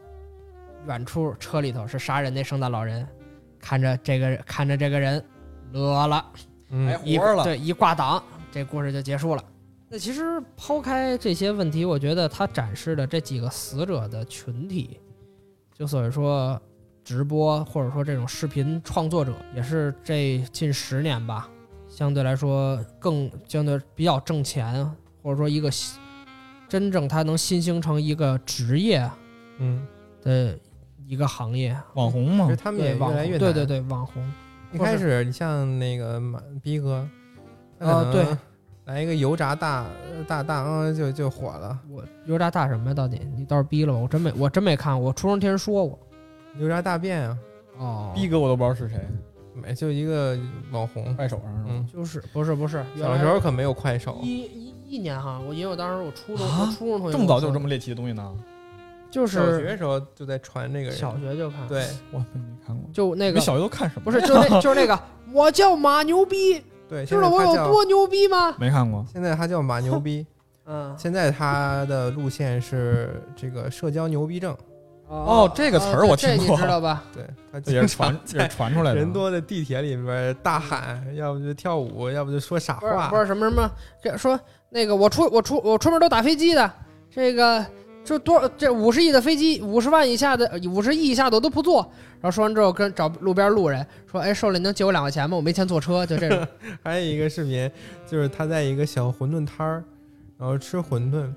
[SPEAKER 3] 远处车里头是杀人那圣诞老人，看着这个看着这个人乐了。
[SPEAKER 1] 嗯，
[SPEAKER 2] 哎
[SPEAKER 3] 一
[SPEAKER 2] 活儿了
[SPEAKER 3] 对，一挂档，这故事就结束了。那其实抛开这些问题，我觉得他展示的这几个死者的群体，就所谓说直播或者说这种视频创作者，也是这近十年吧，相对来说更相对比较挣钱，或者说一个新真正他能新兴成一个职业
[SPEAKER 1] 嗯，
[SPEAKER 3] 的一个行业。
[SPEAKER 2] 网红
[SPEAKER 1] 其
[SPEAKER 2] 嘛
[SPEAKER 1] 实，他们也
[SPEAKER 3] 对
[SPEAKER 1] 越
[SPEAKER 3] 网
[SPEAKER 1] 来
[SPEAKER 3] 红，
[SPEAKER 1] 越难
[SPEAKER 3] 对对，对，网红，
[SPEAKER 1] 一开始你像那个马逼哥，
[SPEAKER 3] 啊对，
[SPEAKER 1] 来一个油炸大大大嗯就就火了，
[SPEAKER 3] 我油炸大什么呀？到底你倒是逼了我，我真没我真没看过，我初中听人说过。
[SPEAKER 1] 油炸大便啊，
[SPEAKER 3] 哦
[SPEAKER 2] 逼哥我都不知道是谁，
[SPEAKER 1] 没就一个网红，
[SPEAKER 2] 快手上是吧？
[SPEAKER 1] 嗯，
[SPEAKER 3] 就是不是不是，原
[SPEAKER 1] 小
[SPEAKER 3] 来
[SPEAKER 1] 时候可没有快手，
[SPEAKER 3] 一一一年哈，我因为我当时我初中、
[SPEAKER 2] 啊
[SPEAKER 3] 我初中同学
[SPEAKER 2] 这么早就有这么猎奇的东西呢？
[SPEAKER 3] 就
[SPEAKER 1] 小学
[SPEAKER 3] 是
[SPEAKER 1] 时候就在传这个人，
[SPEAKER 3] 小学就看，，
[SPEAKER 1] 对，
[SPEAKER 2] 我没看过，
[SPEAKER 3] 就那
[SPEAKER 2] 你
[SPEAKER 3] 个
[SPEAKER 2] 们小学都看什么？
[SPEAKER 3] 不是就那就是那个我叫马牛逼，
[SPEAKER 1] 对，
[SPEAKER 3] 知道我有多牛逼吗？
[SPEAKER 2] 没 看过。
[SPEAKER 1] 现在他叫马牛逼，
[SPEAKER 3] 嗯，
[SPEAKER 1] 现在他的路线是这个社交牛逼症，
[SPEAKER 2] 哦这个词儿
[SPEAKER 3] 哦
[SPEAKER 2] 我
[SPEAKER 3] 这
[SPEAKER 2] 听
[SPEAKER 3] 这
[SPEAKER 2] 过
[SPEAKER 3] 你知道吧？
[SPEAKER 1] 对他经
[SPEAKER 2] 也是
[SPEAKER 1] 常
[SPEAKER 2] 传也是
[SPEAKER 1] 在
[SPEAKER 2] 传出来的，
[SPEAKER 1] 人多的地铁里边大喊，要不就跳舞，要不就说傻
[SPEAKER 3] 不是
[SPEAKER 1] 话
[SPEAKER 3] 不。是什么什么，这说那个我出我出我出门都打飞机的，这个就多这五十亿的飞机，五十万以下的五十亿以下的我都不坐。然后说完之后跟找路边路人说，哎，瘦了你能借我两块钱吗？我没钱坐车，就这种。
[SPEAKER 1] 还有一个视频，就是他在一个小馄饨摊儿，然后吃馄饨，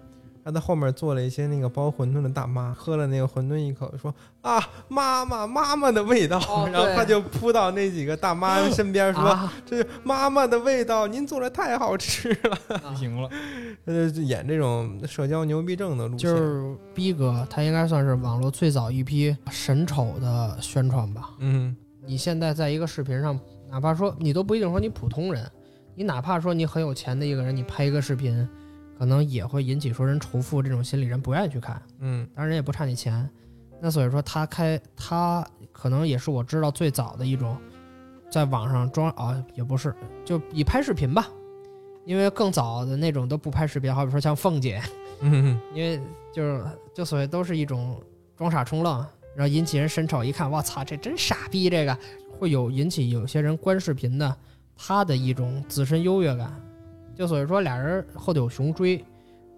[SPEAKER 1] 他在后面坐了一些那个包馄饨的大妈，喝了那个馄饨一口，说啊妈妈妈妈的味道，
[SPEAKER 3] 哦
[SPEAKER 1] 然后
[SPEAKER 3] 对
[SPEAKER 1] 他就扑到那几个大妈身 边说，
[SPEAKER 3] 啊
[SPEAKER 1] 这是妈妈的味道，您做的太好吃了。
[SPEAKER 2] 不行了。
[SPEAKER 1] 他就呃演这种社交牛逼症的路线，
[SPEAKER 3] 就是逼哥，他应该算是网络最早一批神丑的宣传吧。
[SPEAKER 1] 嗯，
[SPEAKER 3] 你现在在一个视频上，哪怕说你都不一定说你普通人，你哪怕说你很有钱的一个人，你拍一个视频，可能也会引起说人仇富这种心理，人不愿意去看。
[SPEAKER 1] 嗯
[SPEAKER 3] 当然人也不差你钱，那所以说他开他可能也是我知道最早的一种，在网上装啊也不是，就以拍视频吧，因为更早的那种都不拍视频，好比说像凤姐，
[SPEAKER 1] 嗯，
[SPEAKER 3] 因为就是就所谓都是一种装傻充愣，然后引起人审丑，一看，我操，这真傻逼，这个会有引起有些人观视频的他的一种自身优越感，就所以说俩人后头有熊追，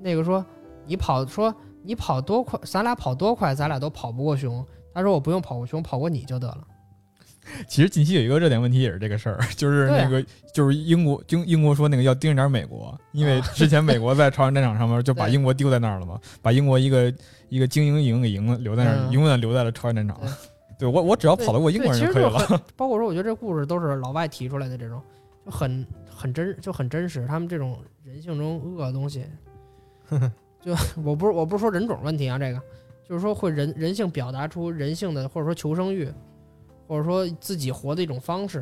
[SPEAKER 3] 那个说你跑说你跑多快，咱俩跑多快，咱俩都跑不过熊。他说我不用跑过熊，跑过你就得了。
[SPEAKER 2] 其实近期有一个热点问题也是这个事儿， 就是
[SPEAKER 3] 对啊
[SPEAKER 2] 那个就是英国英英国说那个要盯着点美国，因为之前美国在朝鲜战场上面就把
[SPEAKER 3] 对
[SPEAKER 2] 英国丢在那儿了嘛，把英国一个一个精英营给赢了，留在那儿，
[SPEAKER 3] 嗯
[SPEAKER 2] 永远留在了朝鲜战场
[SPEAKER 3] 对。
[SPEAKER 2] 对我我只要哦跑得过英
[SPEAKER 3] 对，
[SPEAKER 2] 国
[SPEAKER 3] 其
[SPEAKER 2] 人
[SPEAKER 3] 实
[SPEAKER 2] 就可以
[SPEAKER 3] 就
[SPEAKER 2] 了。
[SPEAKER 3] 很，包括说，我觉得这故事都是老外提出来的，这种就很很真，就很真实。他们这种人性中恶的东 西，就我不是我不是说人种问题啊，这个就是说会人人性表达出人性的，或者说求生欲，或者说自己活的一种方式。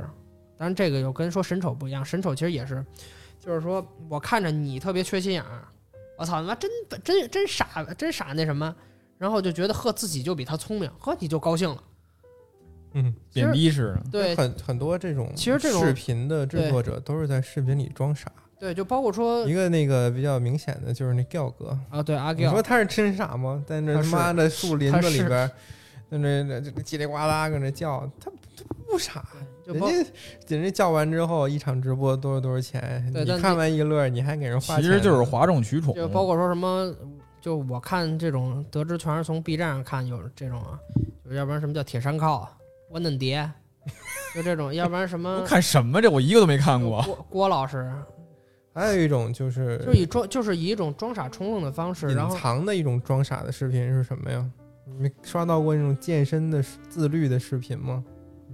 [SPEAKER 3] 当然，这个又跟说神丑不一样，神丑其实也是，就是说我看着你特别缺心眼儿，我操他妈真真真傻真傻那什么，然后就觉得呵自己就比他聪明，呵你就高 兴了。
[SPEAKER 1] 嗯，
[SPEAKER 3] 其实
[SPEAKER 2] 贬低是
[SPEAKER 3] 对，
[SPEAKER 1] 很很多这种
[SPEAKER 3] 其实这种
[SPEAKER 1] 视频的制作者都是在视频里装傻。
[SPEAKER 3] 对，就包括说
[SPEAKER 1] 一个那个比较明显的就是那 Giao 哥，
[SPEAKER 3] 啊，对阿
[SPEAKER 1] 你
[SPEAKER 3] Giao，
[SPEAKER 1] 说他是真傻吗？在那
[SPEAKER 3] 他
[SPEAKER 1] 他
[SPEAKER 3] 是
[SPEAKER 1] 妈的树林
[SPEAKER 3] 他
[SPEAKER 1] 子里
[SPEAKER 3] 是
[SPEAKER 1] 边儿，那那那这叽里呱啦跟着叫，他他不傻。
[SPEAKER 3] 就
[SPEAKER 1] 人
[SPEAKER 3] 包
[SPEAKER 1] 家人家叫完之后，一场直播多少多少钱？
[SPEAKER 3] 对
[SPEAKER 1] 你
[SPEAKER 3] 但
[SPEAKER 1] 看完一乐，你还给人花
[SPEAKER 2] 其
[SPEAKER 1] 钱呢，
[SPEAKER 2] 实就是哗众取宠，
[SPEAKER 3] 就包括说什么，就我看这种得知全是从 B 站上看有这种啊，就要不然什么叫铁山靠、窝嫩蝶，就这种，要不然什
[SPEAKER 2] 我
[SPEAKER 3] 么
[SPEAKER 2] 看什么这我一个都没看
[SPEAKER 3] 就
[SPEAKER 2] 过。
[SPEAKER 3] 郭郭老师，
[SPEAKER 1] 还有一种就是
[SPEAKER 3] 就以装就是以一种装傻充愣的方式，然
[SPEAKER 1] 隐
[SPEAKER 3] 后
[SPEAKER 1] 藏的一种装傻的视频是什么呀？你没刷到过那种健身的视自律的视频吗？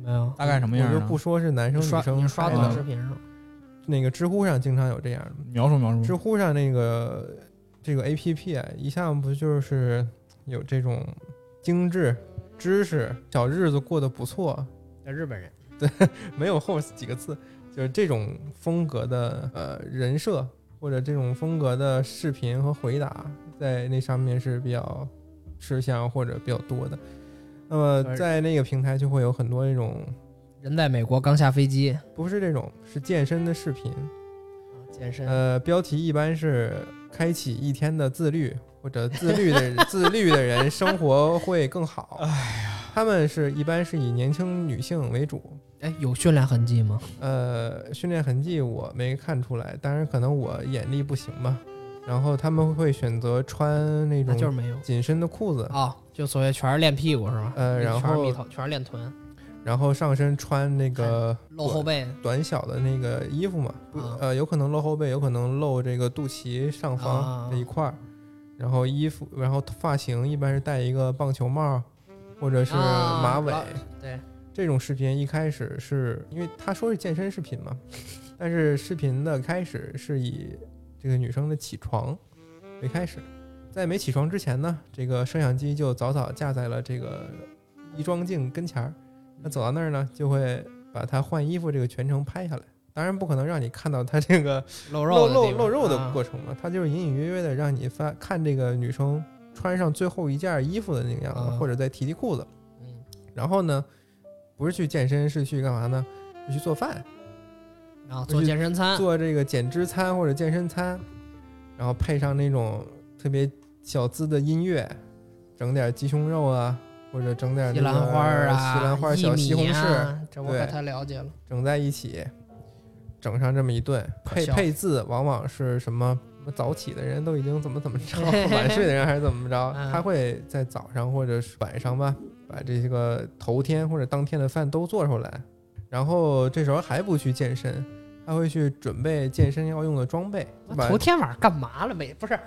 [SPEAKER 3] 没有
[SPEAKER 2] 大概什么
[SPEAKER 1] 我
[SPEAKER 2] 样
[SPEAKER 1] 就
[SPEAKER 2] 呢
[SPEAKER 1] 不说是男生
[SPEAKER 3] 你
[SPEAKER 1] 女
[SPEAKER 3] 刷
[SPEAKER 1] 生
[SPEAKER 3] 你刷
[SPEAKER 1] 拍
[SPEAKER 3] 短
[SPEAKER 2] 到
[SPEAKER 1] 的
[SPEAKER 3] 视频上，
[SPEAKER 1] 那个知乎上经常有这样的。
[SPEAKER 2] 描述描
[SPEAKER 1] 知
[SPEAKER 2] 述，
[SPEAKER 1] 乎上那个这个 A P P 啊，一向不就是有这种精致知识，小日子过得不错，
[SPEAKER 3] 在日本人
[SPEAKER 1] 没有后几个字，就是这种风格的呃人设或者这种风格的视频和回答，在那上面是比较吃香或者比较多的。那么在那个平台就会有很多那种
[SPEAKER 3] 人在美国刚下飞机
[SPEAKER 1] 不是这种是健身的视频，
[SPEAKER 3] 啊健身，
[SPEAKER 1] 呃，标题一般是开启一天的自律，或者自律的人自律的人生活会更好。他们是一般是以年轻女性为主。
[SPEAKER 3] 哎，有训练痕迹吗？
[SPEAKER 1] 呃，训练痕迹我没看出来，当然可能我眼力不行吧。然后他们会选择穿那
[SPEAKER 3] 那就是
[SPEAKER 1] 种
[SPEAKER 3] 没有
[SPEAKER 1] 紧身的裤子，
[SPEAKER 3] 啊，就所谓全是练屁股是吧？
[SPEAKER 1] 呃然
[SPEAKER 3] 全是蜜
[SPEAKER 1] 后
[SPEAKER 3] 桃，全是练臀，
[SPEAKER 1] 然后上身穿那个
[SPEAKER 3] 露后背。
[SPEAKER 1] 短小的那个衣服嘛，不
[SPEAKER 3] 啊
[SPEAKER 1] 呃，有可能露后背，有可能露这个肚脐上
[SPEAKER 3] 啊
[SPEAKER 1] 方这一块儿，然后衣服，然后发型一般是戴一个棒球帽，或者是
[SPEAKER 3] 啊
[SPEAKER 1] 马尾。
[SPEAKER 3] 老对，
[SPEAKER 1] 这种视频一开始是因为他说是健身视频嘛，但是视频的开始是以这个女生的起床为开始，在没起床之前呢，这个摄像机就早早架在了这个衣装镜跟前儿。那走到那儿呢，就会把她换衣服这个全程拍下来。当然不可能让你看到她这个
[SPEAKER 3] 露
[SPEAKER 1] 露
[SPEAKER 3] 肉
[SPEAKER 1] 露露肉
[SPEAKER 3] 啊
[SPEAKER 1] 的过程嘛，她就是隐隐约约的让你发看这个女生穿上最后一件衣服的那个样子，
[SPEAKER 3] 啊
[SPEAKER 1] 或者再提提裤子。
[SPEAKER 3] 嗯
[SPEAKER 1] 然后呢，不是去健身，是去干嘛呢？是去做饭。
[SPEAKER 3] 然后做健身餐，
[SPEAKER 1] 做这个减脂餐或者健身餐，然后配上那种特别小资的音乐，整点鸡胸肉啊，或者整点
[SPEAKER 3] 西
[SPEAKER 1] 那个
[SPEAKER 3] 兰花儿啊，
[SPEAKER 1] 西兰花儿
[SPEAKER 3] 薏
[SPEAKER 1] 小
[SPEAKER 3] 米
[SPEAKER 1] 西红柿，
[SPEAKER 3] 啊，这我可
[SPEAKER 1] 对
[SPEAKER 3] 太了解了。
[SPEAKER 1] 整在一起，整上这么一顿，
[SPEAKER 3] 可
[SPEAKER 1] 配
[SPEAKER 3] 笑
[SPEAKER 1] 配字往往是什么？什么早起的人都已经怎么怎么 着，晚睡的人还是怎么着？
[SPEAKER 3] 嗯
[SPEAKER 1] 他会在早上或者是晚上吧，把这些个头天或者当天的饭都做出来，然后这时候还不去健身，他会去准备健身要用的装备，把
[SPEAKER 3] 头天晚上干嘛了没？不是，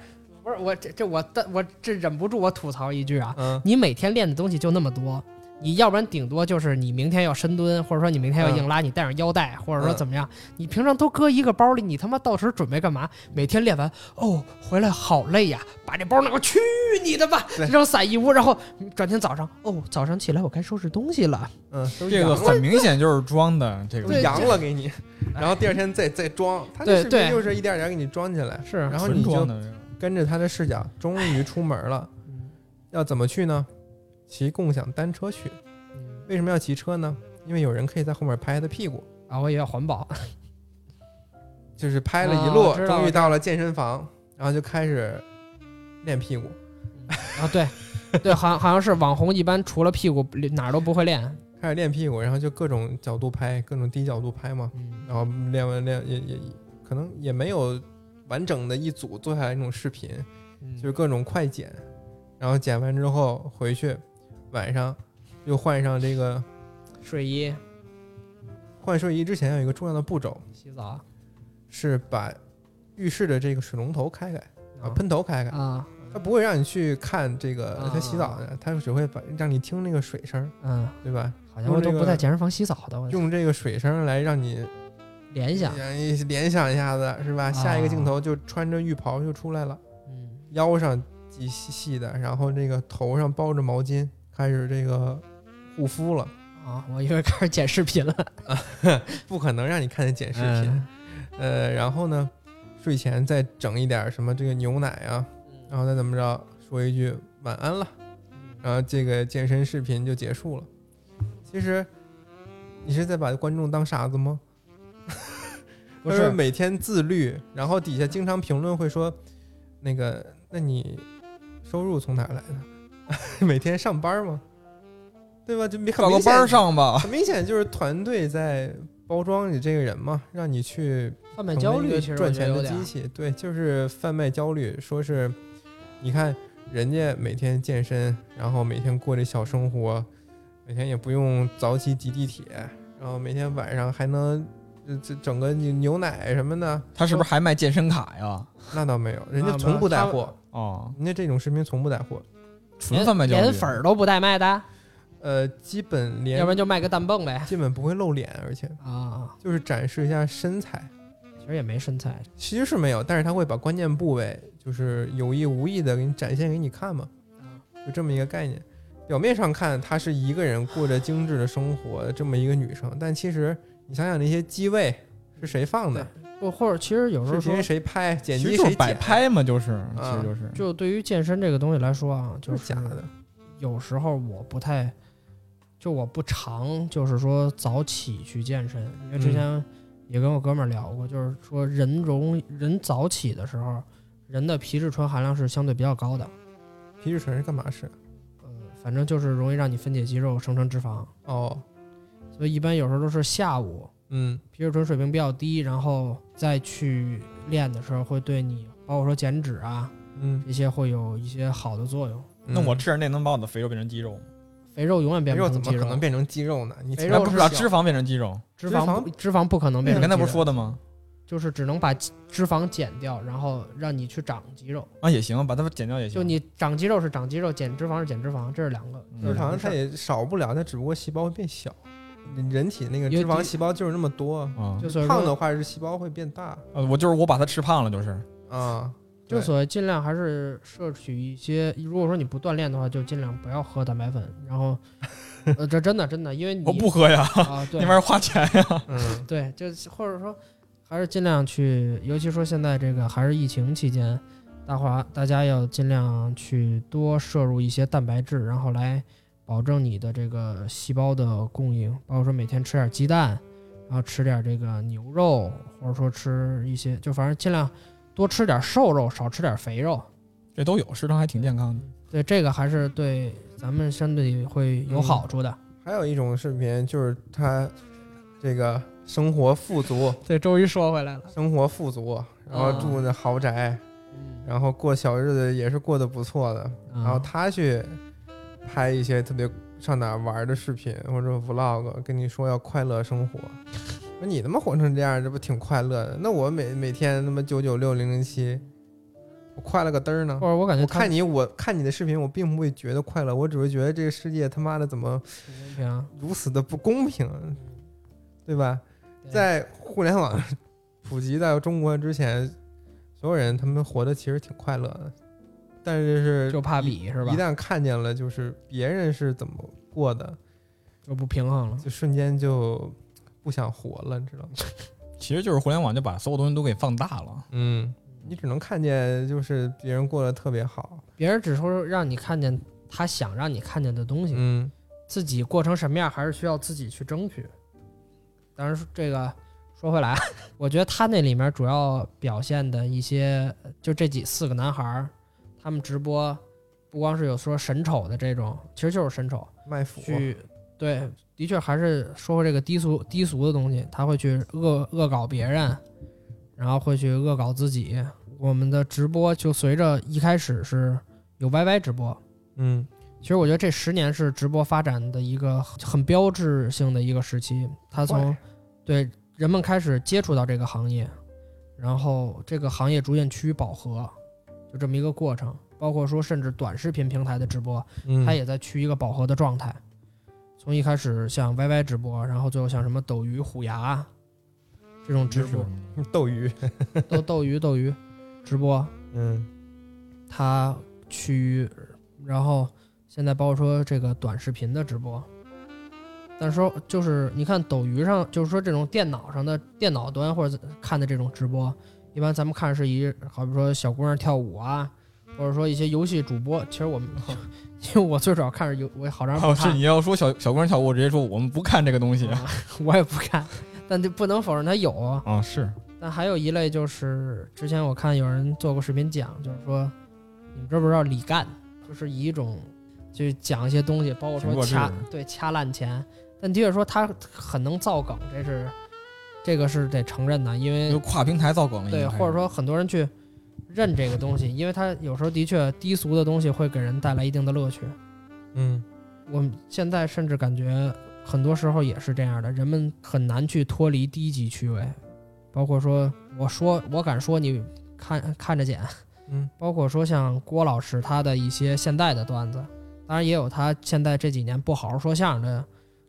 [SPEAKER 3] 不是我这这我但我这忍不住我吐槽一句啊，
[SPEAKER 1] 嗯
[SPEAKER 3] 你每天练的东西就那么多，你要不然顶多就是你明天要深蹲，或者说你明天要硬拉，你带上腰带，或者说
[SPEAKER 1] 嗯
[SPEAKER 3] 怎么样，你平常都搁一个包里，你他妈到时准备干嘛？每天练完哦，回来好累呀，把这包拿过去你的吧
[SPEAKER 1] 对，
[SPEAKER 3] 扔散一屋，然后转天早上哦，早上起来我该收拾东西了，
[SPEAKER 1] 嗯，都
[SPEAKER 2] 这
[SPEAKER 1] 阳
[SPEAKER 2] 个
[SPEAKER 1] 了
[SPEAKER 2] 很明显就是装的，这
[SPEAKER 1] 都
[SPEAKER 2] 个
[SPEAKER 3] 啊对
[SPEAKER 1] 阳了给你，然后第二天再再装，他
[SPEAKER 3] 对
[SPEAKER 1] 这视频
[SPEAKER 3] 对
[SPEAKER 1] 就是一点点给你装起来，
[SPEAKER 3] 是
[SPEAKER 1] 然后
[SPEAKER 2] 啊纯
[SPEAKER 1] 你
[SPEAKER 2] 装
[SPEAKER 1] 就
[SPEAKER 2] 的这个。
[SPEAKER 1] 跟着他的视角，终于出门了。
[SPEAKER 3] 嗯
[SPEAKER 1] 要怎么去呢？骑共享单车去。
[SPEAKER 3] 嗯
[SPEAKER 1] 为什么要骑车呢？因为有人可以在后面拍他的屁股，
[SPEAKER 3] 啊，我也要 环保，
[SPEAKER 1] 就是拍了一
[SPEAKER 3] 啊
[SPEAKER 1] 路，
[SPEAKER 3] 我知道
[SPEAKER 1] 终于到了健身房，然后就开始练屁股。
[SPEAKER 3] 啊，对，对，好像好像是网红一般除了屁股哪儿都不会练。
[SPEAKER 1] 开始练屁股，然后就各种角度拍，各种低角度拍嘛。
[SPEAKER 3] 嗯，
[SPEAKER 1] 然后练完练也也可能也没有完整的一组做下来那种视频，
[SPEAKER 3] 嗯
[SPEAKER 1] 就是各种快剪，然后剪完之后回去晚上又换上这个
[SPEAKER 3] 睡衣、
[SPEAKER 1] 换睡衣之前有一个重要的步骤，
[SPEAKER 3] 洗澡啊
[SPEAKER 1] 是把浴室的这个水龙头开开啊，喷头开开。
[SPEAKER 3] 啊，
[SPEAKER 1] 它不会让你去看这个
[SPEAKER 3] 啊
[SPEAKER 1] 它洗澡的，它只会把让你听那个水声儿，
[SPEAKER 3] 嗯，
[SPEAKER 1] 对吧？
[SPEAKER 3] 好像我都不在健身房洗澡的，我
[SPEAKER 1] 用这个水声儿来让你
[SPEAKER 3] 联想，
[SPEAKER 1] 联联想一下子，是
[SPEAKER 3] 啊
[SPEAKER 1] 吧？下一个镜头就穿着浴袍就出来了，
[SPEAKER 3] 嗯，
[SPEAKER 1] 腰上系细细的，然后这个头上包着毛巾，开始这个护肤了。
[SPEAKER 3] 啊，我以为开始剪视 频了，
[SPEAKER 1] 不可能让你看见剪视
[SPEAKER 2] 嗯
[SPEAKER 1] 频，呃，然后呢，睡前再整一点儿什么这个牛奶啊，
[SPEAKER 2] 嗯
[SPEAKER 1] 然后再怎么着说一句晚安了，然后这个健身视频就结束了。其实你是在把观众当傻子吗？
[SPEAKER 3] 不
[SPEAKER 1] 他
[SPEAKER 3] 是
[SPEAKER 1] 说每天自律，然后底下经常评论会说，那个，那你收入从哪儿来的？ 每天上班吗？对吧？就没很
[SPEAKER 2] 找个
[SPEAKER 1] 明显
[SPEAKER 2] 班儿上吧，
[SPEAKER 1] 很明显就是团队在包装你这个人嘛，让你去
[SPEAKER 3] 贩卖
[SPEAKER 1] 成
[SPEAKER 3] 焦
[SPEAKER 1] 为一
[SPEAKER 3] 虑
[SPEAKER 1] 个
[SPEAKER 3] 其实我
[SPEAKER 1] 赚
[SPEAKER 3] 觉得
[SPEAKER 1] 钱
[SPEAKER 3] 有
[SPEAKER 1] 的
[SPEAKER 3] 点
[SPEAKER 1] 机器，对，就是贩卖焦虑，说是你看人家每天健身，然后每天过这小生活，每天也不用早起挤地铁，然后每天晚上还能呃这整个牛牛奶什么的，
[SPEAKER 2] 他是不是还卖健身卡呀？
[SPEAKER 1] 那倒没有，人
[SPEAKER 3] 啊
[SPEAKER 1] 家从不带货，
[SPEAKER 2] 哦，
[SPEAKER 1] 人家这种视频从不带货，
[SPEAKER 2] 纯
[SPEAKER 3] 连
[SPEAKER 2] 贩卖焦虑，
[SPEAKER 3] 连粉儿都不带卖的，
[SPEAKER 1] 呃，基本连
[SPEAKER 3] 要不然就卖个蛋泵呗。
[SPEAKER 1] 基本不会露脸，而且
[SPEAKER 3] 啊，
[SPEAKER 1] 就是展示一下身材。
[SPEAKER 3] 其实也没身材，
[SPEAKER 1] 其实是没有，但是他会把关键部位就是有意无意的给你展现给你看嘛，就这么一个概念。表面上看她是一个人过着精致的生活，这么一个女生，但其实你想想那些机位是谁放的，
[SPEAKER 3] 或或者其实有时候
[SPEAKER 1] 视
[SPEAKER 3] 说
[SPEAKER 1] 频，谁拍，剪
[SPEAKER 2] 其实
[SPEAKER 1] 辑
[SPEAKER 2] 就
[SPEAKER 1] 谁
[SPEAKER 2] 是摆
[SPEAKER 1] 剪，
[SPEAKER 2] 拍嘛，就是，其实就是，
[SPEAKER 3] 嗯就对于健身这个东西来说啊，
[SPEAKER 1] 就
[SPEAKER 3] 就是
[SPEAKER 1] 假的。
[SPEAKER 3] 有时候我不太，就我不常就是说早起去健身，因为
[SPEAKER 1] 嗯
[SPEAKER 3] 之前也跟我哥们儿聊过，就是说人容人早起的时候，人的皮质醇含量是相对比较高的，
[SPEAKER 1] 皮质醇是干嘛使？
[SPEAKER 3] 呃，反正就是容易让你分解肌肉，生成脂肪，
[SPEAKER 1] 哦，
[SPEAKER 3] 所以一般有时候都是下午
[SPEAKER 1] 嗯
[SPEAKER 3] 皮质醇水平比较低，然后再去练的时候，会对你包括说减脂啊
[SPEAKER 1] 嗯，
[SPEAKER 3] 这些会有一些好的作用。
[SPEAKER 2] 那我
[SPEAKER 1] 嗯
[SPEAKER 2] 吃点那能把我的肥肉变成肌肉吗？
[SPEAKER 3] 肥肉永远
[SPEAKER 1] 肥
[SPEAKER 3] 变不
[SPEAKER 1] 肉
[SPEAKER 3] 成
[SPEAKER 1] 怎
[SPEAKER 3] 肌
[SPEAKER 1] 么可
[SPEAKER 3] 肉，
[SPEAKER 1] 能变成肌肉呢？你从
[SPEAKER 3] 肥肉
[SPEAKER 1] 来不
[SPEAKER 2] 那不
[SPEAKER 3] 是
[SPEAKER 2] 知道
[SPEAKER 3] 小
[SPEAKER 2] 脂肪变成肌肉，
[SPEAKER 3] 脂肪不脂肪不可能
[SPEAKER 2] 你
[SPEAKER 3] 变成肌肉。
[SPEAKER 2] 刚才不是说的吗？
[SPEAKER 3] 就是只能把肌脂肪减掉，然后让你去长肌肉。
[SPEAKER 2] 啊，也行，把它减掉也行。
[SPEAKER 3] 就你长肌肉是长肌肉，减脂肪是减脂肪，这是两个。
[SPEAKER 2] 嗯
[SPEAKER 3] 这是
[SPEAKER 1] 脂
[SPEAKER 3] 两
[SPEAKER 1] 肪
[SPEAKER 3] 个事
[SPEAKER 1] 它
[SPEAKER 3] 儿
[SPEAKER 1] 也少不了，它只不过细胞会变小，人体那个
[SPEAKER 3] 也
[SPEAKER 1] 脂肪
[SPEAKER 3] 就
[SPEAKER 1] 细胞就是那么多。
[SPEAKER 2] 啊
[SPEAKER 3] 就所以
[SPEAKER 1] 胖
[SPEAKER 3] 说，
[SPEAKER 1] 的话是细胞会变大
[SPEAKER 2] 啊，我就是我把它吃胖了，就是
[SPEAKER 1] 啊，
[SPEAKER 3] 就
[SPEAKER 1] 对
[SPEAKER 3] 所谓尽量还是摄取一些。如果说你不锻炼的话，就尽量不要喝蛋白粉。然后，呃，这真的真的，因为你
[SPEAKER 2] 我不喝呀，
[SPEAKER 3] 啊，
[SPEAKER 2] 那
[SPEAKER 3] 对
[SPEAKER 2] 玩意儿花钱呀。
[SPEAKER 1] 嗯
[SPEAKER 3] 对，就是或者说还是尽量去，尤其说现在这个还是疫情期间，大华大家要尽量去多摄入一些蛋白质，然后来保证你的这个细胞的供应，包括说每天吃点鸡蛋，然后吃点这个牛肉，或者说吃一些，就反正尽量多吃点瘦肉，少吃点肥肉。
[SPEAKER 2] 这都有，食堂还挺健康的。
[SPEAKER 3] 对，这个还是对咱们相对会有好处的。
[SPEAKER 1] 还有一种视频就是他这个生活富 足，
[SPEAKER 3] 对，终于说回来了。
[SPEAKER 1] 生活富足，然后住那豪宅，然后过小日子也是过得不错的。
[SPEAKER 3] 嗯
[SPEAKER 1] 然后他去拍一些特别上哪儿玩的视频或者 vlog，跟你说要快乐生活。那你他妈活成这样，这不挺快乐的？那我每每天他妈九九六零零七，我快乐个嘚儿呢
[SPEAKER 3] 或！者我感觉
[SPEAKER 1] 哦我看你，我看你的视频，我并不会觉得快乐，我只会觉得这个世界他妈的怎么
[SPEAKER 3] 公平，啊
[SPEAKER 1] 如此的不公平，嗯对吧？
[SPEAKER 3] 对
[SPEAKER 1] 在互联网普及到中国之前，所有人他们活得其实挺快乐的，但是这是
[SPEAKER 3] 就怕比是吧
[SPEAKER 1] 一？旦看见了就是别人是怎么过的，
[SPEAKER 3] 就不平衡了。
[SPEAKER 1] 就瞬间就不想活了，你知道吗？
[SPEAKER 2] 其实就是互联网就把所有东西都给放大了。
[SPEAKER 1] 嗯，你只能看见就是别人过得特别好，
[SPEAKER 3] 别人只说让你看见他想让你看见的东西，
[SPEAKER 1] 嗯，
[SPEAKER 3] 自己过成什么样还是需要自己去争取。当然，这个说回来，啊 我觉得他那里面主要表现的一些，就这几四个男孩儿，他们直播不光是有说神丑的这种，其实就是神丑
[SPEAKER 1] 卖腐，啊
[SPEAKER 3] 去，对，的确还是说回这个低俗低俗的东西，他会去恶恶搞别人，然后会去恶搞自己。我们的直播就随着一开始是有 YY 直播，
[SPEAKER 1] 嗯
[SPEAKER 3] 其实我觉得这十年是直播发展的一个很标志性的一个时期。它从对人们开始接触到这个行业，然后这个行业逐渐趋于饱和，就这么一个过程。包括说，甚至短视频平台的直播，
[SPEAKER 1] 嗯，
[SPEAKER 3] 它也在趋于一个饱和的状态。从一开始像 YY 直播，然后最后像什么斗鱼、虎牙这种直
[SPEAKER 2] 嗯
[SPEAKER 3] 播，
[SPEAKER 1] 斗鱼，
[SPEAKER 3] 都斗鱼、斗鱼直播，
[SPEAKER 1] 嗯
[SPEAKER 3] 它趋于，然后现在包括说这个短视频的直播，但是说就是你看斗鱼上，就是说这种电脑上的电脑端或者看的这种直播，一般咱们看是一，好比说小姑娘跳舞啊，或者说一些游戏主播，其实我们。 因为我最早看是游，我好长时
[SPEAKER 2] 哦，
[SPEAKER 3] 间不
[SPEAKER 2] 是
[SPEAKER 3] 看
[SPEAKER 2] 你要说小小姑娘跳舞，我直接说我们不看这个东 西啊、
[SPEAKER 3] 啊 我也不看，但这不能否认它有啊。
[SPEAKER 2] 哦是
[SPEAKER 3] 但还有一类就是，之前我看有人做过视频讲，就是说，你们知不知道李干，就是以一种就是讲一些东西，包括
[SPEAKER 2] 挺
[SPEAKER 3] 说
[SPEAKER 2] 弱智
[SPEAKER 3] 掐
[SPEAKER 2] 的
[SPEAKER 3] 对掐烂钱，但的确说他很能造梗，这是这个是得承认的，因为
[SPEAKER 2] 就跨平台造梗了，已
[SPEAKER 3] 对，
[SPEAKER 2] 经开始
[SPEAKER 3] 或者说很多人去认这个东西，因为他有时候的确低俗的东西会给人带来一定的乐趣。
[SPEAKER 1] 嗯，
[SPEAKER 3] 我们现在甚至感觉很多时候也是这样的，人们很难去脱离低级趣味，包括说我说我敢说你看看着剪，
[SPEAKER 1] 嗯，
[SPEAKER 3] 包括说像郭老师他的一些现代的段子，当然也有他现在这几年不好好说相声的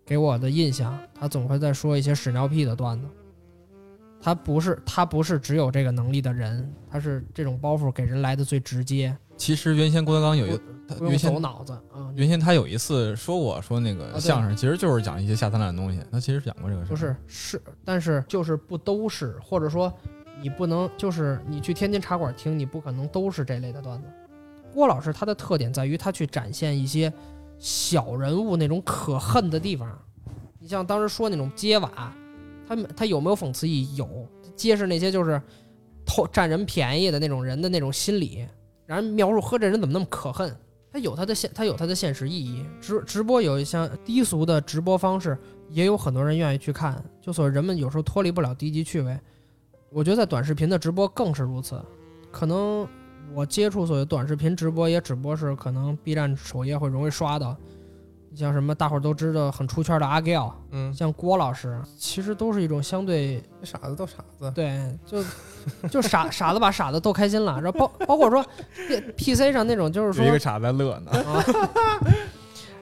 [SPEAKER 3] 给我的印象，他总会在说一些屎尿屁的段子。他不是他不是只有这个能力的人，他是这种包袱给人来的最直接，
[SPEAKER 2] 其实原先郭德纲有一他
[SPEAKER 3] 不用
[SPEAKER 2] 原
[SPEAKER 3] 走
[SPEAKER 2] 先
[SPEAKER 3] 脑子啊。
[SPEAKER 2] 原先他有一次说我说那
[SPEAKER 3] 啊
[SPEAKER 2] 个
[SPEAKER 3] 对
[SPEAKER 2] 相声，其实就是讲一些下三滥的东西，他其实讲过这个事，
[SPEAKER 3] 不是是，但是就是不都是，或者说你不能就是你去天津茶馆听，你不可能都是这类的段子。郭老师他的特点在于他去展现一些小人物那种可恨的地方。你像当时说那种揭瓦，他们他有没有讽刺意义？有，揭示那些就是偷占人便宜的那种人的那种心理，然后描述呵这人怎么那么可恨。他有他的现，他有他的现实意义。直直播有一项低俗的直播方式，也有很多人愿意去看。就所以人们有时候脱离不了低级趣味，我觉得在短视频的直播更是如此。可能我接触所谓短视频直播，也只不过是可能 B 站首页会容易刷到，你像什么大伙儿都知道很出圈的阿 Giao，
[SPEAKER 1] 嗯，
[SPEAKER 3] 像郭老师，其实都是一种相对
[SPEAKER 1] 这傻子都傻子，
[SPEAKER 3] 对，就就傻 傻子把傻子逗开心了，然后包包括说 P C 上那种就是说
[SPEAKER 2] 有一个傻子在乐呢。
[SPEAKER 3] 啊。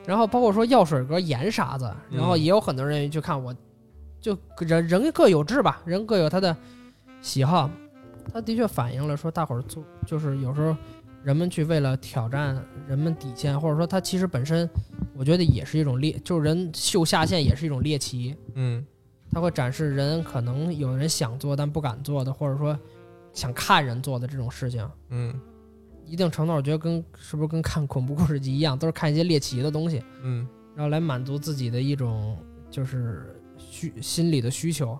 [SPEAKER 3] 然后包括说药水哥演傻子，然后
[SPEAKER 1] 嗯
[SPEAKER 3] 也有很多人愿意去看我，就人人各有志吧，人各有他的喜好。他的确反映了说大伙儿做就是有时候人们去为了挑战人们底线，或者说他其实本身，我觉得也是一种猎，就是人秀下限也是一种猎奇。
[SPEAKER 1] 嗯
[SPEAKER 3] 他会展示人可能有人想做但不敢做的，或者说想看人做的这种事情。
[SPEAKER 1] 嗯
[SPEAKER 3] 一定程度，我觉得跟是不是跟看恐怖故事集一样，都是看一些猎奇的东西，
[SPEAKER 1] 嗯
[SPEAKER 3] 然后来满足自己的一种就是需心理的需求。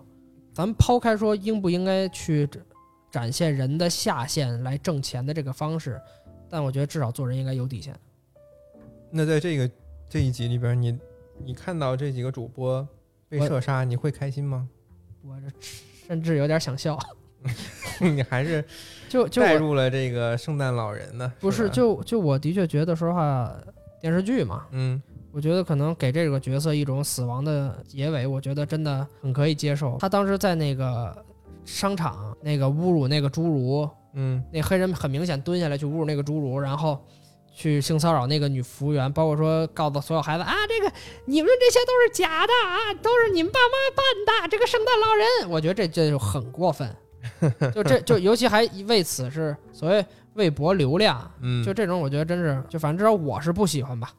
[SPEAKER 3] 咱们抛开说应不应该去展展现人的下限来挣钱的这个方式，但我觉得至少做人应该有底线。
[SPEAKER 1] 那在这个这一集里边，你你看到这几个主播被
[SPEAKER 3] 我
[SPEAKER 1] 射杀，你会开心吗？
[SPEAKER 3] 我这甚至有点想笑，
[SPEAKER 1] 你还是
[SPEAKER 3] 就就
[SPEAKER 1] 带
[SPEAKER 3] 我
[SPEAKER 1] 入了这个圣诞老人呢？
[SPEAKER 3] 不
[SPEAKER 1] 是
[SPEAKER 3] 是
[SPEAKER 1] 吧
[SPEAKER 3] 就就我的确觉得说话电视剧嘛，
[SPEAKER 1] 嗯
[SPEAKER 3] 我觉得可能给这个角色一种死亡的结尾，我觉得真的很可以接受。他当时在那个商场那个侮辱那个侏儒，
[SPEAKER 1] 嗯
[SPEAKER 3] 那黑人很明显蹲下来去侮辱那个侏儒，然后去性骚扰那个女服务员，包括说告诉所有孩子啊，这个你们这些都是假的啊，都是你们爸妈办的，这个圣诞老人，我觉得这这就很过分，就这就尤其还为此是所谓为博流量，
[SPEAKER 1] 嗯，
[SPEAKER 3] 就这种我觉得真是，就反正至少我是不喜欢吧。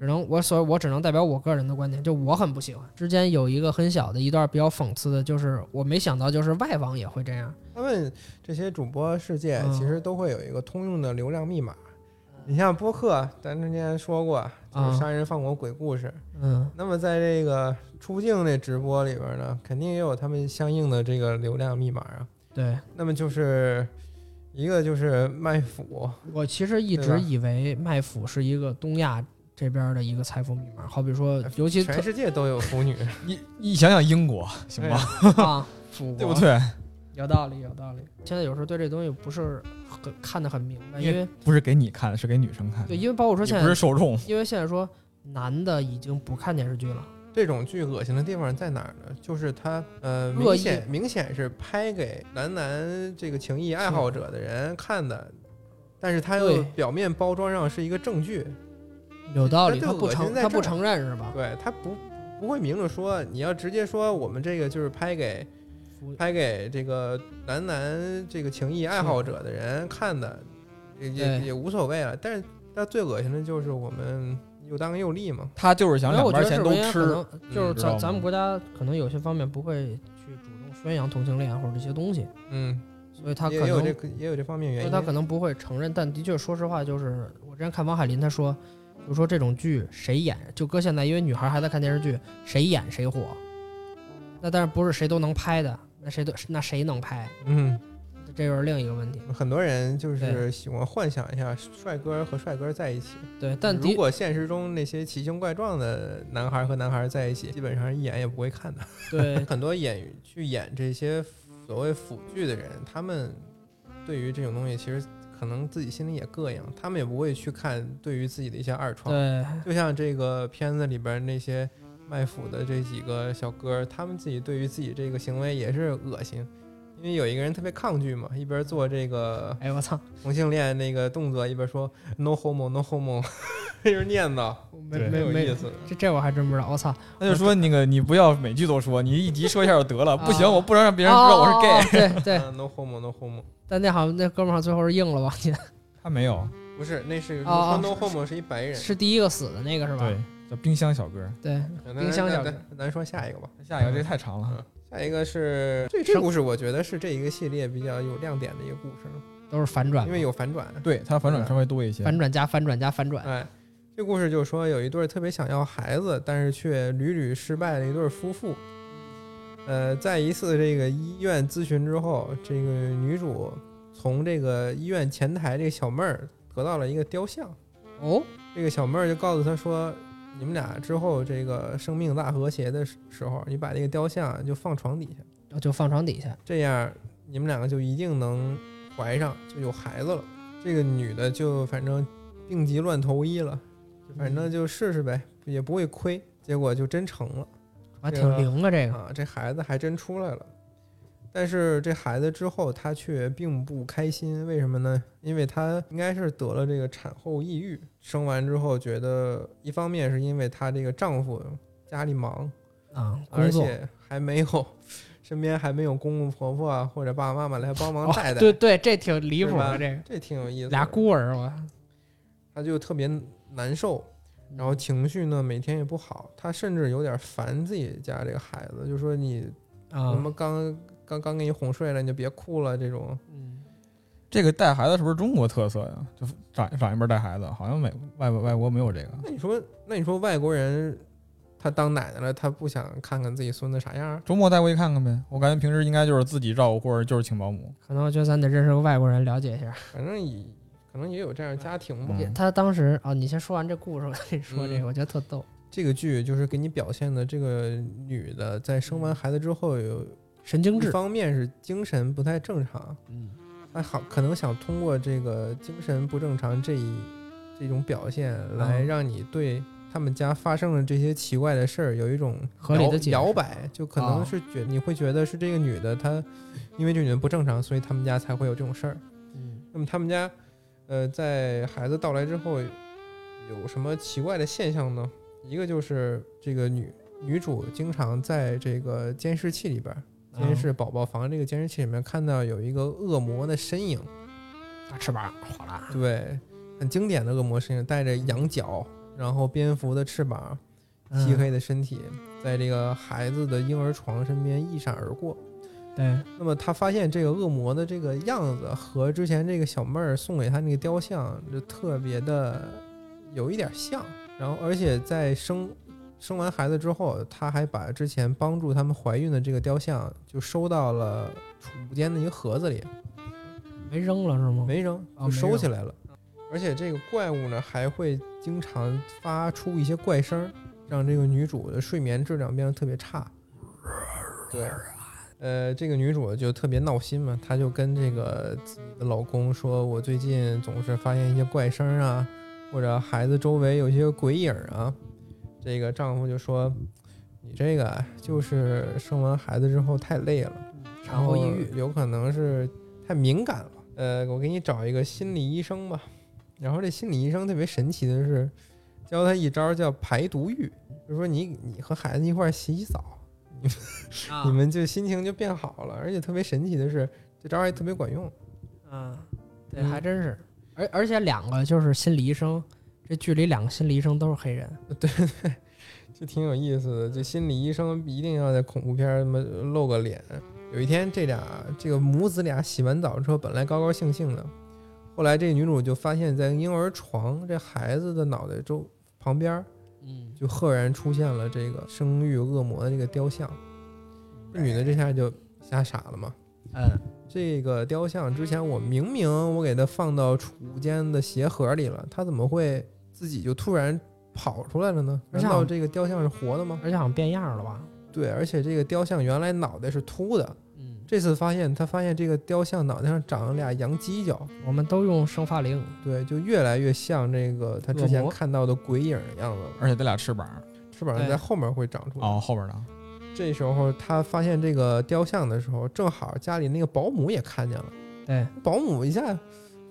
[SPEAKER 3] 只能我所我只能代表我个人的观点，就我很不喜欢。之间有一个很小的一段比较讽刺的，就是我没想到，就是外网也会这样。
[SPEAKER 1] 他们这些主播世界
[SPEAKER 3] 嗯
[SPEAKER 1] 其实都会有一个通用的流量密码。你像播客，咱之前说过，就是
[SPEAKER 3] 嗯
[SPEAKER 1] 杀人放火鬼故事。
[SPEAKER 3] 嗯，
[SPEAKER 1] 那么在这个出镜这直播里边呢，肯定也有他们相应的这个流量密码啊。
[SPEAKER 3] 对，
[SPEAKER 1] 那么就是一个就是卖腐，
[SPEAKER 3] 我其实一
[SPEAKER 1] 对吧
[SPEAKER 3] 直以为麦腐是一个东亚这边的一个财富密码，好比说，尤其
[SPEAKER 1] 全
[SPEAKER 3] 特
[SPEAKER 1] 世界都有腐 女，
[SPEAKER 2] 你你想想英国行吧，
[SPEAKER 3] 啊，腐
[SPEAKER 2] 对不
[SPEAKER 3] 国
[SPEAKER 2] 对？
[SPEAKER 3] 有道理，有道理。现在有时候对这东西不是很看得很明白，
[SPEAKER 2] 因为
[SPEAKER 3] 因为
[SPEAKER 2] 不是给你看，是给女生看，
[SPEAKER 3] 对，因为包括说
[SPEAKER 2] 也
[SPEAKER 3] 现
[SPEAKER 2] 不是
[SPEAKER 3] 在，
[SPEAKER 2] 受众。
[SPEAKER 3] 因为现在说男的已经不看电视剧了，
[SPEAKER 1] 这种剧恶心的地方在哪儿呢？就是它呃
[SPEAKER 3] 恶
[SPEAKER 1] 明
[SPEAKER 3] 意
[SPEAKER 1] 显明显是拍给男男这个情谊爱好者的人看的，但是他又
[SPEAKER 3] 对
[SPEAKER 1] 表面包装上是一个正剧，
[SPEAKER 3] 有道理，
[SPEAKER 1] 这
[SPEAKER 3] 他不
[SPEAKER 1] 恶心
[SPEAKER 3] 承
[SPEAKER 1] 在
[SPEAKER 3] 他
[SPEAKER 1] 这
[SPEAKER 3] 不
[SPEAKER 1] 儿
[SPEAKER 3] 承认是吧？
[SPEAKER 1] 对他不不会明着说，你要直接说我们这个就是拍给
[SPEAKER 3] 腐
[SPEAKER 1] 拍给这个男男这个情谊爱好者的人看的，也也
[SPEAKER 3] 对
[SPEAKER 1] 也无所谓了。但是他最恶心的就是我们又当又立嘛，
[SPEAKER 2] 他就是想
[SPEAKER 3] 没有
[SPEAKER 2] 两
[SPEAKER 3] 我觉
[SPEAKER 2] 边
[SPEAKER 3] 得
[SPEAKER 2] 钱都
[SPEAKER 3] 是不是因为可
[SPEAKER 2] 吃，
[SPEAKER 3] 能就是
[SPEAKER 2] 知道
[SPEAKER 3] 咱
[SPEAKER 2] 吗
[SPEAKER 3] 咱们国家可能有些方面不会去主动宣扬同性恋或者这些东西，
[SPEAKER 1] 嗯，
[SPEAKER 3] 所以他
[SPEAKER 1] 也
[SPEAKER 3] 可
[SPEAKER 1] 有
[SPEAKER 3] 能
[SPEAKER 1] 这个也有这方面原
[SPEAKER 3] 所
[SPEAKER 1] 因。
[SPEAKER 3] 以他可能不会承认，但的确，说实话，就是我之前看王海林，他说，就说这种剧谁演，就搁现在，因为女孩还在看电视剧，谁演谁火。那但是不是谁都能拍的，那谁都那谁能拍，
[SPEAKER 1] 嗯，
[SPEAKER 3] 这又是另一个问题。
[SPEAKER 1] 很多人就是
[SPEAKER 3] 对
[SPEAKER 1] 喜欢幻想一下帅哥和帅哥在一起，
[SPEAKER 3] 对，但
[SPEAKER 1] 如
[SPEAKER 3] 的
[SPEAKER 1] 果现实中那些奇形怪状的男孩和男孩在一起，基本上一眼也不会看的。
[SPEAKER 3] 对
[SPEAKER 1] 很多演员去演这些所谓腐剧的人，他们对于这种东西其实可能自己心里也膈应，他们也不会去看对于自己的一些二创。
[SPEAKER 3] 对
[SPEAKER 1] 就像这个片子里边那些卖腐的这几个小哥儿，他们自己对于自己这个行为也是恶心，因为有一个人特别抗拒嘛，一边做这个
[SPEAKER 3] 哎我操，
[SPEAKER 1] 同性恋那个动作，一边说 “no homo no homo”，一 直念叨，
[SPEAKER 3] 没
[SPEAKER 2] 对
[SPEAKER 1] 没
[SPEAKER 3] 没
[SPEAKER 1] 有
[SPEAKER 3] 没
[SPEAKER 1] 意，思。
[SPEAKER 3] 这这我还真不知道，我操，
[SPEAKER 2] 他就说那个你不要每句都说，你一集说一下就得了。不行，
[SPEAKER 3] 啊
[SPEAKER 2] 我不能让别人知道我是 gay。
[SPEAKER 3] 哦对对，
[SPEAKER 1] 啊 no homo no homo，
[SPEAKER 3] 但那好像那哥们儿好像最后是硬了吧？你
[SPEAKER 2] 他没有，
[SPEAKER 1] 不是，那是
[SPEAKER 3] 哦
[SPEAKER 1] 说 no homo 是一白人。
[SPEAKER 3] 是第一个死的那个是吧？
[SPEAKER 2] 对，叫冰箱小哥。
[SPEAKER 3] 对，
[SPEAKER 1] 那
[SPEAKER 3] 冰箱
[SPEAKER 1] 那
[SPEAKER 3] 小
[SPEAKER 1] 那
[SPEAKER 3] 哥
[SPEAKER 1] 咱说下一个吧。
[SPEAKER 2] 下一个这太长了，
[SPEAKER 1] 下一个是这这
[SPEAKER 3] 生
[SPEAKER 1] 故事，我觉得是这一个系列比较有亮点的一个故事了，
[SPEAKER 3] 都是反转
[SPEAKER 1] 因
[SPEAKER 3] 嘛，
[SPEAKER 1] 为有反转。
[SPEAKER 2] 对他反转稍微多一些。
[SPEAKER 3] 反转加反转加反转，
[SPEAKER 1] 哎，这故事就是说有一对儿特别想要孩子，但是却屡屡失败的一对儿夫妇。呃，在一次这个医院咨询之后，这个女主从这个医院前台这个小妹儿得到了一个雕像。
[SPEAKER 3] 哦，
[SPEAKER 1] 这个小妹儿就告诉他说：“你们俩之后这个生命大和谐的时时候，你把这个雕像就放床底下，
[SPEAKER 3] 就放床底下，
[SPEAKER 1] 这样你们两个就一定能怀上，就有孩子了。”这个女的就反正病急乱投医了，就反正就试试呗，也不会亏。结果就真成了
[SPEAKER 3] 还挺灵啊这个。
[SPEAKER 1] 啊，这孩子还真出来了。但是这孩子之后他却并不开心，为什么呢？因为他应该是得了这个产后抑郁，生完之后觉得一方面是因为她这个丈夫家里忙，
[SPEAKER 3] 啊，工
[SPEAKER 1] 而
[SPEAKER 3] 作
[SPEAKER 1] 且还没有 身边还没有公公婆婆啊或者爸爸妈妈来帮忙
[SPEAKER 3] 哦
[SPEAKER 1] 带带，
[SPEAKER 3] 对对，这挺离
[SPEAKER 1] 是
[SPEAKER 3] 谱
[SPEAKER 1] 吧
[SPEAKER 3] 的，这个
[SPEAKER 1] 这挺有意思的。
[SPEAKER 3] 俩孤儿，我
[SPEAKER 1] 他就特别难受，然后情绪呢每天也不好，他甚至有点烦自己家这个孩子，就说你
[SPEAKER 3] 啊
[SPEAKER 1] 什，么刚刚刚给你哄睡了，你就别哭了这种。
[SPEAKER 3] 嗯
[SPEAKER 2] 这个带孩子是不是中国特色呀？就长长一辈带孩子，好像美外国外国没有这个。
[SPEAKER 1] 那你说，那你说外国人她当奶奶了，她不想看看自己孙子啥样儿？
[SPEAKER 2] 周末带过去看看呗。我感觉平时应该就是自己照顾，或者就是请保姆。
[SPEAKER 3] 可能我觉得咱得认识个外国人，了解一下。
[SPEAKER 1] 反正也可能也有这样的家庭吧。
[SPEAKER 3] 也
[SPEAKER 2] 嗯
[SPEAKER 3] 他当时啊、你先说完这故事，我跟你说
[SPEAKER 1] 嗯
[SPEAKER 3] 这个，我觉得特逗。
[SPEAKER 1] 这个剧就是给你表现的这个女的在生
[SPEAKER 3] 嗯
[SPEAKER 1] 完孩子之后有
[SPEAKER 3] 神经
[SPEAKER 1] 一
[SPEAKER 3] 质，
[SPEAKER 1] 方面是精神不太正常，
[SPEAKER 3] 嗯，
[SPEAKER 1] 她好可能想通过这个精神不正常这一这种表现来
[SPEAKER 3] 嗯
[SPEAKER 1] 让你对他们家发生的这些奇怪的事儿有一种
[SPEAKER 3] 合理
[SPEAKER 1] 摇
[SPEAKER 3] 的解释
[SPEAKER 1] 摇摆，就可能
[SPEAKER 3] 啊
[SPEAKER 1] 是觉、你会觉得是这个女的她因为这女的不正常，所以他们家才会有这种事儿。
[SPEAKER 3] 嗯
[SPEAKER 1] 那么他们家呃在孩子到来之后有什么奇怪的现象呢？一个就是这个女女主经常在这个监视器里边儿，
[SPEAKER 3] 嗯
[SPEAKER 1] 监视宝宝房这个监视器里面看到有一个恶魔的身影，
[SPEAKER 3] 大翅膀，哗啦，
[SPEAKER 1] 对，很经典的恶魔身影，带着羊角，然后蝙蝠的翅膀，
[SPEAKER 3] 嗯
[SPEAKER 1] 漆黑的身体，在这个孩子的婴儿床身边一闪而过。
[SPEAKER 3] 对，
[SPEAKER 1] 那么他发现这个恶魔的这个样子和之前这个小妹儿送给他那个雕像就特别的有一点像，然后而且在生生完孩子之后，他还把之前帮助他们怀孕的这个雕像就收到了储物间的一个盒子里，
[SPEAKER 3] 没扔了是吗？
[SPEAKER 1] 没扔
[SPEAKER 3] 啊
[SPEAKER 1] 就
[SPEAKER 3] 没
[SPEAKER 1] 收
[SPEAKER 3] 有
[SPEAKER 1] 起来了。而且这个怪物呢还会经常发出一些怪声儿，让这个女主的睡眠质量变得特别差。对，呃，这个女主就特别闹心嘛，她就跟这个自己的老公说：“我最近总是发现一些怪声儿啊，或者孩子周围有一些鬼影儿啊。”这个丈夫就说：“你这个啊就是生完孩子之后太累了。”
[SPEAKER 3] 产后抑郁，，
[SPEAKER 1] 有可能是太敏感了。呃，我给你找一个心理医生吧。然后这心理医生特别神奇的是，教他一招叫排毒浴，就是说你你和孩子一块儿洗洗澡，
[SPEAKER 3] 啊
[SPEAKER 1] 你们就心情就变好了。而且特别神奇的是，这招还特别管用。
[SPEAKER 3] 嗯，对，
[SPEAKER 1] 嗯
[SPEAKER 3] 还真是，而而且两个就是心理医生，这剧里两个心理医生都是黑人，
[SPEAKER 1] 就挺有意思的。这心理医生一定要在恐怖片儿他妈露个脸。有一天，这俩这个母子俩洗完澡之后，本来高高兴兴的，后来这女主就发现，在婴儿床这孩子的脑袋周旁边儿，
[SPEAKER 3] 嗯，
[SPEAKER 1] 就赫然出现了这个生育恶魔的这个雕像。这女的这下就吓傻了嘛。
[SPEAKER 3] 嗯，
[SPEAKER 1] 这个雕像之前我明明我给它放到储物间的鞋盒里了，它怎么会自己就突然跑出来了呢？
[SPEAKER 3] 而
[SPEAKER 1] 难
[SPEAKER 3] 且
[SPEAKER 1] 道
[SPEAKER 3] 好
[SPEAKER 1] 这个雕像是活的吗？
[SPEAKER 3] 而且好像变样了吧？
[SPEAKER 1] 对，而且这个雕像原来脑袋是秃的，
[SPEAKER 3] 嗯，
[SPEAKER 1] 这次发现他发现这个雕像脑袋上长了俩羊犄角，
[SPEAKER 3] 我们都用生发灵，
[SPEAKER 1] 对，就越来越像这个他之
[SPEAKER 3] 恶
[SPEAKER 1] 前
[SPEAKER 3] 魔
[SPEAKER 1] 看到的鬼影的样子了，
[SPEAKER 2] 而且带俩翅膀，
[SPEAKER 1] 翅膀
[SPEAKER 3] 对
[SPEAKER 1] 在后面会长出来。
[SPEAKER 2] 哦，后边呢？
[SPEAKER 1] 这时候他发现这个雕像的时候，正好家里那个保姆也看见了，
[SPEAKER 3] 对，
[SPEAKER 1] 保姆一下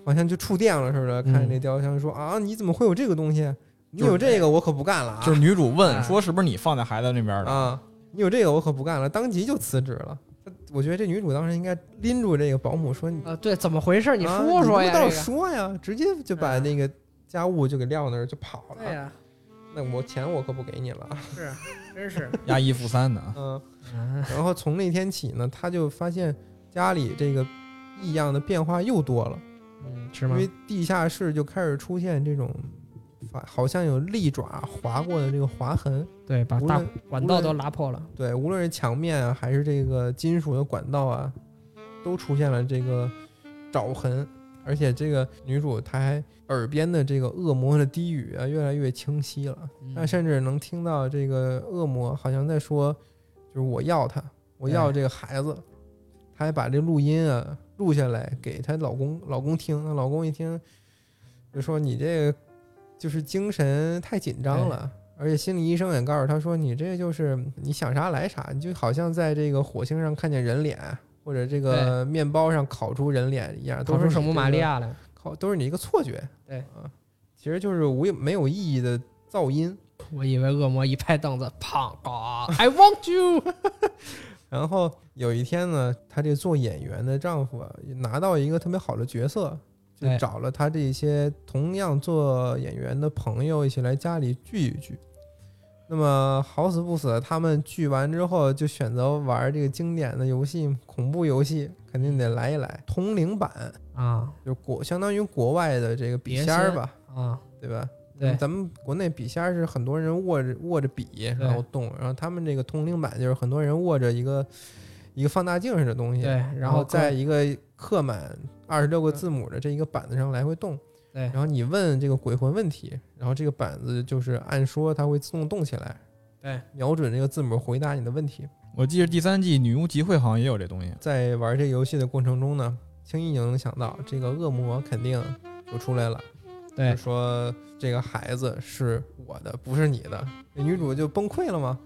[SPEAKER 1] 好像就触电了似的，看见
[SPEAKER 3] 嗯
[SPEAKER 1] 这雕像说、啊，你怎么会有这个东西？你
[SPEAKER 2] 就是
[SPEAKER 1] 有这个我可不干了啊！
[SPEAKER 2] 就是女主问
[SPEAKER 3] 哎
[SPEAKER 2] 说是不是你放在孩子那边的？
[SPEAKER 1] 啊，你有这个我可不干了，当即就辞职了。她我觉得这女主当时应该拎住这个保姆说：“你
[SPEAKER 3] 呃，对，怎么回事？你
[SPEAKER 1] 啊
[SPEAKER 3] 说说
[SPEAKER 1] 你
[SPEAKER 3] 呀，
[SPEAKER 1] 不倒
[SPEAKER 3] 这个嗯
[SPEAKER 1] 说呀，直接就把那个家务就给撂那儿就跑了。
[SPEAKER 3] 对呀，
[SPEAKER 1] 那我钱我可不给你了。
[SPEAKER 3] 是，真是，
[SPEAKER 2] 压一付三的啊。
[SPEAKER 1] 嗯，
[SPEAKER 3] 嗯
[SPEAKER 1] 然后从那天起呢，他就发现家里这个异样的变化又多了，
[SPEAKER 3] 嗯，是
[SPEAKER 1] 因
[SPEAKER 3] 吗？
[SPEAKER 1] 为地下室就开始出现这种。发好像有利爪划过的这个划痕，
[SPEAKER 3] 对，把
[SPEAKER 1] 无
[SPEAKER 3] 啊大
[SPEAKER 1] 论
[SPEAKER 3] 管
[SPEAKER 1] 无
[SPEAKER 3] 道
[SPEAKER 1] 论啊
[SPEAKER 3] 都拉破了，
[SPEAKER 1] 对，无论是墙面啊，还是这个金属的管道啊，都出现了这个爪痕，而且这个女主她还耳边的这个恶魔的低语啊，越来越清晰了，那
[SPEAKER 3] 嗯
[SPEAKER 1] 甚至能听到这个恶魔好像在说，就是我要她，我要
[SPEAKER 3] 对
[SPEAKER 1] 这个孩子，她还把这录音啊录下来给她老公老公听，她老公一听就说你这个就是精神太紧张
[SPEAKER 3] 对
[SPEAKER 1] 了。而且心理医生也告诉她说：“你这就是你想啥来啥，你就好像在这个火星上看见人脸，或者这个面包上烤出人脸一样，都
[SPEAKER 3] 跑
[SPEAKER 1] 是
[SPEAKER 3] 出
[SPEAKER 1] 你
[SPEAKER 3] 圣母
[SPEAKER 1] 这
[SPEAKER 3] 玛利
[SPEAKER 1] 个
[SPEAKER 3] 亚来，
[SPEAKER 1] 靠，都是你一个错觉。
[SPEAKER 3] 对
[SPEAKER 1] 啊，其实就是无没有意义的噪音。
[SPEAKER 3] 我以为恶魔一拍凳子，砰，嘎，I want you，
[SPEAKER 1] 然后有一天呢，她这做演员的丈夫啊，也拿到一个特别好的角色，就
[SPEAKER 3] 哎
[SPEAKER 1] 找了她这些同样做演员的朋友一起来家里聚一聚。那么好死不死，他们聚完之后就选择玩这个经典的游戏，恐怖游戏肯定得来一来，通灵版，
[SPEAKER 3] 啊
[SPEAKER 1] 就国相当于国外的这个笔
[SPEAKER 3] 碟
[SPEAKER 1] 仙儿
[SPEAKER 3] 仙
[SPEAKER 1] 吧，
[SPEAKER 3] 啊，
[SPEAKER 1] 对吧？
[SPEAKER 3] 对
[SPEAKER 1] 咱们国内笔仙儿是很多人握着握着笔然后动，然后他们这个通灵版就是很多人握着一个一个放大镜似的东西，
[SPEAKER 3] 对然
[SPEAKER 1] 嗯然
[SPEAKER 3] 后
[SPEAKER 1] 后在一个刻满二十六个字母的这一个板子上来回动，
[SPEAKER 3] 对
[SPEAKER 1] 然后你问这个鬼魂问题，然后这个板子就是按说它会自动动起来，
[SPEAKER 3] 对，
[SPEAKER 1] 瞄准这个字母回答你的问题。
[SPEAKER 2] 我记得第三季女巫集会好像也有这东西，
[SPEAKER 1] 在玩这游戏的过程中呢，轻易就能想到这个恶魔肯定就出来了。
[SPEAKER 3] 对
[SPEAKER 1] 就说这个孩子是我的，不是你的。那女主就崩溃了嘛，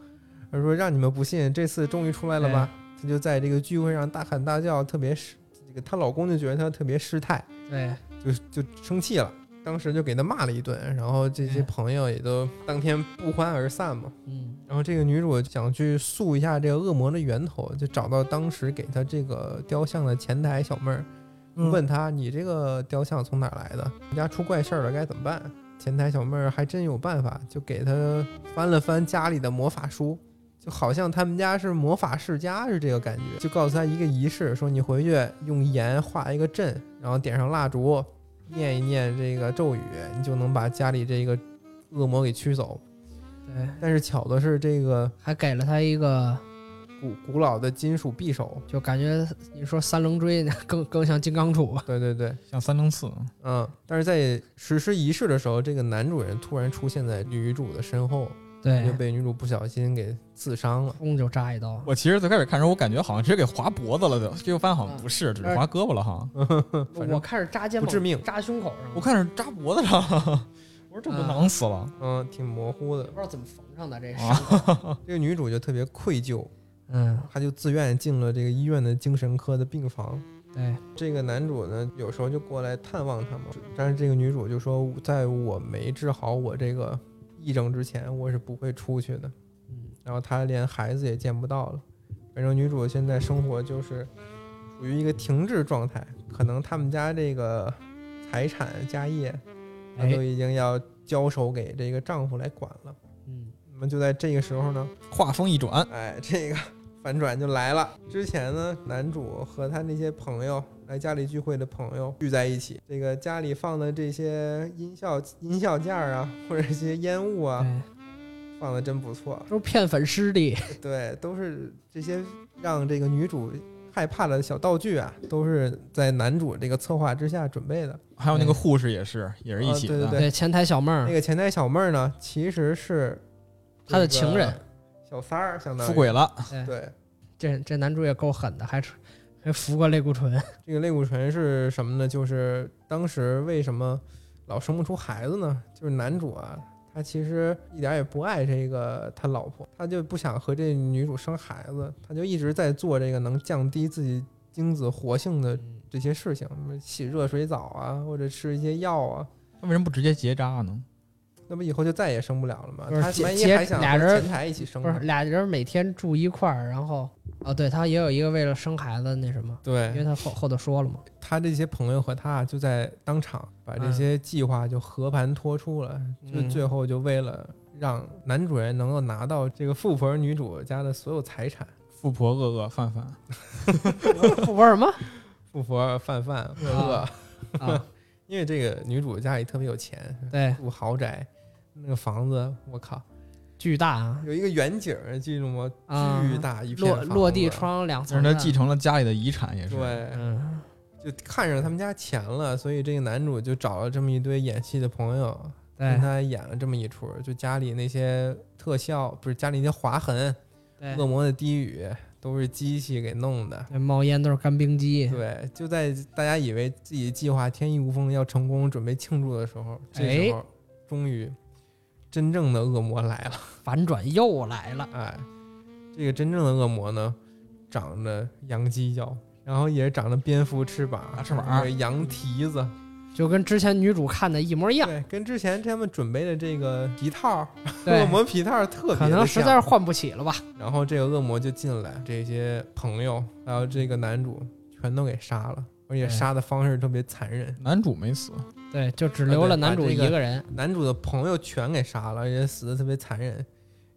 [SPEAKER 1] 她说让你们不信，这次终于出来了吧？她就在这个聚会上大喊大叫，特别失这个她老公就觉得她特别失态，
[SPEAKER 3] 对
[SPEAKER 1] 就就生气了，当时就给她骂了一顿，然后这些
[SPEAKER 3] 哎
[SPEAKER 1] 朋友也都当天不欢而散嘛。
[SPEAKER 3] 嗯
[SPEAKER 1] 然后这个女主想去溯一下这个恶魔的源头，就找到当时给她这个雕像的前台小妹儿，
[SPEAKER 2] 嗯
[SPEAKER 1] 问她你这个雕像从哪儿来的？你家出怪事儿了该怎么办？前台小妹儿还真有办法，就给她翻了翻家里的魔法书，就好像他们家是魔法世家是这个感觉，就告诉她一个仪式，说你回去用盐画一个阵，然后点上蜡烛，念一念这个咒语，你就能把家里这个恶魔给驱走。
[SPEAKER 3] 对，
[SPEAKER 1] 但是巧的是，这个
[SPEAKER 3] 还给了他一个，
[SPEAKER 1] 古古老的金属匕首。
[SPEAKER 3] 就感觉你说三棱锥 更更像金刚杵吧？啊
[SPEAKER 1] 对对对，
[SPEAKER 2] 像三乘四，
[SPEAKER 1] 嗯，但是在实施仪式的时候，这个男主人突然出现在女主的身后，
[SPEAKER 3] 对
[SPEAKER 1] 就，被女主不小心给刺伤了。
[SPEAKER 3] 轰就扎一刀，
[SPEAKER 2] 我其实最开始看的时候，我感觉好像直接给划脖子了的，结果发现好像不是，只是划胳膊了哈。
[SPEAKER 1] 嗯反正
[SPEAKER 3] 我看是扎肩膀，
[SPEAKER 1] 不致命
[SPEAKER 3] 扎胸口上，
[SPEAKER 2] 我看是扎脖子上了， 我说这不囊死了。
[SPEAKER 1] 嗯，挺模糊的
[SPEAKER 3] 也。不知道怎么缝上的这
[SPEAKER 2] 啊
[SPEAKER 3] 伤 口。
[SPEAKER 1] 这个女主就特别愧疚，
[SPEAKER 3] 嗯，
[SPEAKER 1] 她就自愿进了这个医院的精神科的病房。
[SPEAKER 3] 对，
[SPEAKER 1] 这个男主呢，有时候就过来探望他们，但是这个女主就说，在我没治好我这个癔症之前，我是不会出去的。
[SPEAKER 3] 嗯，
[SPEAKER 1] 然后她连孩子也见不到了。反正女主现在生活就是处于一个停滞状态，可能他们家这个财产家业，她
[SPEAKER 3] 哎
[SPEAKER 1] 都已经要交手给这个丈夫来管了。
[SPEAKER 3] 嗯，
[SPEAKER 1] 那么就在这个时候呢，
[SPEAKER 2] 话锋一转，
[SPEAKER 1] 哎，这个 反转就来了。之前呢，男主和他那些朋友来家里聚会的朋友聚在一起，这个家里放的这些音效音效件儿啊，或者一些烟雾啊，
[SPEAKER 3] 对，
[SPEAKER 1] 放的真不错。
[SPEAKER 3] 都是骗粉丝的。
[SPEAKER 1] 对，都是这些让这个女主害怕的小道具啊，都是在男主这个策划之下准备的。
[SPEAKER 2] 还有那个护士也是，也是一
[SPEAKER 1] 哎啊
[SPEAKER 2] 起
[SPEAKER 1] 对
[SPEAKER 2] 的。
[SPEAKER 3] 对，前台小妹
[SPEAKER 1] 那
[SPEAKER 3] 儿，
[SPEAKER 1] 个前台小妹儿呢，其实是
[SPEAKER 3] 嗯她的
[SPEAKER 1] 这个
[SPEAKER 3] 情人
[SPEAKER 1] 小三儿，相当于
[SPEAKER 2] 出。轨了，
[SPEAKER 1] 对，
[SPEAKER 3] 这这男主也够狠的，还出还服过类固醇。
[SPEAKER 1] 这个类固醇是什么呢？就是当时为什么老生不出孩子呢？就是男主啊，他其实一点也不爱这个他老婆，他就不想和这女主生孩子，他就一直在做这个能降低自己精子活性的这些事情，什么洗热水澡啊，或者吃一些药啊，
[SPEAKER 2] 那为什么不直接结扎呢？
[SPEAKER 1] 那不以后就再也生不了了吗？
[SPEAKER 3] 不是
[SPEAKER 1] 他
[SPEAKER 3] 结
[SPEAKER 1] 万一
[SPEAKER 3] 结
[SPEAKER 1] 还想
[SPEAKER 3] 俩
[SPEAKER 1] 和
[SPEAKER 3] 人
[SPEAKER 1] 前台一起生
[SPEAKER 3] 不
[SPEAKER 1] 呢，
[SPEAKER 3] 是俩人每天住一块儿，然后哦，对他也有一个为了生孩子那什么，因为
[SPEAKER 1] 对
[SPEAKER 3] 他后后头 说了嘛，
[SPEAKER 1] 他这些朋友和他就在当场把这
[SPEAKER 3] 嗯
[SPEAKER 1] 些计划就和盘托出了，就
[SPEAKER 3] 嗯
[SPEAKER 1] 最后就为了让男主人能够拿到这个富婆女主家的所有财产，
[SPEAKER 2] 富婆恶恶范范，
[SPEAKER 3] 富婆 什么
[SPEAKER 1] 富婆范范恶恶
[SPEAKER 3] 啊，啊？
[SPEAKER 1] 因为这个女主家里特别有钱，
[SPEAKER 3] 对，
[SPEAKER 1] 住豪宅，那个房子我靠
[SPEAKER 3] 巨大啊，
[SPEAKER 1] 有一个远景儿，记住吗？
[SPEAKER 3] 啊
[SPEAKER 1] 巨大一片
[SPEAKER 3] 落
[SPEAKER 1] 房
[SPEAKER 3] 落地
[SPEAKER 1] 子，
[SPEAKER 3] 窗两
[SPEAKER 2] 但
[SPEAKER 3] 层
[SPEAKER 2] 是
[SPEAKER 3] 的，
[SPEAKER 2] 他继承了家里的遗产，也是。
[SPEAKER 1] 对，
[SPEAKER 3] 嗯，
[SPEAKER 1] 就看上他们家钱了，所以这个男主就找了这么一堆演戏的朋友，跟
[SPEAKER 3] 对
[SPEAKER 1] 他演了这么一出，就家里那些特效，不是家里那些划痕、恶
[SPEAKER 3] 对，
[SPEAKER 1] 魔的低语，都是机器给弄的。
[SPEAKER 3] 那冒烟都是干冰机，
[SPEAKER 1] 对，就在大家以为自己计划天衣无缝要成功，准备庆祝的时候，这
[SPEAKER 3] 哎
[SPEAKER 1] 时候终于真正的恶魔来了。
[SPEAKER 3] 反转又来了，
[SPEAKER 1] 哎，这个真正的恶魔呢，长着羊犄角，然后也长着蝙蝠翅膀、
[SPEAKER 3] 啊
[SPEAKER 2] 大翅膀
[SPEAKER 1] 还有羊蹄子，
[SPEAKER 3] 就跟之前女主看的一模一样，
[SPEAKER 1] 对，跟之前他们准备的这个皮套儿，
[SPEAKER 3] 对
[SPEAKER 1] 恶，魔皮套儿特别
[SPEAKER 3] 可
[SPEAKER 1] 地
[SPEAKER 3] 能实
[SPEAKER 1] 像
[SPEAKER 3] 在是换不起了吧，
[SPEAKER 1] 然后这个恶魔就进来，这些朋友还有这个男主全都给杀了，而且
[SPEAKER 3] 对
[SPEAKER 1] 杀的方式特别残忍。
[SPEAKER 2] 男主没死，
[SPEAKER 3] 对，就只留了男主一
[SPEAKER 1] 啊把这
[SPEAKER 3] 个人，
[SPEAKER 1] 男主的朋友全给杀了，而且死的特别残忍，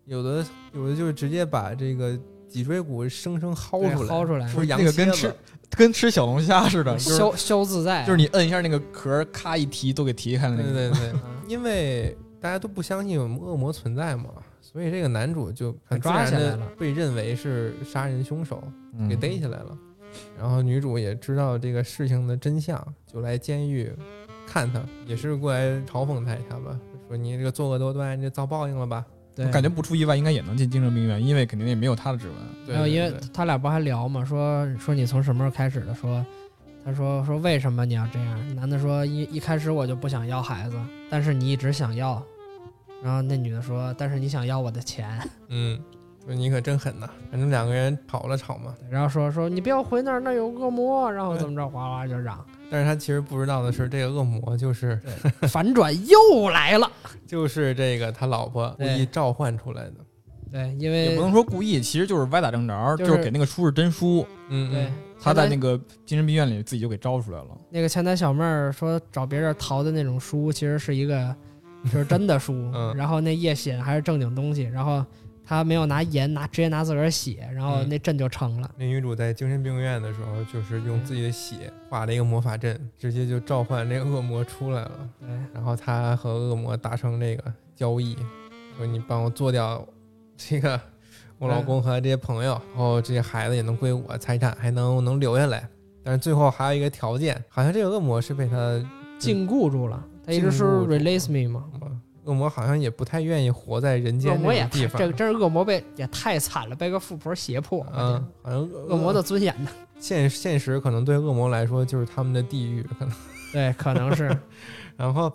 [SPEAKER 1] 有的有的就是直接把这个脊椎骨生生薅
[SPEAKER 3] 对
[SPEAKER 1] 出来，
[SPEAKER 3] 薅出来
[SPEAKER 1] 不，是羊
[SPEAKER 2] 那个
[SPEAKER 1] 蝎
[SPEAKER 2] 跟
[SPEAKER 1] 子
[SPEAKER 2] 吃跟吃小龙虾似的，呃就是
[SPEAKER 3] 消消自在啊，
[SPEAKER 2] 就是你摁一下那个壳儿，咔一提都给提开了那
[SPEAKER 1] 对
[SPEAKER 2] 个。
[SPEAKER 1] 对对，
[SPEAKER 3] 啊
[SPEAKER 1] 因为大家都不相信恶魔存在嘛，所以这个男主就很自
[SPEAKER 3] 抓
[SPEAKER 1] 然
[SPEAKER 3] 起来
[SPEAKER 1] 的
[SPEAKER 3] 了
[SPEAKER 1] 被认为是杀人凶手，
[SPEAKER 2] 嗯
[SPEAKER 1] 给逮起来了。然后女主也知道这个事情的真相，就来监狱看他，也是过来嘲讽他一下吧，说你这个作恶多端，你就遭报应了吧。
[SPEAKER 3] 对
[SPEAKER 2] 我感觉不出意外，应该也能进精神病院，因为肯定也没有他的指纹。
[SPEAKER 1] 对
[SPEAKER 3] 然后
[SPEAKER 1] 对
[SPEAKER 3] 因为
[SPEAKER 1] 对
[SPEAKER 3] 他俩不还聊嘛，说说你从什么时候开始的？说他说说为什么你要这样？男的说一一开始我就不想要孩子，但是你一直想要。然后那女的说，但是你想要我的钱。
[SPEAKER 1] 嗯，说你可真狠呐，反正两个人吵了吵嘛。
[SPEAKER 3] 然后说说你不要回那儿，那儿有恶魔。然后怎么着，哗哗就 嚷，
[SPEAKER 1] 但是他其实不知道的是，这个恶魔就是
[SPEAKER 3] 反转又来了。
[SPEAKER 1] 就是这个他老婆故意
[SPEAKER 3] 对
[SPEAKER 1] 召唤出来的。
[SPEAKER 3] 对，因
[SPEAKER 1] 呃
[SPEAKER 2] 也
[SPEAKER 3] 为
[SPEAKER 2] 不能说故意，其实就是歪打正着，
[SPEAKER 3] 就
[SPEAKER 2] 就是是给那个叔是真叔，
[SPEAKER 1] 嗯，
[SPEAKER 3] 对
[SPEAKER 1] 嗯，
[SPEAKER 2] 他在那
[SPEAKER 3] 前台
[SPEAKER 2] 个精神病院里自己就给招出来了。
[SPEAKER 3] 那个前台小妹儿说找别人淘的那种书，其实是一个就是真的书
[SPEAKER 1] 嗯
[SPEAKER 3] 然后那页写还是正经东西，然后他没有拿盐拿直接拿自个儿写，然后
[SPEAKER 1] 嗯
[SPEAKER 3] 那阵就成了。
[SPEAKER 1] 那女主在精神病院的时候，就是用
[SPEAKER 3] 嗯
[SPEAKER 1] 自己的血画了一个魔法阵，直接就召唤那个恶魔出来了。
[SPEAKER 3] 对，
[SPEAKER 1] 然后她和恶魔达成这个交易，说你帮我做掉这个我老公和这些朋友，然后这些孩子也能归我财产，还能能留下来。但是最后还有一个条件，好像这个恶魔是被他
[SPEAKER 3] 禁锢住了，他一直
[SPEAKER 1] 嗯禁
[SPEAKER 3] 是
[SPEAKER 1] 锢住了
[SPEAKER 3] release me 嘛。
[SPEAKER 1] 恶魔好像也不太愿意活在人
[SPEAKER 3] 恶
[SPEAKER 1] 间
[SPEAKER 3] 魔
[SPEAKER 1] 这
[SPEAKER 3] 也
[SPEAKER 1] 种地
[SPEAKER 3] 太
[SPEAKER 1] 方。
[SPEAKER 3] 这个真是恶魔被也太惨了，被个富婆胁迫。
[SPEAKER 1] 嗯，好像恶
[SPEAKER 3] 恶魔的尊严 呢？
[SPEAKER 1] 现现实可能对恶魔来说就是他们的地狱，可能。
[SPEAKER 3] 对，可 能是
[SPEAKER 1] 然后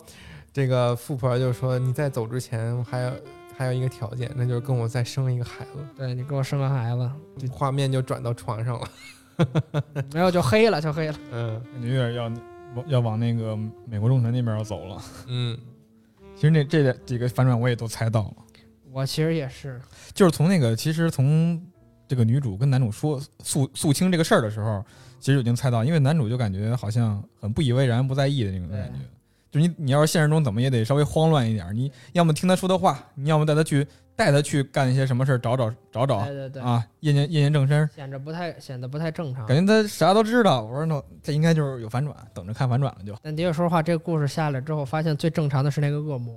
[SPEAKER 1] 这个富婆就说：“你在走之前还有还有一个条件，那就是跟我再生一个孩子。
[SPEAKER 3] 对你给我生个孩子，”
[SPEAKER 1] 画面就转到床上了。
[SPEAKER 3] 没有就黑了，就黑了。
[SPEAKER 1] 嗯
[SPEAKER 2] 感觉有点要往要往那个美国众神那边要走了。
[SPEAKER 1] 嗯，
[SPEAKER 2] 其实那这几个反转我也都猜到了，
[SPEAKER 3] 我其实也是，
[SPEAKER 2] 就是从那个其实从这个女主跟男主说诉诉清这个事儿的时候，其实已经猜到，因为男主就感觉好像很不以为然、不在意的那种感觉。就是你你要是现实中怎么也得稍微慌乱一点，你要么听他说的话，你要么带他去带他去干一些什么事儿，找找找找
[SPEAKER 3] 对对对，啊
[SPEAKER 2] 啊，验验验验证身。
[SPEAKER 3] 显着不太显得不太正常。
[SPEAKER 2] 感觉他啥都知道。我说那这应该就是有反转，等着看反转了就。
[SPEAKER 3] 但的确说实话，这个故事下来之后，发现最正常的是那个恶魔。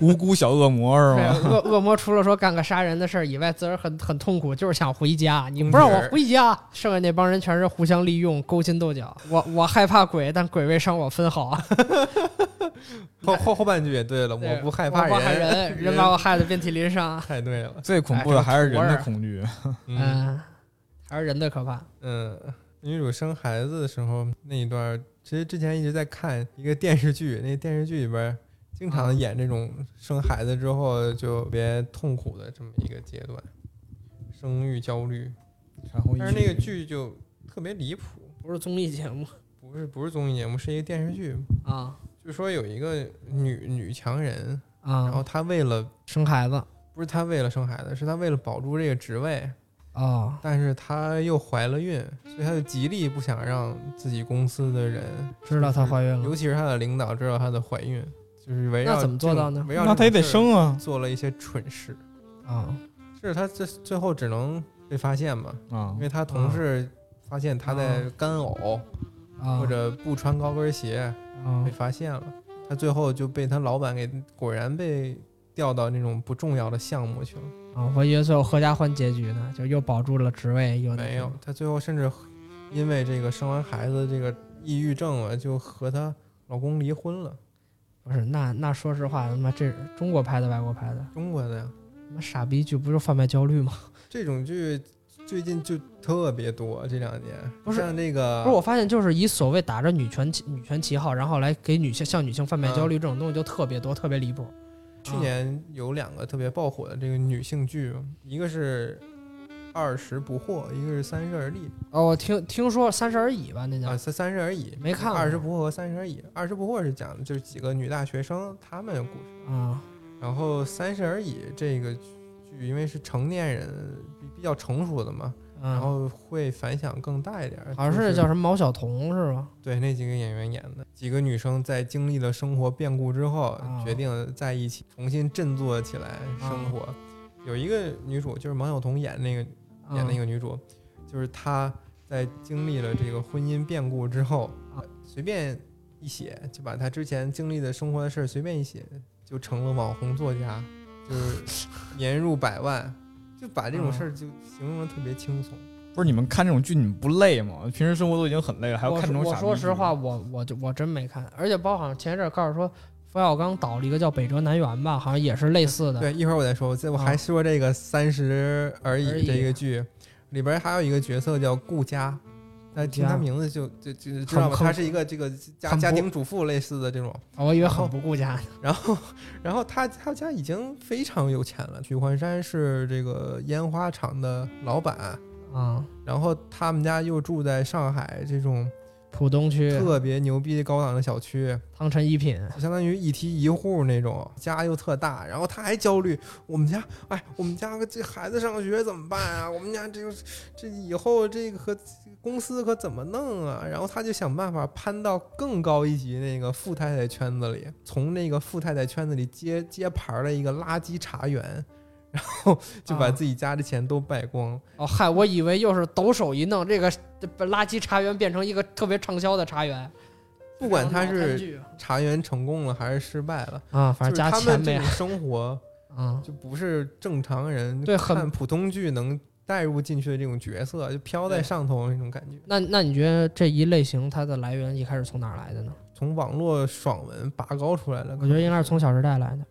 [SPEAKER 2] 无辜小恶魔是
[SPEAKER 3] 对啊
[SPEAKER 2] 吧？
[SPEAKER 3] 恶恶魔除了说干个杀人的事儿以外，自个儿很很痛苦，就是想回家。你不让
[SPEAKER 1] 嗯
[SPEAKER 3] 我回家，剩下那帮人全是互相利用、勾心斗角。我我害怕鬼，但鬼未伤我分毫。啊
[SPEAKER 1] 后后后半句也对了，
[SPEAKER 3] 对
[SPEAKER 1] 我不害怕
[SPEAKER 3] 我不害
[SPEAKER 1] 人，
[SPEAKER 3] 人，人把我害得遍体鳞伤。 啊
[SPEAKER 1] 太对了。
[SPEAKER 2] 最恐怖的还是人的恐惧。
[SPEAKER 1] 嗯
[SPEAKER 3] 嗯，还是人的可怕。
[SPEAKER 1] 嗯，女主生孩子的时候那一段儿，其实之前一直在看一个电视剧，那电视剧里边儿经常演这种生孩子之后就特别痛苦的这么一个阶段，生育焦虑。
[SPEAKER 2] 产后抑郁
[SPEAKER 1] 但是那个剧就特别离谱，
[SPEAKER 3] 不是综艺节目
[SPEAKER 1] 不是不是综艺节目，是一个电视剧。
[SPEAKER 3] 啊
[SPEAKER 1] 就说有一个女女强人，然后
[SPEAKER 3] 啊！
[SPEAKER 1] 她为了
[SPEAKER 3] 生孩子
[SPEAKER 1] 不是她为了生孩子，是她为了保住这个职位，
[SPEAKER 3] 啊，
[SPEAKER 1] 但是她又怀了孕，所以她就极力不想让自己公司的人，
[SPEAKER 3] 知道她怀孕了
[SPEAKER 1] 尤其是她的领导知道她的怀孕，就是围绕
[SPEAKER 3] 那怎么
[SPEAKER 1] 这种
[SPEAKER 3] 做到呢
[SPEAKER 1] 围绕
[SPEAKER 2] 那他也
[SPEAKER 1] 这
[SPEAKER 2] 得
[SPEAKER 1] 种事儿
[SPEAKER 2] 生啊
[SPEAKER 1] 做了一些蠢事，
[SPEAKER 3] 啊！
[SPEAKER 1] 是她最最后只能被发现嘛，
[SPEAKER 2] 啊
[SPEAKER 1] 因为她同事发现她在
[SPEAKER 3] 啊
[SPEAKER 1] 干呕、
[SPEAKER 3] 啊
[SPEAKER 1] 或者不穿高跟鞋。
[SPEAKER 3] 啊
[SPEAKER 1] 被发现了，他最后就被他老板给果然被调到那种不重要的项目去了。
[SPEAKER 3] 啊！我以为最后合家欢结局呢，就又保住了职位，又那
[SPEAKER 1] 没
[SPEAKER 3] 什
[SPEAKER 1] 有
[SPEAKER 3] 么，
[SPEAKER 1] 他最后甚至因为这个生完孩子这个抑郁症啊，就和她老公离婚了。
[SPEAKER 3] 不是，那那说实话，他妈这中国拍的，外国拍的，
[SPEAKER 1] 中国的呀，
[SPEAKER 3] 他妈傻逼剧不就是贩卖焦虑吗？
[SPEAKER 1] 这种剧最近就特别多，这两年
[SPEAKER 3] 不是
[SPEAKER 1] 像这
[SPEAKER 3] 不是，我
[SPEAKER 1] 个。
[SPEAKER 3] 发现就是以所谓打着女权旗女权旗号，然后来给女性向女性贩卖
[SPEAKER 1] 嗯
[SPEAKER 3] 焦虑这种东西就特别多，特别离谱。啊
[SPEAKER 1] 去年有两个特别爆火的这个女性剧，一个是《二十不惑》，一个是《三十而立
[SPEAKER 3] 哦，我听听说三十而已吧，那》叫
[SPEAKER 1] 啊，三三十而已。
[SPEAKER 3] 哎没看过
[SPEAKER 1] 二十不惑和三十而已》，《二十不惑》是讲的就是几个女大学生她们的故事。
[SPEAKER 3] 啊
[SPEAKER 1] 然后《三十而已》这个剧，因为是成年人比比较成熟的嘛，然
[SPEAKER 3] 嗯，
[SPEAKER 1] 后会反响更大一点儿。
[SPEAKER 3] 好像
[SPEAKER 1] 就是
[SPEAKER 3] 叫什么毛晓彤是吧？
[SPEAKER 1] 对那几个演员演的，几个女生在经历了生活变故之后，
[SPEAKER 3] 啊
[SPEAKER 1] 决定在一起重新振作起来生活。有一个女主就是王晓彤演那个
[SPEAKER 3] 啊
[SPEAKER 1] 演那个女主，就是她在经历了这个婚姻变故之后，
[SPEAKER 3] 啊
[SPEAKER 1] 随便一写就把她之前经历的生活的事儿随便一写，就成了网红作家，就是 年入百万，就把这种
[SPEAKER 3] 嗯
[SPEAKER 1] 事儿就形容的特别轻松。
[SPEAKER 2] 不是你们看这种剧你们不累吗？平时生活都已经很累了，还要
[SPEAKER 3] 我
[SPEAKER 2] 看这种
[SPEAKER 3] 说
[SPEAKER 2] 傻
[SPEAKER 3] 我
[SPEAKER 2] 逼
[SPEAKER 3] 说
[SPEAKER 2] 剧
[SPEAKER 3] 实话，，我我就我真没看，而且包括好像前一阵儿告诉说冯小刚导了一个叫《北辙南辕》吧，好像也是类似的。
[SPEAKER 1] 对，一会儿我再说，我再我还
[SPEAKER 3] 啊
[SPEAKER 1] 说这个三十而
[SPEAKER 3] 而
[SPEAKER 1] 已
[SPEAKER 3] 已
[SPEAKER 1] 这个剧里边还有一个角色叫顾佳。那听
[SPEAKER 3] 佳
[SPEAKER 1] 她名字就就就知道
[SPEAKER 3] 很
[SPEAKER 1] 吧，
[SPEAKER 3] 很
[SPEAKER 1] 她是一个这个家
[SPEAKER 3] 很
[SPEAKER 1] 家
[SPEAKER 3] 不
[SPEAKER 1] 庭主妇类似的这种，
[SPEAKER 3] 啊我以为很不顾家。
[SPEAKER 1] 然后，然后他他家已经非常有钱了。许幻山是这个烟花厂的老板，
[SPEAKER 3] 啊，
[SPEAKER 1] 然后他们家又住在上海这种
[SPEAKER 3] 浦东区
[SPEAKER 1] 特别牛逼高档的小区，
[SPEAKER 3] 汤臣一品，
[SPEAKER 1] 相当于一梯一户那种，家又特大。然后他还焦虑，我们家，哎，我们家这孩子上学怎么办啊？我们家这个这以后这个和公司可怎么弄啊？然后他就想办法攀到更高一级那个富太太圈子里，从那个富太太圈子里接接盘儿的一个垃圾茶园，然后就把
[SPEAKER 3] 啊
[SPEAKER 1] 自己家的钱都败光了。
[SPEAKER 3] 哦嗨，我以为又是抖手一弄，这个这把垃圾茶园变成一个特别畅销的茶园。
[SPEAKER 1] 不管他
[SPEAKER 3] 它
[SPEAKER 1] 是茶园成功了还是失败了，
[SPEAKER 3] 啊，反
[SPEAKER 1] 就
[SPEAKER 3] 正
[SPEAKER 1] 是
[SPEAKER 3] 加
[SPEAKER 1] 他
[SPEAKER 3] 钱
[SPEAKER 1] 们这
[SPEAKER 3] 呗
[SPEAKER 1] 种。生活
[SPEAKER 3] 嗯，
[SPEAKER 1] 就不是正常人
[SPEAKER 3] 对很
[SPEAKER 1] 看普通剧能带入进去的这种角色，就飘在
[SPEAKER 3] 对
[SPEAKER 1] 上头那种感觉。
[SPEAKER 3] 那那你觉得这一类型它的来源一开始从哪儿来的呢？
[SPEAKER 1] 从网络爽文拔高出来了，
[SPEAKER 3] 我觉得应该是从《小时代》来的，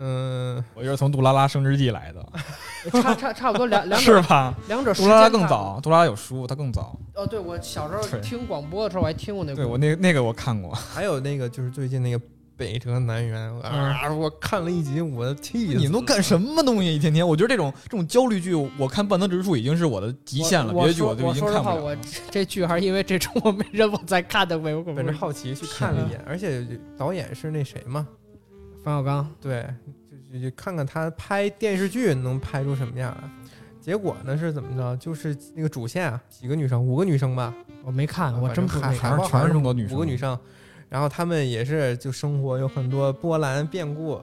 [SPEAKER 1] 嗯、
[SPEAKER 2] 我就是从《杜拉拉升职记》来的，
[SPEAKER 3] 差差差不多两两
[SPEAKER 2] 是
[SPEAKER 3] 者
[SPEAKER 2] 吧？
[SPEAKER 3] 两者时
[SPEAKER 2] 杜 拉拉
[SPEAKER 3] 间
[SPEAKER 2] 更
[SPEAKER 3] 差不多
[SPEAKER 2] 早，杜拉拉有书，它更早。
[SPEAKER 3] 哦，对，我小时候
[SPEAKER 2] 对
[SPEAKER 3] 听广播的时候，我还听过那
[SPEAKER 2] 对
[SPEAKER 3] 个。
[SPEAKER 2] 我那那个我看 过，
[SPEAKER 1] 还有那个就是最近那个北辙南辕啊，我看了一集，我气死了
[SPEAKER 2] 你们都干什么东西？一天天，我觉得这种这种焦虑剧，我看半泽直树已经是我的极限了，
[SPEAKER 3] 我
[SPEAKER 2] 别的剧
[SPEAKER 3] 说
[SPEAKER 2] 就已经
[SPEAKER 3] 说实
[SPEAKER 2] 看不
[SPEAKER 3] 话，
[SPEAKER 2] 了
[SPEAKER 3] 我
[SPEAKER 2] 了。
[SPEAKER 3] 这这剧还是因为这周末没人我才看的美国恐怖
[SPEAKER 1] 本
[SPEAKER 3] 片
[SPEAKER 1] 着。好奇去看了一眼，而且导演是那谁嘛，
[SPEAKER 3] 冯小刚，
[SPEAKER 1] 对，就就就看看他拍电视剧能拍出什么样来。结果呢是怎么着？就是那个主线啊，几个女生，五个女生吧，
[SPEAKER 3] 我没看，我
[SPEAKER 1] 啊反
[SPEAKER 3] 真
[SPEAKER 1] 正
[SPEAKER 3] 不
[SPEAKER 1] 还
[SPEAKER 3] 没
[SPEAKER 1] 还
[SPEAKER 3] 看。
[SPEAKER 2] 看
[SPEAKER 1] 好
[SPEAKER 2] 全是
[SPEAKER 1] 像
[SPEAKER 2] 这么多女生
[SPEAKER 1] 五个女生，然后她们也是就生活有很多波澜变故，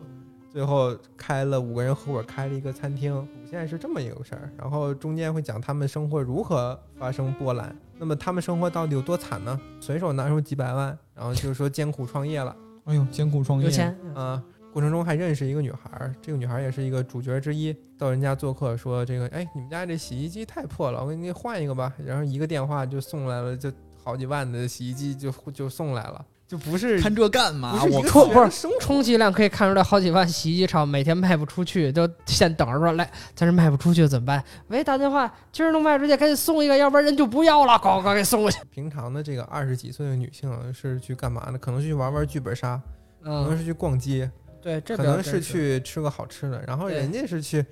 [SPEAKER 1] 最后开了五个人合伙开了一个餐厅，主线是这么一个事儿，然后中间会讲她们生活如何发生波澜，那么她们生活到底有多惨呢？随手拿出几百万，然后就是说艰苦创业了，
[SPEAKER 2] 哎呦，艰苦创
[SPEAKER 3] 有
[SPEAKER 2] 业，
[SPEAKER 3] 钱，嗯
[SPEAKER 1] 啊，过程中还认识一个女孩儿，这个女孩儿也是一个主角之一。到人家做客说这个，哎，你们家这洗衣机太破了，我给你换一个吧。然后一个电话就送来了，就好几万的洗衣机就就送来了，就不是
[SPEAKER 2] 看这干
[SPEAKER 1] 不
[SPEAKER 2] 嘛？
[SPEAKER 1] 是
[SPEAKER 2] 我
[SPEAKER 1] 一个
[SPEAKER 2] 靠
[SPEAKER 1] 自！
[SPEAKER 3] 啊不
[SPEAKER 1] 然
[SPEAKER 3] 是
[SPEAKER 1] 的生活。
[SPEAKER 3] 充其量可以看出来好几万洗衣机厂每天卖不出去，都现等着说来，咱这卖不出去怎么办？喂，打电话，今儿能卖出去，赶紧送一个，要不然人就不要了，搞搞给送过去。
[SPEAKER 1] 平常的这个二十几岁的女性是去干嘛呢？可能是去玩玩剧本杀，可能
[SPEAKER 3] 嗯，
[SPEAKER 1] 是去逛街，
[SPEAKER 3] 对，这
[SPEAKER 1] 可能是去吃个好吃的。然后
[SPEAKER 3] 对
[SPEAKER 1] 人家是去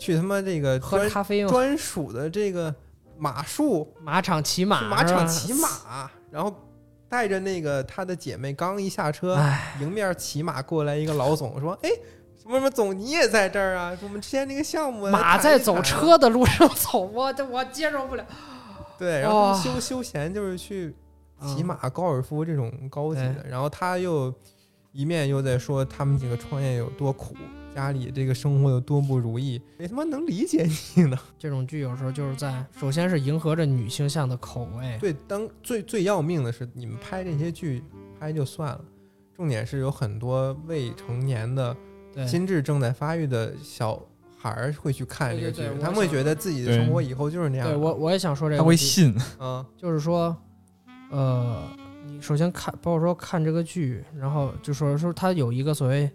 [SPEAKER 1] 去他妈这个
[SPEAKER 3] 喝
[SPEAKER 1] 专
[SPEAKER 3] 咖啡嘛，
[SPEAKER 1] 专属的这个马术
[SPEAKER 3] 马场骑
[SPEAKER 1] 去
[SPEAKER 3] 马，
[SPEAKER 1] 马场骑。马，然后带着那个她的姐妹刚一下车，
[SPEAKER 3] 哎，
[SPEAKER 1] 迎面骑马过来一个老总说：“哎，什么什么总你也在这儿啊？我们之前那个项目
[SPEAKER 3] 马
[SPEAKER 1] 在
[SPEAKER 3] 在走。
[SPEAKER 1] 啊
[SPEAKER 3] 车的 路上走，我这我接受不了。”
[SPEAKER 1] 对，然后他
[SPEAKER 3] 哇
[SPEAKER 1] 们休休闲就是去骑
[SPEAKER 3] 嗯
[SPEAKER 1] 马、高尔夫这种高级的，然后他又一面又在说他们几个创业有多苦，家里这个生活有多不如意，谁他妈能理解你呢？
[SPEAKER 3] 这种剧有时候就是在，首先是迎合着女性向的口味，
[SPEAKER 1] 对，当最最要命的是，你们拍这些剧拍就算了，重点是有很多未成年的
[SPEAKER 3] 对，
[SPEAKER 1] 心智正在发育的小孩儿会去看这个剧
[SPEAKER 3] 对对，对
[SPEAKER 1] 他们
[SPEAKER 3] 我
[SPEAKER 1] 会
[SPEAKER 3] 想
[SPEAKER 1] 觉得自己的生活以后就是那样的。
[SPEAKER 3] 对我我也想说这个
[SPEAKER 2] 他
[SPEAKER 3] 问
[SPEAKER 2] 会
[SPEAKER 3] 题，
[SPEAKER 2] 信，
[SPEAKER 1] 嗯，
[SPEAKER 3] 就是说，呃，你首先看，包括说看这个剧，然后就说说它有一个所谓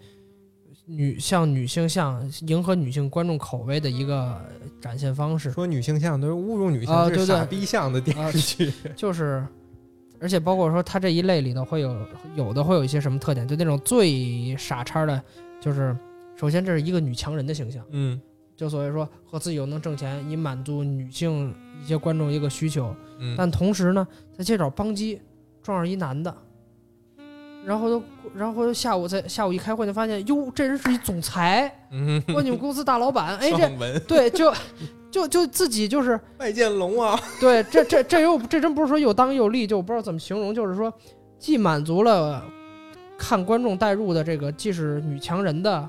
[SPEAKER 3] 女向女性向迎合女性观众口味的一个展现方式，
[SPEAKER 1] 说女性向都是侮辱女性，
[SPEAKER 3] 啊
[SPEAKER 1] 这是
[SPEAKER 3] 对对啊
[SPEAKER 1] 傻逼向的电视剧。
[SPEAKER 3] 就是，而且包括说它这一类里头会有有的会有一些什么特点，就那种最傻叉的，就是首先这是一个女强人的形象。
[SPEAKER 1] 嗯
[SPEAKER 3] 就所谓说和自己又能挣钱，以满足女性一些观众一个需求。
[SPEAKER 1] 嗯，
[SPEAKER 3] 但同时呢，在这找邦基撞上一男的，然后都然后下午在下午一开会就发现，哟，这人是一 总裁，
[SPEAKER 1] 嗯，
[SPEAKER 3] 哇，你们公司大老板，哎，这
[SPEAKER 1] 爽文
[SPEAKER 3] 对就。就就自己就是
[SPEAKER 1] 拜见龙 啊，
[SPEAKER 3] 对这这这又这真不是说又当又立，就我不知道怎么形容，就是说既满足了看观众代入的这个既是女强人的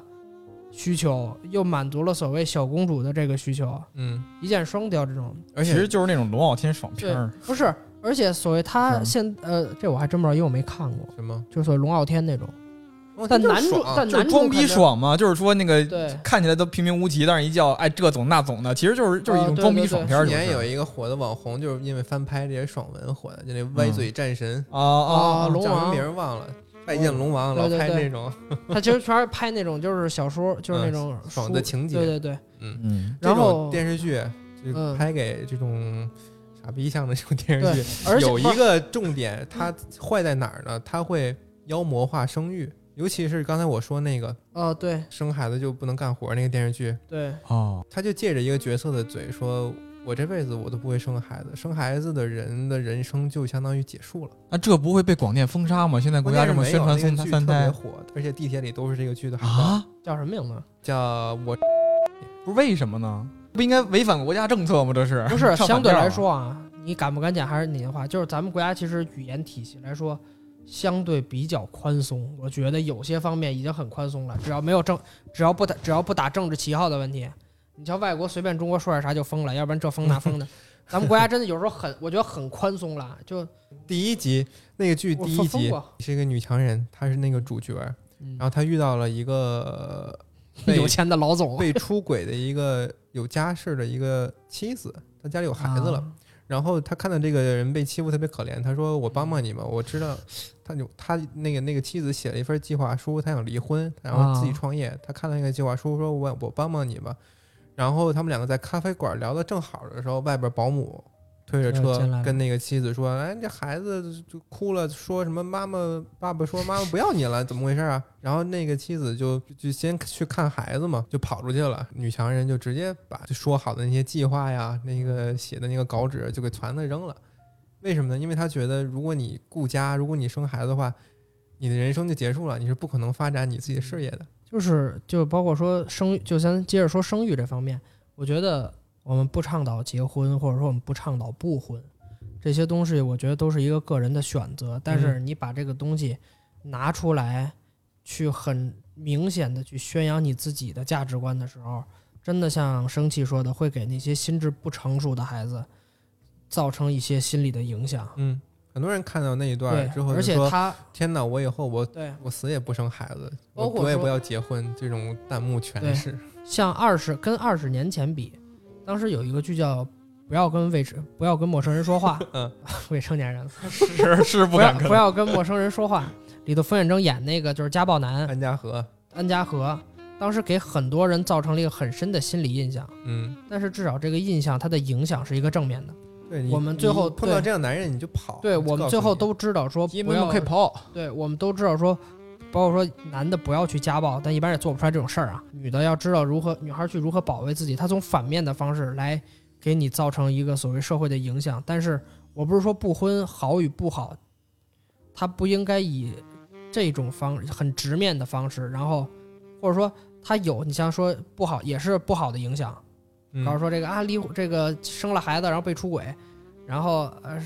[SPEAKER 3] 需求，又满足了所谓小公主的这个需求，
[SPEAKER 1] 嗯，
[SPEAKER 3] 一箭双雕这种，
[SPEAKER 2] 其实就是那种龙傲天爽片
[SPEAKER 3] 对
[SPEAKER 2] 儿，，
[SPEAKER 3] 不是，而且所谓他
[SPEAKER 2] 嗯
[SPEAKER 3] 现呃，这我还真不知道，因为我没看过，
[SPEAKER 1] 什么？
[SPEAKER 3] 就是说龙傲天 那种，
[SPEAKER 1] 哦
[SPEAKER 3] 但
[SPEAKER 1] 这就是
[SPEAKER 3] 男主
[SPEAKER 1] 爽
[SPEAKER 3] 但
[SPEAKER 2] 就是
[SPEAKER 3] 男主
[SPEAKER 2] 装逼
[SPEAKER 3] 肯定
[SPEAKER 2] 爽嘛，就是说那个
[SPEAKER 3] 对
[SPEAKER 2] 看起来都平平无奇，但是一叫哎这总那总的，其实就是就是一
[SPEAKER 3] 哦
[SPEAKER 2] 种
[SPEAKER 3] 对
[SPEAKER 2] 装逼
[SPEAKER 3] 对
[SPEAKER 2] 爽
[SPEAKER 3] 对
[SPEAKER 2] 片儿
[SPEAKER 1] 去
[SPEAKER 2] 就是。
[SPEAKER 1] 年有一个火的网红，就是因为翻拍这些爽文火的，就那歪嘴战神，
[SPEAKER 2] 啊啊
[SPEAKER 3] 啊龙
[SPEAKER 1] 叫什么
[SPEAKER 3] 王嗯
[SPEAKER 1] 名儿忘了，拜见龙王，老
[SPEAKER 3] 对对
[SPEAKER 1] 拍
[SPEAKER 3] 对
[SPEAKER 1] 这种
[SPEAKER 3] 他其实全是拍那种就是小说，就是那种书
[SPEAKER 1] 嗯爽的情节
[SPEAKER 3] 对对对，
[SPEAKER 1] 嗯，
[SPEAKER 2] 嗯，
[SPEAKER 1] 这
[SPEAKER 3] 然
[SPEAKER 1] 种
[SPEAKER 3] 后
[SPEAKER 1] 电视剧就
[SPEAKER 3] 嗯
[SPEAKER 1] 拍给这种傻逼像的这种电视
[SPEAKER 3] 对
[SPEAKER 1] 剧，，
[SPEAKER 3] 而且嗯
[SPEAKER 1] 有一
[SPEAKER 3] 不是
[SPEAKER 1] 个重点，它坏在哪儿呢？它会妖魔化生育，尤其是刚才我说那个
[SPEAKER 3] 哦，对
[SPEAKER 1] 生孩子就不能干活儿那个电视剧，
[SPEAKER 3] 对
[SPEAKER 2] 哦，
[SPEAKER 1] 他就借着一个角色的嘴说：“我这辈子我都不会生孩子，生孩子的人的人生就相当于结束了。
[SPEAKER 2] 那这不会被广电封杀吗？现在”国家这么宣传
[SPEAKER 1] 关键
[SPEAKER 2] 三
[SPEAKER 1] 是没有
[SPEAKER 2] 三
[SPEAKER 1] 那
[SPEAKER 2] 胎
[SPEAKER 1] 个剧特别火，而且地铁里都是这个剧的海报，
[SPEAKER 2] 啊？
[SPEAKER 3] 叫什么名字？
[SPEAKER 1] 叫我
[SPEAKER 2] 不是为什么呢？不应该违反国家政策吗？这是
[SPEAKER 3] 不是，
[SPEAKER 2] 唱反
[SPEAKER 3] 相对
[SPEAKER 2] 调
[SPEAKER 3] 来
[SPEAKER 2] 啊
[SPEAKER 3] 说啊，你敢不敢讲还是你的话，就是咱们国家其实语言体系来说，相对比较宽松，我觉得有些方面已经很宽松了，只要没有政，只要不打，只要不打政治旗号的问题，你瞧外国随便中国说点啥就封了，要不然这封那 封的，咱们国家真的有时候很，我觉得很宽松了，就
[SPEAKER 1] 第一集那个剧
[SPEAKER 3] 我
[SPEAKER 1] 第一
[SPEAKER 3] 封封
[SPEAKER 1] 集
[SPEAKER 3] 过，
[SPEAKER 1] 是一个女强人，她是那个主角，然
[SPEAKER 3] 嗯
[SPEAKER 1] 后她遇到了一个被
[SPEAKER 3] 有钱的老 总
[SPEAKER 1] 被出轨的一个有家室的一个妻子，她家里有孩子了。
[SPEAKER 3] 啊
[SPEAKER 1] 然后他看到这个人被欺负特别可怜，他说：“我帮帮你吧，我知道。”他就他那个那个妻子写了一份计划书，他想离婚，然后
[SPEAKER 3] 啊
[SPEAKER 1] 自己创业。他看到那个计划书，说我我帮帮你吧。然后他们两个在咖啡馆聊得正好的时候，外边保姆推着
[SPEAKER 3] 就
[SPEAKER 1] 车
[SPEAKER 3] 是进来了
[SPEAKER 1] 跟那个妻子说：“哎，这孩子就哭了，说什么妈妈爸爸说妈妈不要你了，怎么回事啊？”然后那个妻子就就先去看孩子嘛，就跑出去了。女强人就直接把就说好的那些计划呀，那个写的那个稿纸就给团子扔了。为什么呢？因为她觉得如果你顾家，如果你生孩子的话，你的人生就结束了，你是不可能发展你自己的事业的。
[SPEAKER 3] 就是就包括说生育，就咱接着说生育这方面，我觉得我们不倡导结婚，或者说我们不倡导不婚，这些东西我觉得都是一个个人的选择。但是
[SPEAKER 1] 嗯
[SPEAKER 3] 你把这个东西拿出来，去很明显的去宣扬你自己的价值观的时候，真的像生气说的，会给那些心智不成熟的孩子造成一些心理的影响。
[SPEAKER 1] 嗯，很多人看到那一段
[SPEAKER 3] 对
[SPEAKER 1] 儿之后，
[SPEAKER 3] 而且
[SPEAKER 1] 说
[SPEAKER 3] 他：“
[SPEAKER 1] 天哪，我以后我
[SPEAKER 3] 对
[SPEAKER 1] 我死也不生孩子，
[SPEAKER 3] 包
[SPEAKER 1] 我
[SPEAKER 3] 括
[SPEAKER 1] 我也
[SPEAKER 3] 说
[SPEAKER 1] 不要结婚。”这种弹幕全
[SPEAKER 3] 对
[SPEAKER 1] 是。
[SPEAKER 3] 像二十跟二十年前比，当时有一个剧叫“不要跟未成不要跟陌生人说话”，
[SPEAKER 1] 嗯，
[SPEAKER 3] 未成年人
[SPEAKER 2] 是是不
[SPEAKER 3] 不要
[SPEAKER 2] 敢跟
[SPEAKER 3] 不要跟陌生人说话。里头冯远征演那个就是家暴男
[SPEAKER 1] 安家和，
[SPEAKER 3] 安家和，当时给很多人造成了一个很深的心理印象，
[SPEAKER 1] 嗯，
[SPEAKER 3] 但是至少这个印象它的影响是一个正面的。
[SPEAKER 1] 对你
[SPEAKER 3] 我们最后
[SPEAKER 1] 你碰到
[SPEAKER 3] 对
[SPEAKER 1] 这样男人你就跑。
[SPEAKER 3] 对
[SPEAKER 1] 就告
[SPEAKER 3] 我们
[SPEAKER 1] 诉
[SPEAKER 3] 最后
[SPEAKER 1] 你
[SPEAKER 3] 都知道说不要，
[SPEAKER 2] 跑，
[SPEAKER 3] 对我们都知道说。包括说男的不要去家暴，但一般也做不出来这种事儿啊。女的要知道如何，女孩去如何保卫自己，她从反面的方式来给你造成一个所谓社会的影响。但是我不是说不婚好与不好，他不应该以这种方很直面的方式，然后或者说他有你像说不好也是不好的影响，
[SPEAKER 1] 嗯
[SPEAKER 3] 然后说这个啊离这个生了孩子然后被出轨，然后呃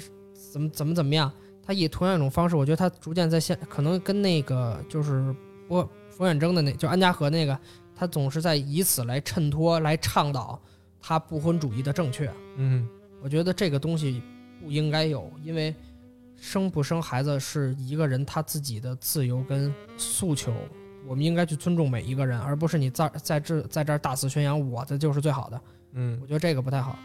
[SPEAKER 3] 怎么怎么怎么样，他以同样一种方式，我觉得他逐渐在现可能跟那个就是我冯远征的那就安家和那个，他总是在以此来衬托来倡导他不婚主义的正确。
[SPEAKER 1] 嗯，
[SPEAKER 3] 我觉得这个东西不应该有，因为生不生孩子是一个人他自己的自由跟诉求，我们应该去尊重每一个人，而不是你在在这在这儿大肆宣扬我的就是最好的，
[SPEAKER 1] 嗯
[SPEAKER 3] 我觉得这个不太好。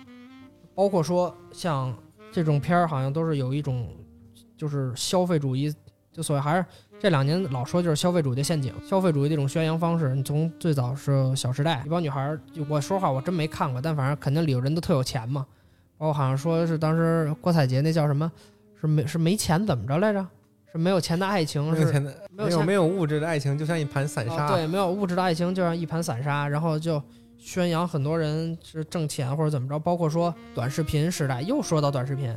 [SPEAKER 3] 包括说像这种片儿，好像都是有一种就是消费主义，就所谓还是这两年老说就是消费主义的陷阱，消费主义这种宣扬方式，你从最早是《小时代》，一帮女孩儿，就我说话我真没看过，但反正肯定里头人都特有钱嘛。包括好像说是当时郭采洁那叫什么，是没是没钱怎么着来着？是没有钱的爱情
[SPEAKER 1] 没
[SPEAKER 3] 是
[SPEAKER 1] 有钱的，没
[SPEAKER 3] 没有
[SPEAKER 1] 有
[SPEAKER 3] 钱
[SPEAKER 1] 没有物质的爱情就像一盘散
[SPEAKER 3] 啊
[SPEAKER 1] 沙。
[SPEAKER 3] 对，没有物质的爱情就像一盘散沙，然后就宣扬很多人是挣钱或者怎么着，包括说短视频时代，又说到短视频，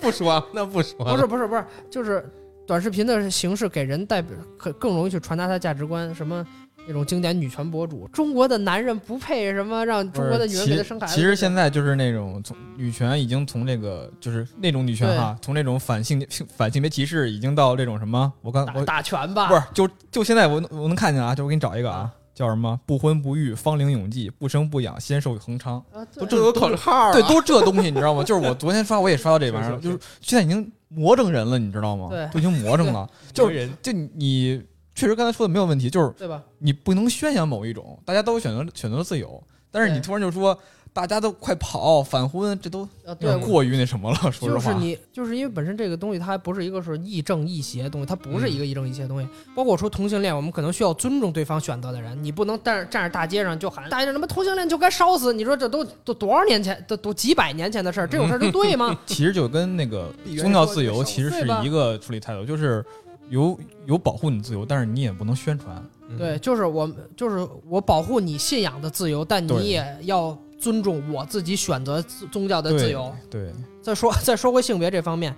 [SPEAKER 1] 不说那不说
[SPEAKER 3] 不是不是不是，就是短视频的形式给人代表更更容易去传达他价值观，什么那种经典女权博主，中国的男人不配什么让中国的女人给他生孩子，
[SPEAKER 2] 其实现在就是那种从女权已经从这个就是那种女权哈，从那种反性性反性别歧视已经到这种什么，我刚
[SPEAKER 3] 打
[SPEAKER 2] 我
[SPEAKER 3] 打拳吧，
[SPEAKER 2] 不是就就现在我我能看见啊，就我给你找一个啊，叫什么“不婚不育，芳龄永继，不生不养，仙寿恒昌
[SPEAKER 3] 啊，
[SPEAKER 1] 都这有口号、啊，
[SPEAKER 2] 对，都这东西你知道吗？就是我昨天刷，我也刷到这玩意
[SPEAKER 1] 是
[SPEAKER 2] 儿，
[SPEAKER 1] 是
[SPEAKER 2] 就是是现在已经魔怔人了，你知道吗？
[SPEAKER 3] 对
[SPEAKER 2] 都已经魔怔 了。就
[SPEAKER 1] 人
[SPEAKER 2] 是就你确实刚才说的没有问题，就是
[SPEAKER 3] 对吧？
[SPEAKER 2] 你不能宣扬某一种，大家都选择选择了自由，但是你
[SPEAKER 3] 对
[SPEAKER 2] 突然就说大家都快跑反婚，这都
[SPEAKER 3] 啊，
[SPEAKER 2] 有
[SPEAKER 3] 对，
[SPEAKER 2] 点过于那什么了。说实
[SPEAKER 3] 就是
[SPEAKER 2] 话，
[SPEAKER 3] 你，就是因为本身这个东西它还不是一个是亦正亦邪的东西，它不是
[SPEAKER 2] 嗯
[SPEAKER 3] 一个亦正亦邪的东西。包括说同性恋，我们可能需要尊重对方选择的人，你不能站站着大街上就喊大街上他妈同性恋就该烧死，你说这都都多少年前，都都几百年前的事儿，这种事儿这对吗？
[SPEAKER 2] 其实就跟那个
[SPEAKER 1] 闭源
[SPEAKER 2] 宗教
[SPEAKER 1] 说
[SPEAKER 2] 自
[SPEAKER 1] 这
[SPEAKER 2] 由
[SPEAKER 1] 少
[SPEAKER 2] 其实
[SPEAKER 3] 对
[SPEAKER 2] 是
[SPEAKER 3] 吧
[SPEAKER 2] 一个处理态度，就是有有保护你自由，但是你也不能宣传。
[SPEAKER 1] 嗯
[SPEAKER 3] 对，，就是我，就是我保护你信仰的自由，但
[SPEAKER 2] 对
[SPEAKER 3] 你也要尊重我自己选择自宗教的
[SPEAKER 2] 对
[SPEAKER 3] 自由。
[SPEAKER 2] 对，
[SPEAKER 3] 再说 再说回性别这方面，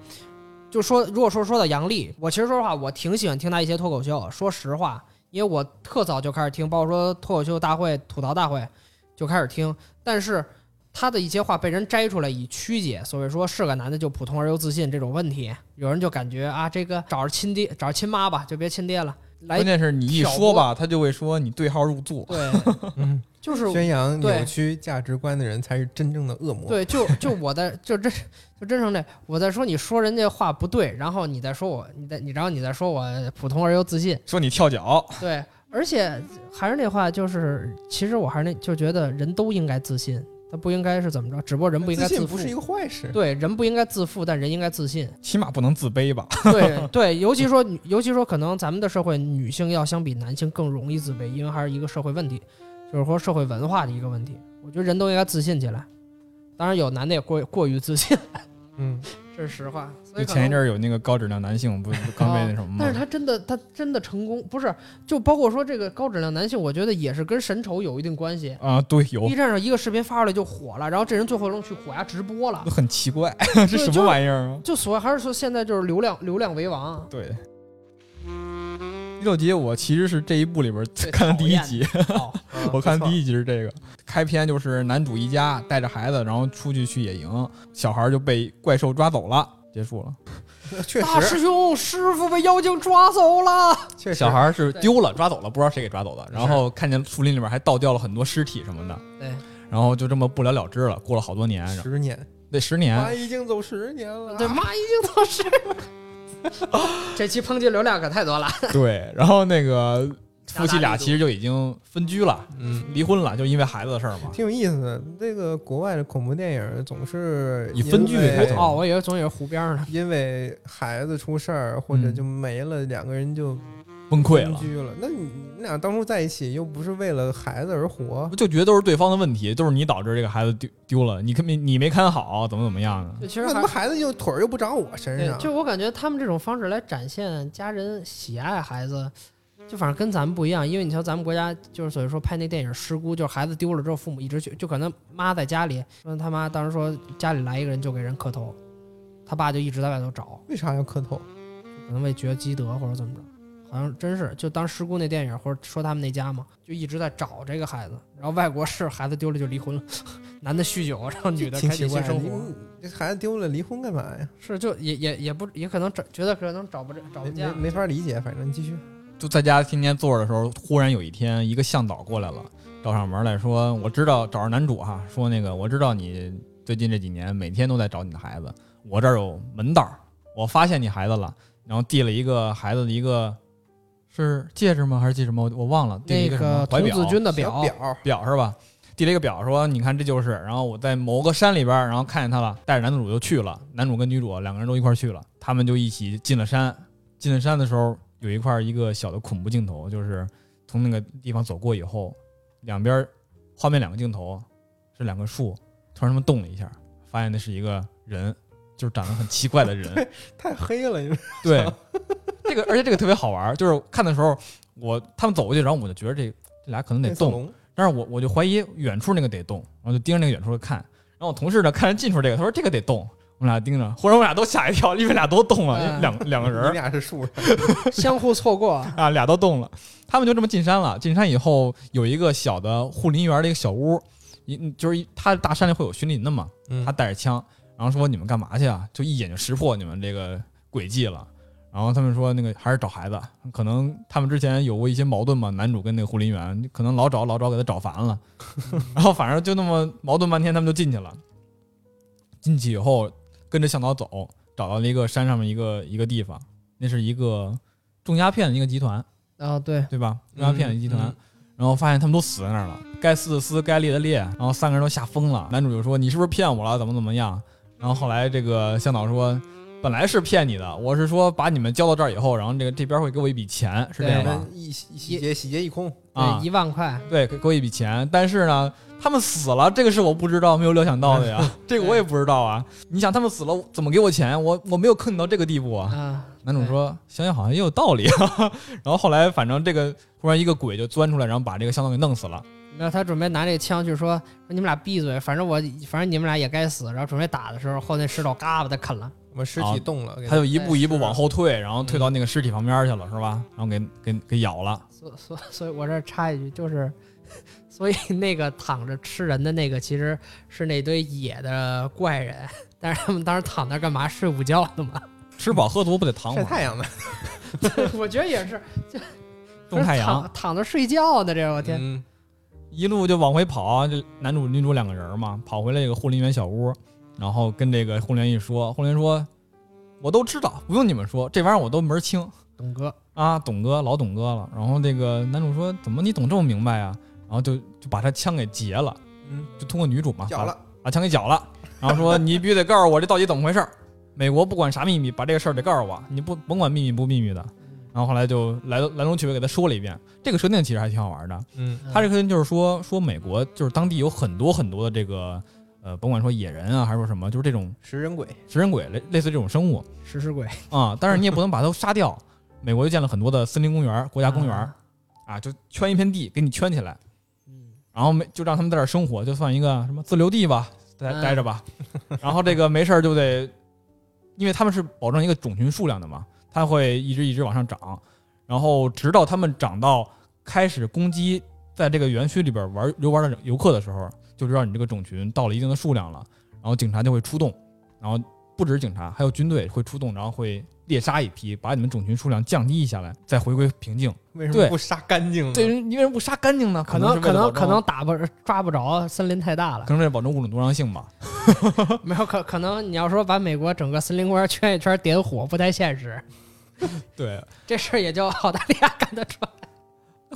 [SPEAKER 3] 就说如果说说到杨笠，我其实说实话，我挺喜欢听他一些脱口秀。说实话，因为我特早就开始听，包括说脱口秀大会、吐槽大会就开始听，但是他的一些话被人摘出来以曲解，所谓说是个男的就普通而又自信这种问题，有人就感觉啊，这个找着亲爹找着亲妈吧，就别亲爹了。来
[SPEAKER 2] 关，键是你一
[SPEAKER 3] 挑拨
[SPEAKER 2] 说吧，他就会说你对号入座。
[SPEAKER 3] 对，
[SPEAKER 1] 嗯，
[SPEAKER 3] 就是
[SPEAKER 1] 宣扬
[SPEAKER 3] 对
[SPEAKER 1] 扭曲价值观的人才是真正的恶魔。，
[SPEAKER 3] 对，就就我在就真就真成这，我在说你说人家话不对，然后你再说我，你再你然后你再说我普通而又自信，
[SPEAKER 2] 说你跳脚，
[SPEAKER 1] 哦
[SPEAKER 3] 对，而且还是那话，就是其实我还是那就觉得人都应该自信，他不应该是怎么着，只不过人不应该
[SPEAKER 1] 自信
[SPEAKER 3] 自
[SPEAKER 1] 不
[SPEAKER 3] 负
[SPEAKER 1] 是。一个坏事。
[SPEAKER 3] 对，人不应该自负，但人应该自 信。
[SPEAKER 2] 起码不能自卑吧？
[SPEAKER 3] 对对，尤其说女，尤其说，可能咱们的社会，女性要相比男性更容易自卑，因为还是一个社会问题，就是说社会文化的一个问题。我觉得人都应该自信起来，当然有男的也过过于自信。
[SPEAKER 1] 嗯，
[SPEAKER 3] 这是实话。所
[SPEAKER 2] 就
[SPEAKER 3] 以可
[SPEAKER 2] 前一
[SPEAKER 3] 能
[SPEAKER 2] 阵
[SPEAKER 3] 哦
[SPEAKER 2] 儿有那个高质量男性不不刚被那什么
[SPEAKER 3] 但是
[SPEAKER 2] 吗？
[SPEAKER 3] 他真的，他真的成功，不是就包括说这个高质量男性，我觉得也是跟神丑有一定关系。
[SPEAKER 2] 啊，对，有
[SPEAKER 3] B 站上一个视频发出来就火了，然后这人最后扔去虎牙直播了
[SPEAKER 2] 都，很奇怪，这
[SPEAKER 3] 对
[SPEAKER 2] 什
[SPEAKER 3] 就
[SPEAKER 2] 么玩意儿啊？
[SPEAKER 3] 就所谓还是说现在就是流量流量为王，
[SPEAKER 2] 对。第六集我其实是这一部里边儿
[SPEAKER 3] 最
[SPEAKER 2] 看的第一
[SPEAKER 3] 讨厌
[SPEAKER 2] 集，
[SPEAKER 3] 哦
[SPEAKER 2] 我看
[SPEAKER 1] 一
[SPEAKER 2] 第一集是这个，开篇就是男主一家带着孩子，然后出去去野营，小孩儿就被怪兽抓走了，结束了。
[SPEAKER 1] 确
[SPEAKER 3] 大
[SPEAKER 1] 实，
[SPEAKER 3] 师兄，师傅被妖精抓走了。
[SPEAKER 1] 确实
[SPEAKER 2] 小孩儿是丢了，抓走了，不知道谁给抓走的。然后看见树林里边还倒掉了很多尸体什么的，
[SPEAKER 3] 对，
[SPEAKER 2] 然后就这么不了了之了。过了好多年，然后
[SPEAKER 1] 十年，
[SPEAKER 2] 那十年
[SPEAKER 1] 妈已经走十年了。啊
[SPEAKER 3] 对，妈已经 都是。这期抨击流量可太多了。
[SPEAKER 2] 对，然后那 个夫妻
[SPEAKER 3] 加大
[SPEAKER 2] 俩
[SPEAKER 3] 力度
[SPEAKER 2] 其实就已经分居了，
[SPEAKER 1] 嗯，
[SPEAKER 2] 离婚了，就因为孩子的事儿嘛。
[SPEAKER 1] 挺有意思的。这个国外的恐怖电影总是
[SPEAKER 2] 以分居为
[SPEAKER 1] 因为
[SPEAKER 2] 开头
[SPEAKER 3] 哦，我以为总以为湖边儿呢。
[SPEAKER 1] 因为孩子出事儿或者
[SPEAKER 2] 嗯
[SPEAKER 1] 就没了，两个人就
[SPEAKER 2] 崩溃
[SPEAKER 1] 分
[SPEAKER 2] 了，
[SPEAKER 1] 居了。那你你俩当初在一起又不是为了孩子而活，
[SPEAKER 2] 就觉得都是对方的问题，都是你导致这个孩子丢丢了，你看没你没看好，怎么怎么样的。
[SPEAKER 3] 对其实
[SPEAKER 1] 那
[SPEAKER 3] 还
[SPEAKER 1] 他妈孩子又腿儿又不长我身
[SPEAKER 3] 对，
[SPEAKER 1] 上，
[SPEAKER 3] 就我感觉他们这种方式来展现家人喜爱孩子，就反正跟咱们不一样，因为你瞧咱们国家就是所以说拍那电影《失孤》，就是孩子丢了之后，父母一直就就可能妈在家里，说他妈当时说家里来一个人就给人磕头，他爸就一直在外头找，
[SPEAKER 1] 为啥要磕头？
[SPEAKER 3] 可能为觉积德或者怎么着。好像真是，就当《失孤》那电影，或者说他们那家嘛，就一直在找这个孩子。然后外国是孩子丢了就离婚了， 男的酗酒，然后女的
[SPEAKER 1] 挺
[SPEAKER 3] 开
[SPEAKER 1] 奇
[SPEAKER 3] 启
[SPEAKER 1] 怪
[SPEAKER 3] 新
[SPEAKER 1] 的，
[SPEAKER 3] 生
[SPEAKER 1] 你
[SPEAKER 3] 活。
[SPEAKER 1] 你这孩子丢了离婚干嘛呀？
[SPEAKER 3] 是，就也也也不也可能找，觉得可能找不着找
[SPEAKER 1] 没
[SPEAKER 3] 不见
[SPEAKER 1] 没
[SPEAKER 3] 了。
[SPEAKER 1] 没法理解，反正继续。
[SPEAKER 2] 就在家天天坐着的时候，忽然有一天，一个向导过来了，找上门来说：“我知道找着男主哈，说那个我知道你最近这几年每天都在找你的孩子，我这儿有门道儿，我发现你孩子了，然后递了一个孩子的一个是戒指吗？还是寄什么？我我忘了，递了一
[SPEAKER 3] 那
[SPEAKER 2] 什么
[SPEAKER 3] 个
[SPEAKER 2] 怀
[SPEAKER 3] 童
[SPEAKER 2] 表
[SPEAKER 3] 子军的
[SPEAKER 1] 小表，
[SPEAKER 2] 表是吧？递了一个表说：你看这就是。然后我在某个山里边儿，然后看见他了，带着男主就去了，男主跟女主两个人都一块儿去了，他们就一起进了山。进了山的时候，有一块儿一个小的恐怖镜头，就是从那个地方走过以后，两边儿画面两个镜头是两个树，突然他们动了一下，发现那是一个人，就是长得很奇怪的人。
[SPEAKER 1] 太黑了，你们
[SPEAKER 2] 对，这个而且这个特别好玩儿，就是看的时候我他们走过去，然后我就觉得这这俩可能得
[SPEAKER 1] 那色
[SPEAKER 2] 动，
[SPEAKER 1] 龙
[SPEAKER 2] 但是我我就怀疑远处那个得动，然后就盯着那个远处的看。然后我同事呢看着近处这个，他说这个得动，我们俩盯着，忽然我们俩都吓一跳，因为俩都动了，
[SPEAKER 3] 哎
[SPEAKER 2] 因为两两个人
[SPEAKER 1] 你
[SPEAKER 2] 儿
[SPEAKER 1] 俩是树上，
[SPEAKER 3] 相互错过。
[SPEAKER 2] 啊，俩都动了。他们就这么进山了。进山以后有一个小的护林员的一个小屋，一嗯就是一他大山里会有巡林的嘛，
[SPEAKER 1] 嗯
[SPEAKER 2] 他带着枪，然后说你们干嘛去啊？就一眼就识破你们这个诡计了。然后他们说那个还是找孩子，可能他们之前有过一些矛盾嘛，男主跟那个护林员可能老找老找给他找烦了，然后反正就那么矛盾半天，他们就进去了。进去以后跟着向导走，找到了一个山上面一个一个地方，那是一个种鸦片的一个集团，
[SPEAKER 3] 啊，对，
[SPEAKER 2] 对吧？种鸦片的一个集团。
[SPEAKER 1] 嗯嗯
[SPEAKER 2] 然后发现他们都死在那儿了，该撕的撕，该裂的裂，然后三个人都吓疯了。男主就说：“你是不是骗我了？怎么怎么样？”然后后来这个向导说：“本来是骗你的，我是说把你们交到这儿以后，然后这个这边会给我一笔钱，是这样
[SPEAKER 3] 对
[SPEAKER 2] 吧
[SPEAKER 1] 们一洗劫洗劫一空，
[SPEAKER 2] 啊
[SPEAKER 3] 对，一万块，？”
[SPEAKER 2] 对，给给我一笔钱，但是呢，他们死了，这个是我不知道、没有料想到的 呀，这个我也不知道啊。你想他们死了怎么给我钱？我我没有坑你到这个地步啊。
[SPEAKER 3] 啊，
[SPEAKER 2] 男主说：“想想好像也有道理。”啊。 然后后来反正这个忽然一个鬼就钻出来，然后把这个向导给弄死了。
[SPEAKER 3] 对，然后他准备拿这枪去说说你们俩闭嘴，反正我反正你们俩也该死，然后准备打的时候，后那石头嘎把他啃了，
[SPEAKER 1] 我们尸
[SPEAKER 2] 啊
[SPEAKER 1] 体动了，给
[SPEAKER 2] 他就一步一步往后退，然后退
[SPEAKER 1] 嗯
[SPEAKER 2] 到那个尸体旁边去了，是吧？然后给给给咬了。
[SPEAKER 3] 所所所以，我这儿插一句，就是， 所以那个躺着吃人的那个其实是那堆野的怪人，但是他们当时躺那儿干嘛？睡午觉呢嘛？
[SPEAKER 2] 吃饱喝足不得躺会
[SPEAKER 1] 晒
[SPEAKER 2] 儿，
[SPEAKER 1] 太阳的，
[SPEAKER 3] 我觉得也是，
[SPEAKER 2] 种太阳
[SPEAKER 3] 躺，躺着睡觉呢，这我天，
[SPEAKER 1] 嗯，
[SPEAKER 2] 一路就往回跑。这男主女主两个人嘛，跑回来这个护林员小屋，然后跟这个护林员一说，护林员说：“我都知道，不用你们说，这玩意儿我都门儿清
[SPEAKER 3] 董哥，
[SPEAKER 2] 啊，董哥老董哥了。”然后这个男主说：“怎么你懂这么明白啊？”然后就就把他枪给劫了，
[SPEAKER 1] 嗯，
[SPEAKER 2] 就通过女主嘛，
[SPEAKER 1] 绞
[SPEAKER 2] 把
[SPEAKER 1] 了，
[SPEAKER 2] 把啊枪给绞了，然后说你必须得告诉我这到底怎么回事儿。美国不管啥秘密，把这个事儿得告诉我，你不甭管秘密不秘密的。然后后来就来来龙去尾给他说了一遍，这个设定其实还挺好玩的。
[SPEAKER 1] 嗯
[SPEAKER 2] 他这个设定就是说说美国就是当地有很多很多的这个呃，甭管说野人啊还是说什么，就是这种
[SPEAKER 1] 食人鬼，
[SPEAKER 2] 食人鬼类类似这种生物
[SPEAKER 3] 食尸鬼，
[SPEAKER 2] 啊、但是你也不能把它杀掉。美国就建了很多的森林公园、国家公园
[SPEAKER 3] 啊，
[SPEAKER 2] 啊，就圈一片地给你圈起来，
[SPEAKER 3] 嗯，
[SPEAKER 2] 然后没就让他们在这儿生活，就算一个什么自留地吧，待
[SPEAKER 3] 嗯
[SPEAKER 2] 待着吧。 然后这个没事儿就得，因为他们是保证一个种群数量的嘛，它会一直一直往上涨，然后直到他们长到开始攻击在这个园区里边玩游玩的游客的时候，就知道你这个种群到了一定的数量了，然后警察就会出动，然后不止警察，还有军队会出动，然后会猎杀一批，把你们种群数量降低一下来，再回归平静。
[SPEAKER 1] 为什
[SPEAKER 2] 对
[SPEAKER 1] 么不杀干净呢？
[SPEAKER 2] 对，你为什么不杀干净呢？
[SPEAKER 3] 可
[SPEAKER 2] 能
[SPEAKER 3] 能可能可
[SPEAKER 2] 可
[SPEAKER 3] 能打不抓不着，森林太大了
[SPEAKER 2] 可，能为了保证物种多样性吧。
[SPEAKER 3] 没有可可能你要说把美国整个森林公园圈一圈点火不太现实，
[SPEAKER 2] 对，
[SPEAKER 3] 这事儿也就澳大利亚 干得出来，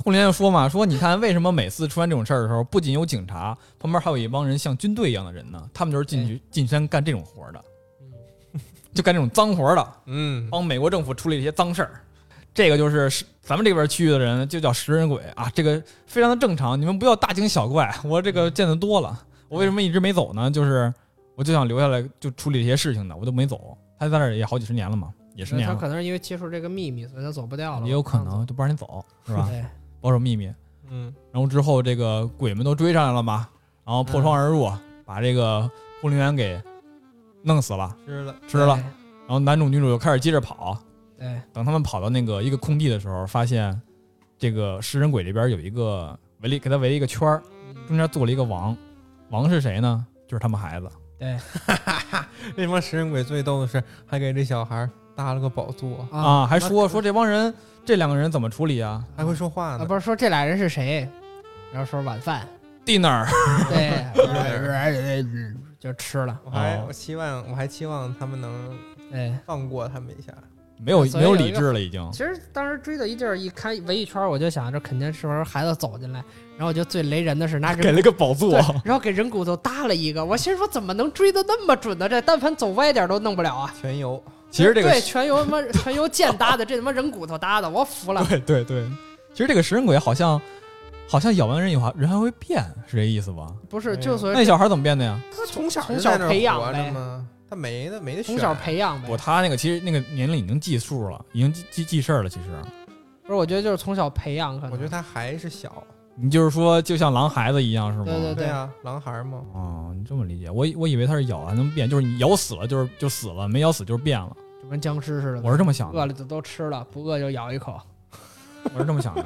[SPEAKER 2] 互联就说嘛，说你看为什么每次出现这种事儿的时候，不仅有警察，旁边还有一帮人像军队一样的人呢？他们就是进
[SPEAKER 3] 哎
[SPEAKER 2] 去进山干这种活儿的，
[SPEAKER 3] 嗯
[SPEAKER 2] 就干这种脏活儿的，
[SPEAKER 3] 哦
[SPEAKER 1] 嗯，
[SPEAKER 2] 帮美国政府处理一些脏事儿。这个就是是咱们这边区域的人就叫食人鬼啊，这个非常的正常，你们不要大惊小怪。 我这个见得多了，我为什么一直没走呢？就是我就想留下来就处理一些事情的，我就没走。他在那儿也好几十年了嘛，也十年
[SPEAKER 3] 他
[SPEAKER 2] 了，
[SPEAKER 3] 可能是因为接触这个秘密，所以他走不掉了，
[SPEAKER 2] 也有可能就不让你走是吧？
[SPEAKER 3] 对。
[SPEAKER 2] 保守秘密。
[SPEAKER 1] 嗯，
[SPEAKER 2] 然后之后这个鬼们都追上来了嘛，然后破窗而入，啊把这个护林员给弄死了，
[SPEAKER 1] 吃了，
[SPEAKER 2] 吃了。然后男主女主就开始接着跑，
[SPEAKER 3] 对。对，
[SPEAKER 2] 等他们跑到那个一个空地的时候，发现这个食人鬼这边有一个围了一给他围了一个圈儿，
[SPEAKER 3] 嗯
[SPEAKER 2] 中间做了一个王，王是谁呢？就是他们孩子。
[SPEAKER 1] 那帮食人鬼最逗的是，还给这小孩儿搭了个宝座，
[SPEAKER 2] 啊，还说说这帮人这两个人怎么处理啊？
[SPEAKER 1] 还会说话
[SPEAKER 3] 啊，
[SPEAKER 1] 呢。
[SPEAKER 3] 不是说这俩人是谁，然后说晚饭，
[SPEAKER 2] 地那儿
[SPEAKER 3] 对，哎就吃了，
[SPEAKER 1] 我还
[SPEAKER 2] 哦
[SPEAKER 1] 我期望我还期望他们能
[SPEAKER 3] 对。
[SPEAKER 1] 放过他们一下。
[SPEAKER 2] 没有
[SPEAKER 3] 所
[SPEAKER 2] 没
[SPEAKER 3] 以
[SPEAKER 2] 有
[SPEAKER 3] 有一个
[SPEAKER 2] 理智了已经。
[SPEAKER 3] 其实当时追到一地儿，一看围一圈，我就想这肯定是不是孩子走进来，然后我就最雷人的是拿
[SPEAKER 2] 给
[SPEAKER 3] 人
[SPEAKER 2] 了个宝座
[SPEAKER 3] 对，然后给人骨头搭了一个，我心说怎么能追的那么准呢？这但凡走歪点都弄不了啊！
[SPEAKER 1] 全游，
[SPEAKER 2] 其实这个
[SPEAKER 3] 对全由他妈 全由剑搭的，这他妈人骨头搭的，我服了。
[SPEAKER 2] 对对对，其实这个食人鬼好像好像咬完人以后还人还会变，是这意思吧？
[SPEAKER 3] 不是，
[SPEAKER 1] 没
[SPEAKER 3] 就
[SPEAKER 1] 有
[SPEAKER 3] 所
[SPEAKER 2] 那
[SPEAKER 3] 以
[SPEAKER 2] 小孩怎么变的呀？
[SPEAKER 1] 他从小
[SPEAKER 3] 从
[SPEAKER 1] 就
[SPEAKER 3] 小
[SPEAKER 1] 在那儿
[SPEAKER 3] 培养
[SPEAKER 1] 活
[SPEAKER 3] 呗
[SPEAKER 1] 着吗？他没的没得选啊
[SPEAKER 3] 从小培养呗。
[SPEAKER 2] 不，他那个其实那个年龄已经记数了，已经记记记事儿了。其实
[SPEAKER 3] 不是，我觉得就是从小培养，可能
[SPEAKER 1] 我觉得他还是小，
[SPEAKER 2] 你就是说，就像狼孩子一样，是吗？
[SPEAKER 3] 对对
[SPEAKER 1] 对啊，狼孩儿嘛，
[SPEAKER 2] 哦，你这么理解，我以我以为他是咬了还能变，就是你咬死了就是就死了，没咬死就是变了。
[SPEAKER 3] 就跟僵尸似的。
[SPEAKER 2] 我是这么想
[SPEAKER 3] 饿
[SPEAKER 2] 的，
[SPEAKER 3] 了就都吃了，不饿就咬一口。
[SPEAKER 2] 我是这么想的。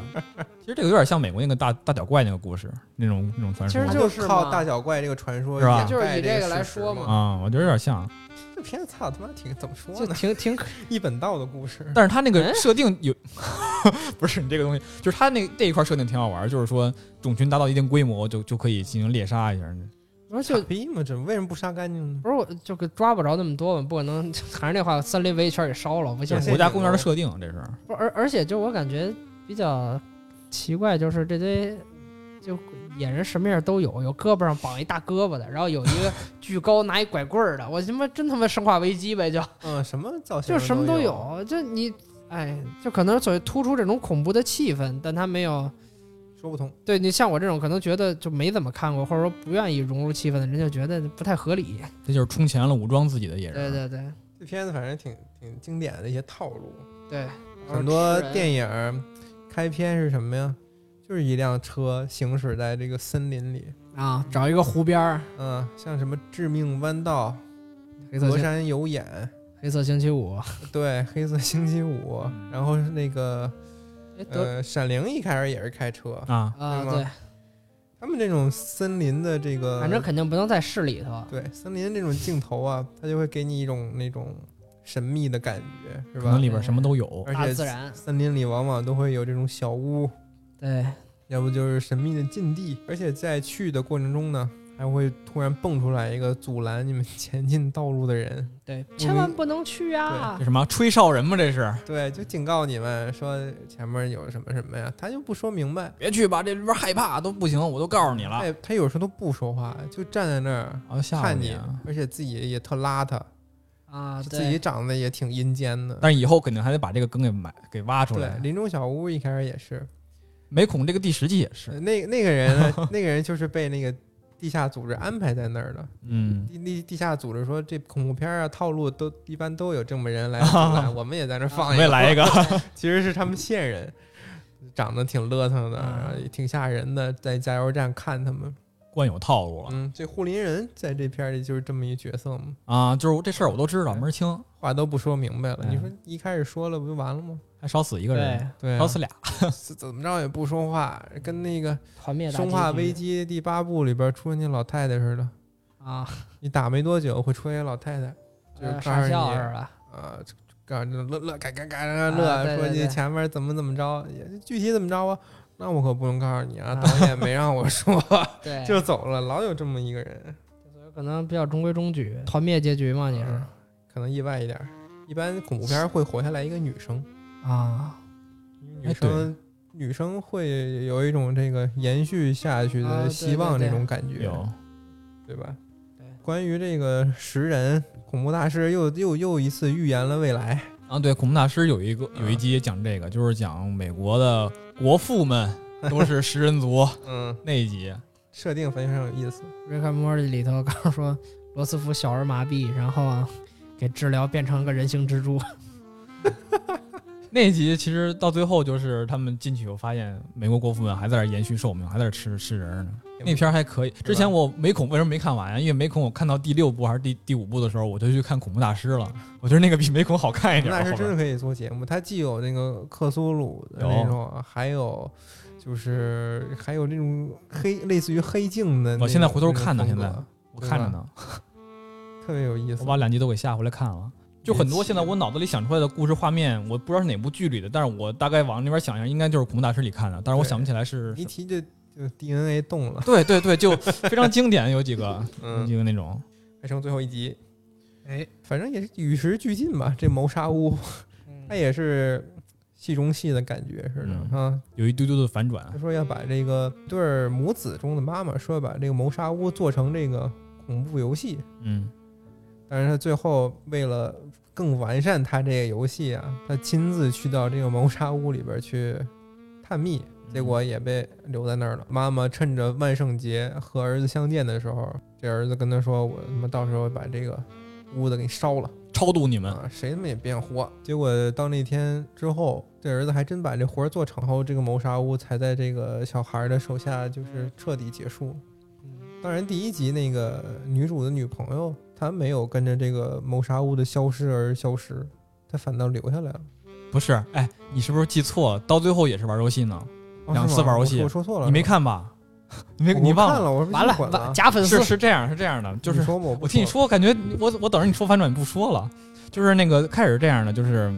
[SPEAKER 2] 其实这个有点像美国那个大大脚怪那个故事那种那种传说
[SPEAKER 3] 其实
[SPEAKER 1] 他
[SPEAKER 3] 就是嘛
[SPEAKER 1] 靠大脚怪这个传说
[SPEAKER 2] 是吧
[SPEAKER 1] 掩盖
[SPEAKER 3] 就是以
[SPEAKER 1] 这
[SPEAKER 3] 这个来
[SPEAKER 1] 事实
[SPEAKER 3] 说嘛
[SPEAKER 1] 嘛。
[SPEAKER 2] 啊、我觉得有点像。
[SPEAKER 1] 这片子操他妈挺怎么说
[SPEAKER 3] 就
[SPEAKER 1] 呢？
[SPEAKER 3] 挺挺可
[SPEAKER 1] 一本道的故事，
[SPEAKER 2] 但是他那个
[SPEAKER 3] 哎
[SPEAKER 2] 设定有， 不是你这个东西，就是他那这一块设定挺好玩儿，就是说种群达到一定规模就就可以进行猎杀一下。
[SPEAKER 3] 不是
[SPEAKER 1] 傻
[SPEAKER 3] 就
[SPEAKER 1] 逼嘛，这为什么不杀干净呢？
[SPEAKER 3] 不是我就给抓不着那么多嘛，不可能 还是那话，森林围一圈给烧了，不行
[SPEAKER 1] 对。
[SPEAKER 2] 就是
[SPEAKER 1] 现
[SPEAKER 2] 国家
[SPEAKER 1] 在
[SPEAKER 2] 公园的设定，这是
[SPEAKER 3] 不是而而且就我感觉比较奇怪，就是这堆就野人什么样都有，有胳膊上绑一大胳膊的，然后有一个 巨高拿一拐棍儿的，我他妈真他妈生化危机呗，就
[SPEAKER 1] 嗯，什么造型
[SPEAKER 3] 就什么
[SPEAKER 1] 都
[SPEAKER 3] 都，有，就你哎，就可能所谓突出这种恐怖的气氛，但他没有。
[SPEAKER 1] 说不通。
[SPEAKER 3] 对你像我这种可能觉得就没怎么看过，或者说不愿意融入气氛的人，就觉得不太合
[SPEAKER 1] 啊
[SPEAKER 3] 理。
[SPEAKER 2] 这就是充钱了武装自己的野人。
[SPEAKER 3] 对对对
[SPEAKER 1] 这片子反正挺挺经典的一些套路，
[SPEAKER 3] 对，
[SPEAKER 1] 很多
[SPEAKER 3] 影
[SPEAKER 1] 电影儿开篇是什么呀？就是一辆车行驶在这个森林里，
[SPEAKER 3] 啊，找一个湖边儿，
[SPEAKER 1] 嗯，像什么《致命弯道》
[SPEAKER 3] 黑
[SPEAKER 1] 《
[SPEAKER 3] 色
[SPEAKER 1] 隔
[SPEAKER 3] 星
[SPEAKER 1] 山有眼》
[SPEAKER 3] 黑色星期五，
[SPEAKER 1] 呃对《黑色星期五》，然后是那个
[SPEAKER 3] 哎德
[SPEAKER 1] 呃，《闪灵》一开始也是开车，
[SPEAKER 2] 啊，
[SPEAKER 3] 啊
[SPEAKER 1] 对吗
[SPEAKER 3] 对，
[SPEAKER 1] 他们这种森林的这个，
[SPEAKER 3] 反正肯定不能在市里头。啊
[SPEAKER 1] 对森林这种镜头啊，它就会给你一种那种神秘的感觉，是
[SPEAKER 2] 可
[SPEAKER 1] 吧哎
[SPEAKER 2] 能？里边什么都有。
[SPEAKER 1] 而
[SPEAKER 3] 大
[SPEAKER 1] 且
[SPEAKER 3] 自然
[SPEAKER 1] 森林里往往都会有这种小屋，
[SPEAKER 3] 对，
[SPEAKER 1] 要不就是神秘的禁地，而且在去的过程中呢，还会突然蹦出来一个阻拦你们前进道路的人，
[SPEAKER 3] 对，千万不能去啊
[SPEAKER 2] 这！什么吹哨人吗？这是
[SPEAKER 1] 对，就警告你们说前面有什么什么呀，他就不说明白，
[SPEAKER 2] 别去吧，这里边害怕都不行，我都告诉你了
[SPEAKER 1] 他，也他有时候都不说话，就站在那儿
[SPEAKER 2] 啊吓唬
[SPEAKER 1] 看
[SPEAKER 2] 你
[SPEAKER 1] 你
[SPEAKER 2] 啊。，
[SPEAKER 1] 而且自己也特邋遢，
[SPEAKER 3] 啊，
[SPEAKER 1] 自己
[SPEAKER 3] 对，
[SPEAKER 1] 长得也挺阴间的。
[SPEAKER 2] 但是以后肯定还得把这个坑给埋给挖出
[SPEAKER 1] 对，
[SPEAKER 2] 来。
[SPEAKER 1] 林中小屋一开始也是，
[SPEAKER 2] 美恐这个第十季也
[SPEAKER 1] 呃
[SPEAKER 2] 是，
[SPEAKER 1] 那那个人呢 那个人就是被那个地下组织安排在那儿的。
[SPEAKER 2] 嗯，
[SPEAKER 1] 地地地下组织说这恐怖片啊套路都一般都有这么人来阻拦，我们也在那儿放一
[SPEAKER 2] 我也
[SPEAKER 1] 个。
[SPEAKER 2] 来一个，
[SPEAKER 1] 其实是他们线人，长得挺折腾的，
[SPEAKER 2] 啊
[SPEAKER 1] 然后也挺吓人的，在加油站看他们。
[SPEAKER 2] 惯有套路了
[SPEAKER 1] 嗯，这护林人在这片儿里就是这么一角色嘛，
[SPEAKER 2] 啊！就是这事儿我都知道，门儿清，
[SPEAKER 1] 话都不说明白了。
[SPEAKER 2] 嗯
[SPEAKER 1] 你说一开始说了不就完了吗？
[SPEAKER 2] 还少死一个
[SPEAKER 3] 对
[SPEAKER 2] 人，，
[SPEAKER 1] 对、啊
[SPEAKER 2] 少，死俩。
[SPEAKER 1] 怎怎么着也不说话，跟那个
[SPEAKER 3] 团灭
[SPEAKER 1] 《
[SPEAKER 3] 大
[SPEAKER 1] 生化
[SPEAKER 3] 结
[SPEAKER 1] 危
[SPEAKER 3] 局
[SPEAKER 1] 机》第八部里边出现那老太太似的，
[SPEAKER 3] 啊，
[SPEAKER 1] 你打没多久会出现一老太太，就是
[SPEAKER 3] 呃
[SPEAKER 1] 告
[SPEAKER 3] 傻
[SPEAKER 1] 诉
[SPEAKER 3] 笑
[SPEAKER 1] 你
[SPEAKER 3] 是吧？
[SPEAKER 1] 啊，干乐乐嘎嘎嘎乐
[SPEAKER 3] 啊对
[SPEAKER 1] 乐，说
[SPEAKER 3] 对对
[SPEAKER 1] 你前面怎么怎么着，也具体怎么着啊？那我可不能告诉你啊，导演没让我说，
[SPEAKER 3] 对，
[SPEAKER 1] 就走了。老有这么一个人，
[SPEAKER 3] 可能比较中规中矩，团灭结局嘛，也是
[SPEAKER 1] 嗯可能意外一点儿。一般恐怖片儿会活下来一个女生，
[SPEAKER 3] 啊，
[SPEAKER 1] 女生女生会有一种这个延续下去
[SPEAKER 3] 啊
[SPEAKER 1] 的
[SPEAKER 3] 对
[SPEAKER 1] 希望
[SPEAKER 3] 对
[SPEAKER 1] 这
[SPEAKER 3] 对
[SPEAKER 1] 种感觉，
[SPEAKER 2] 有，
[SPEAKER 1] 对吧
[SPEAKER 3] 对？
[SPEAKER 1] 关于这个食人恐怖大师又又又一次预言了未来，
[SPEAKER 2] 啊，对，恐怖大师有一个有一
[SPEAKER 1] 嗯
[SPEAKER 2] 集也讲这个，就是讲美国的国父们 都是食人族
[SPEAKER 1] 嗯，
[SPEAKER 2] 那一集，
[SPEAKER 1] 设定非常有意思。
[SPEAKER 3] 瑞克莫蒂》里头刚刚说罗斯福小儿麻痹，然后啊给治疗变成个人形蜘蛛，
[SPEAKER 2] 那一集其实到最后就是他们进去以后发现美国国父们还在那儿延续寿命，还在那儿吃吃人儿呢。那片儿还可以，之前我美恐为什么没看完呀？因为美恐我看到第六部还是第第五部的时候，我就去看恐怖大师了。我觉得那个比美恐好看一点儿。
[SPEAKER 1] 那是
[SPEAKER 2] 后
[SPEAKER 1] 真
[SPEAKER 2] 边
[SPEAKER 1] 的
[SPEAKER 2] 儿
[SPEAKER 1] 可以做节目，它既有那个克苏鲁的那
[SPEAKER 2] 有
[SPEAKER 1] 种，还有就是还有那种黑类似于黑镜的那种。
[SPEAKER 2] 我现在回头
[SPEAKER 1] 那种
[SPEAKER 2] 看呢
[SPEAKER 1] 风
[SPEAKER 2] 现在
[SPEAKER 1] 格
[SPEAKER 2] 我看着呢，
[SPEAKER 1] 特别有意思
[SPEAKER 2] 我。把两集都给下回来看了。就很多现在我脑子里想出来的故事画面，我不知道是哪部剧里的，但是我大概往那边想一下，应该就是恐怖大师里看的，但是我
[SPEAKER 1] 对
[SPEAKER 2] 想不起来是
[SPEAKER 1] 一提就就 DNA 动了，
[SPEAKER 2] 对对对，就非常经典，有几个，有
[SPEAKER 1] 嗯，
[SPEAKER 2] 几个那种。
[SPEAKER 1] 还剩最后一集，
[SPEAKER 3] 哎，
[SPEAKER 1] 反正也是与时俱进吧。这谋杀屋，
[SPEAKER 2] 嗯
[SPEAKER 1] 它也是戏中戏的感觉似的
[SPEAKER 2] 嗯
[SPEAKER 1] 啊。
[SPEAKER 2] 有一丢丢的反转
[SPEAKER 1] 他，说要把这个对儿母子中的妈妈说要把这个谋杀屋做成这个恐怖游戏，
[SPEAKER 2] 嗯，
[SPEAKER 1] 但是他最后为了更完善他这个游戏啊，他亲自去到这个谋杀屋里边去探秘，结果也被留在那儿了。妈妈趁着万圣节和儿子相见的时候，这儿子跟他说：“我他妈到时候把这个屋子给你烧了
[SPEAKER 2] 嗯超度你们，
[SPEAKER 1] 啊，谁他妈也别想活。”结果到那天之后，这儿子还真把这活儿做成后，这个谋杀屋才在这个小孩儿的手下就是彻底结束。
[SPEAKER 2] 嗯
[SPEAKER 1] 当然，第一集那个女主的女朋友，她没有跟着这个谋杀屋的消失而消失，她反倒留下来了。
[SPEAKER 2] 不是？哎，你是不是记错了？到最后也是玩游戏呢？
[SPEAKER 1] 哦
[SPEAKER 2] 两
[SPEAKER 1] 是
[SPEAKER 2] 次
[SPEAKER 1] 吗
[SPEAKER 2] 玩游
[SPEAKER 1] 我
[SPEAKER 2] 戏
[SPEAKER 1] 我说错了，
[SPEAKER 2] 你没
[SPEAKER 1] 是吧？
[SPEAKER 2] 看吧？ 没
[SPEAKER 1] 我
[SPEAKER 2] 你忘
[SPEAKER 1] 看了，我说
[SPEAKER 3] 完了，
[SPEAKER 1] 管
[SPEAKER 3] 完假粉丝
[SPEAKER 2] 是是这样，是这样的，就是
[SPEAKER 1] 你说嘛我不
[SPEAKER 2] 我听你，说，感觉我我等着你说反转，你不说了。就是那个开始是这样的，就是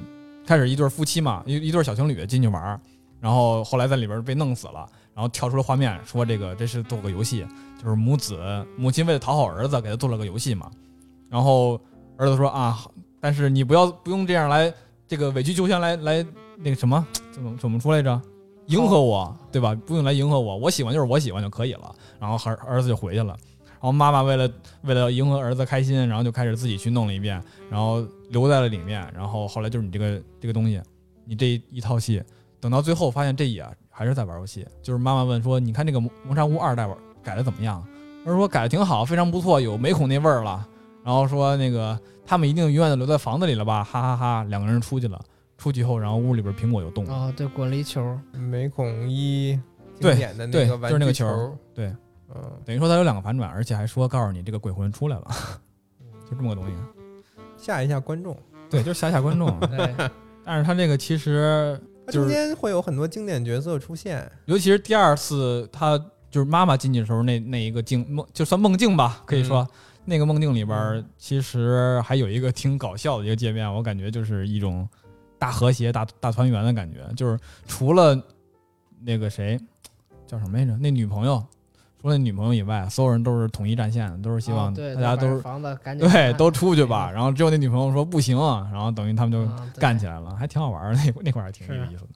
[SPEAKER 2] 开始一对夫妻嘛，一一对小情侣进去玩儿，然后后来在里边被弄死了，然后跳出了画面说这个这是做个游戏，就是母子母亲为了讨好儿子给他做了个游戏嘛，然后儿子说啊，但是你不要不用这样来这个委曲求全来来那个什么怎么怎么说来着？迎合我，对吧？不用来迎合我，我喜欢就是我喜欢就可以了。然后儿儿子就回去了，然后妈妈为了为了迎合儿子开心，然后就开始自己去弄了一遍，然后留在了里面，然后后来就是你这个这个东西，你这一套戏，等到最后发现这也还是在玩游戏，就是妈妈问说，你看这个魔魔砂屋二代玩改的怎么样？儿子说改的挺好，非常不错，有美恐那味儿了。然后说那个他们一定永远的留在房子里了吧？哈哈哈两个人出去了，出去后，然后屋里边苹果又动了。
[SPEAKER 3] 哦，对，滚了一球，
[SPEAKER 1] 美孔一
[SPEAKER 2] 对
[SPEAKER 1] 经典的
[SPEAKER 2] 对
[SPEAKER 1] 那个玩
[SPEAKER 2] 就是那个
[SPEAKER 1] 具
[SPEAKER 2] 球儿
[SPEAKER 1] 球，
[SPEAKER 2] 对，
[SPEAKER 1] 嗯，
[SPEAKER 2] 等于说它有两个反转，而且还说告诉你这个鬼魂出来了， 就这么个东西。
[SPEAKER 1] 吓一吓观众。
[SPEAKER 2] 对，就是吓吓观众。
[SPEAKER 3] 对，
[SPEAKER 2] 但是它这个其实，
[SPEAKER 1] 它
[SPEAKER 2] 就是
[SPEAKER 1] 中间会有很多经典角色出现，
[SPEAKER 2] 尤其是第二次他就是妈妈进去的时候那那一个境梦，就算梦境吧，可以
[SPEAKER 3] 嗯
[SPEAKER 2] 说、那个梦境里边儿其实还有一个挺搞笑的一个界面，我感觉就是一种大和谐、大大团圆的感觉，就是除了那个谁叫什么来着，那女朋友。除了女朋友以外，所有人都是统一战线，都是希望
[SPEAKER 3] 哦对
[SPEAKER 2] 大家都
[SPEAKER 3] 把
[SPEAKER 2] 是
[SPEAKER 3] 这房子赶紧啊
[SPEAKER 2] 对，
[SPEAKER 3] 看
[SPEAKER 2] 都出去吧。然后只有那女朋友说不行，然后等于他们就
[SPEAKER 3] 啊对
[SPEAKER 2] 干起来了，还挺好玩儿。那那块儿还挺有
[SPEAKER 3] 是啊
[SPEAKER 2] 意思的。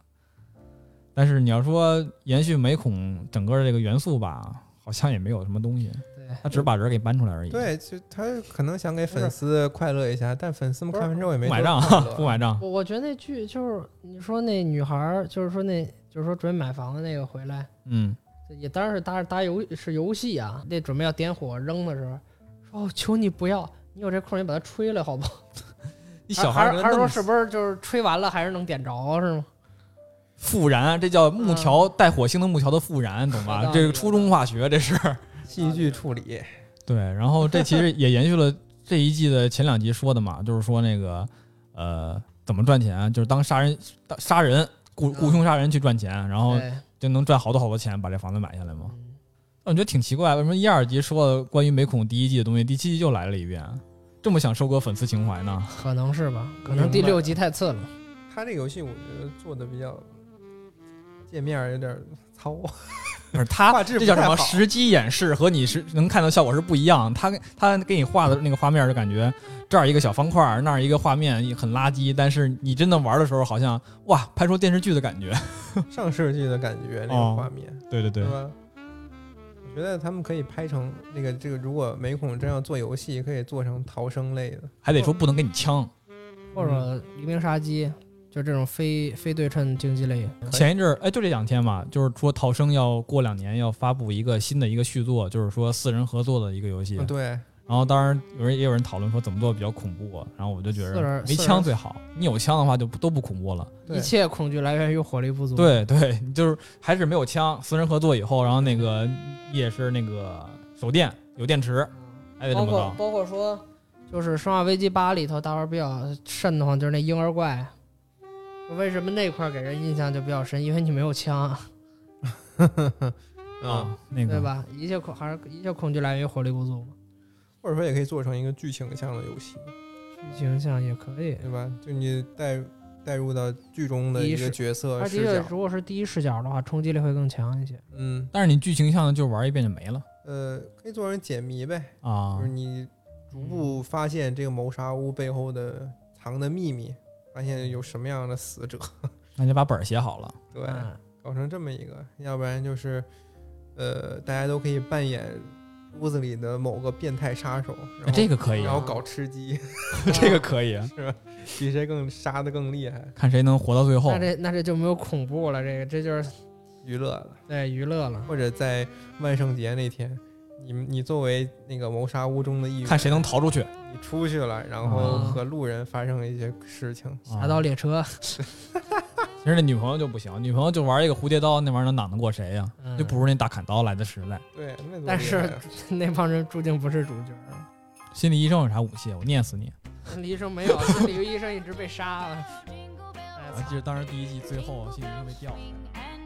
[SPEAKER 2] 但是你要说延续美恐整个这个元素吧，好像也没有什么东西，
[SPEAKER 3] 对，
[SPEAKER 2] 他只把人给搬出来而已。，
[SPEAKER 1] 对，就他可能想给粉丝快乐一下，但粉丝们看完之后也没
[SPEAKER 2] 不买账啊
[SPEAKER 1] 多快乐，
[SPEAKER 2] 不买账。
[SPEAKER 3] 我我觉得那剧就是你说那女孩儿，就是说那就是说准备买房的那个回来，
[SPEAKER 2] 嗯，
[SPEAKER 3] 也当然是搭搭游是游戏啊，那准备要点火扔的时候，说哦求你不要，你有这空儿你把它吹了好不好？
[SPEAKER 2] 一小孩儿
[SPEAKER 3] 还是
[SPEAKER 2] 给
[SPEAKER 3] 还
[SPEAKER 2] 他
[SPEAKER 3] 是说
[SPEAKER 2] 弄
[SPEAKER 3] 是
[SPEAKER 2] 死
[SPEAKER 3] 不是就是吹完了还是能点着啊是吗？
[SPEAKER 2] 复燃，这叫木条带火星的木条的复燃，懂
[SPEAKER 3] 嗯有道
[SPEAKER 2] 吧？
[SPEAKER 3] 理
[SPEAKER 2] 这是初中化学， 这是。
[SPEAKER 1] 戏
[SPEAKER 3] 啊
[SPEAKER 1] 剧处理，
[SPEAKER 2] 对，然后这其实也延续了这一季的前两集说的嘛，就是说那个呃怎么赚钱，就是当杀人当杀人雇
[SPEAKER 3] 嗯
[SPEAKER 2] 雇凶杀人去赚钱，然后
[SPEAKER 3] 对，
[SPEAKER 2] 就能赚好多好多钱，把这房子买下来嘛。
[SPEAKER 3] 嗯
[SPEAKER 2] 但我觉得挺奇怪，为什么一二集说了关于美恐第一季的东西，第七集就来了一遍，这么想收割粉丝情怀呢？
[SPEAKER 3] 可能是吧，可
[SPEAKER 1] 明
[SPEAKER 3] 能
[SPEAKER 1] 白
[SPEAKER 3] 第六集太次了。
[SPEAKER 1] 他这个游戏我觉得做的比较界面儿有点糙，
[SPEAKER 2] 不是他
[SPEAKER 1] 画质
[SPEAKER 2] 这
[SPEAKER 1] 不
[SPEAKER 2] 叫什
[SPEAKER 1] 太
[SPEAKER 2] 么
[SPEAKER 1] 好
[SPEAKER 2] 实机演示和你是能看到效果是不一样，他他给你画的那个画面就感觉这儿一个小方块儿，那儿一个画面也很垃圾，但是你真的玩的时候好像哇拍出电视剧的感觉。
[SPEAKER 1] 上世纪的感觉那
[SPEAKER 2] 哦
[SPEAKER 1] 个画面，
[SPEAKER 2] 对对对
[SPEAKER 1] 是，吧？我觉得他们可以拍成那个这个，如果美恐真要做游戏，可以做成逃生类的。
[SPEAKER 2] 还得说不能给你枪。
[SPEAKER 3] 或者
[SPEAKER 2] 嗯
[SPEAKER 3] 黎明杀机，就这种非非对称竞技类。
[SPEAKER 2] 前一阵儿，哎，就这两天嘛，就是说逃生要过两年要发布一个新的一个续作，就是说四人合作的一个游戏。
[SPEAKER 1] 嗯，对，
[SPEAKER 2] 然后当然有人也有人讨论说怎么做比较恐怖，啊然后我就觉
[SPEAKER 3] 四
[SPEAKER 2] 得
[SPEAKER 3] 人
[SPEAKER 2] 没枪最好，你有枪的话就不都不恐怖了。
[SPEAKER 1] 对
[SPEAKER 3] 一切恐惧来源于火力不足。，
[SPEAKER 2] 对对，你就是还是没有枪，四人合作以后，然后那个也是那个手电有电池，还得这
[SPEAKER 3] 包
[SPEAKER 2] 么
[SPEAKER 3] 括
[SPEAKER 2] 着。
[SPEAKER 3] 包括说，就是《生化危机八》里头，大伙儿比较瘆得慌，就是那婴儿怪。为什么那块儿给人印象就比较深？因为你没有枪，
[SPEAKER 2] 嗯
[SPEAKER 1] 啊，，
[SPEAKER 2] 那个
[SPEAKER 3] 对？吧？一切恐还是一切恐惧来源于火力不足嘛。
[SPEAKER 1] 或者说也可以做成一个剧情向的游戏，
[SPEAKER 3] 剧情上也可以，
[SPEAKER 1] 对吧？就你带带入到剧中的
[SPEAKER 3] 第一
[SPEAKER 1] 一个
[SPEAKER 3] 视
[SPEAKER 1] 角色
[SPEAKER 3] 而
[SPEAKER 1] 视
[SPEAKER 3] 且
[SPEAKER 1] 角，
[SPEAKER 3] 如果是第一视角的话，冲击力会更强一些。
[SPEAKER 1] 嗯，
[SPEAKER 2] 但是你剧情向的就玩一遍就没了
[SPEAKER 1] 呃，可以做成解谜呗，
[SPEAKER 2] 啊
[SPEAKER 3] 嗯
[SPEAKER 1] 就是。你逐步发现这个谋杀屋背后的藏的秘密，发现有什么样的死者，
[SPEAKER 2] 那就把本儿写好了。
[SPEAKER 1] 对，
[SPEAKER 3] 嗯
[SPEAKER 1] 搞成这么一个，要不然就是，呃，大家都可以扮演屋子里的某个变态杀手，然
[SPEAKER 3] 嗯
[SPEAKER 1] 后
[SPEAKER 2] 哎这个可以
[SPEAKER 1] 然，后搞吃鸡，
[SPEAKER 3] 啊
[SPEAKER 2] 这个可以，啊
[SPEAKER 1] 是吧？比谁更杀的更厉害，
[SPEAKER 2] 看谁能活到最后
[SPEAKER 3] 那。这那这就没有恐怖了，这个这就是
[SPEAKER 1] 娱乐了。
[SPEAKER 3] 对娱乐了。
[SPEAKER 1] 或者在万圣节那天，你们你作为那个谋杀屋中的一员，
[SPEAKER 2] 看谁能逃出去。啊
[SPEAKER 1] 你出去了，然后
[SPEAKER 3] 啊
[SPEAKER 1] 和路人发生了一些事情，
[SPEAKER 2] 啊
[SPEAKER 3] 侠盗猎车，
[SPEAKER 2] 其实那女朋友就不行，女朋友就玩一个蝴蝶刀，那玩意儿能挡得过谁呀、
[SPEAKER 3] 嗯
[SPEAKER 2] 就不如那大砍刀来的实在。
[SPEAKER 1] 对，那多厉害
[SPEAKER 3] 但是
[SPEAKER 1] 啊
[SPEAKER 3] 那帮人注定不是主 角。
[SPEAKER 2] 心理医生有啥武器？我念死你！
[SPEAKER 3] 心理医生没有，心理医生一直被杀了。哎
[SPEAKER 2] 我记得当时第一季最后心理医生被吊了。
[SPEAKER 4] And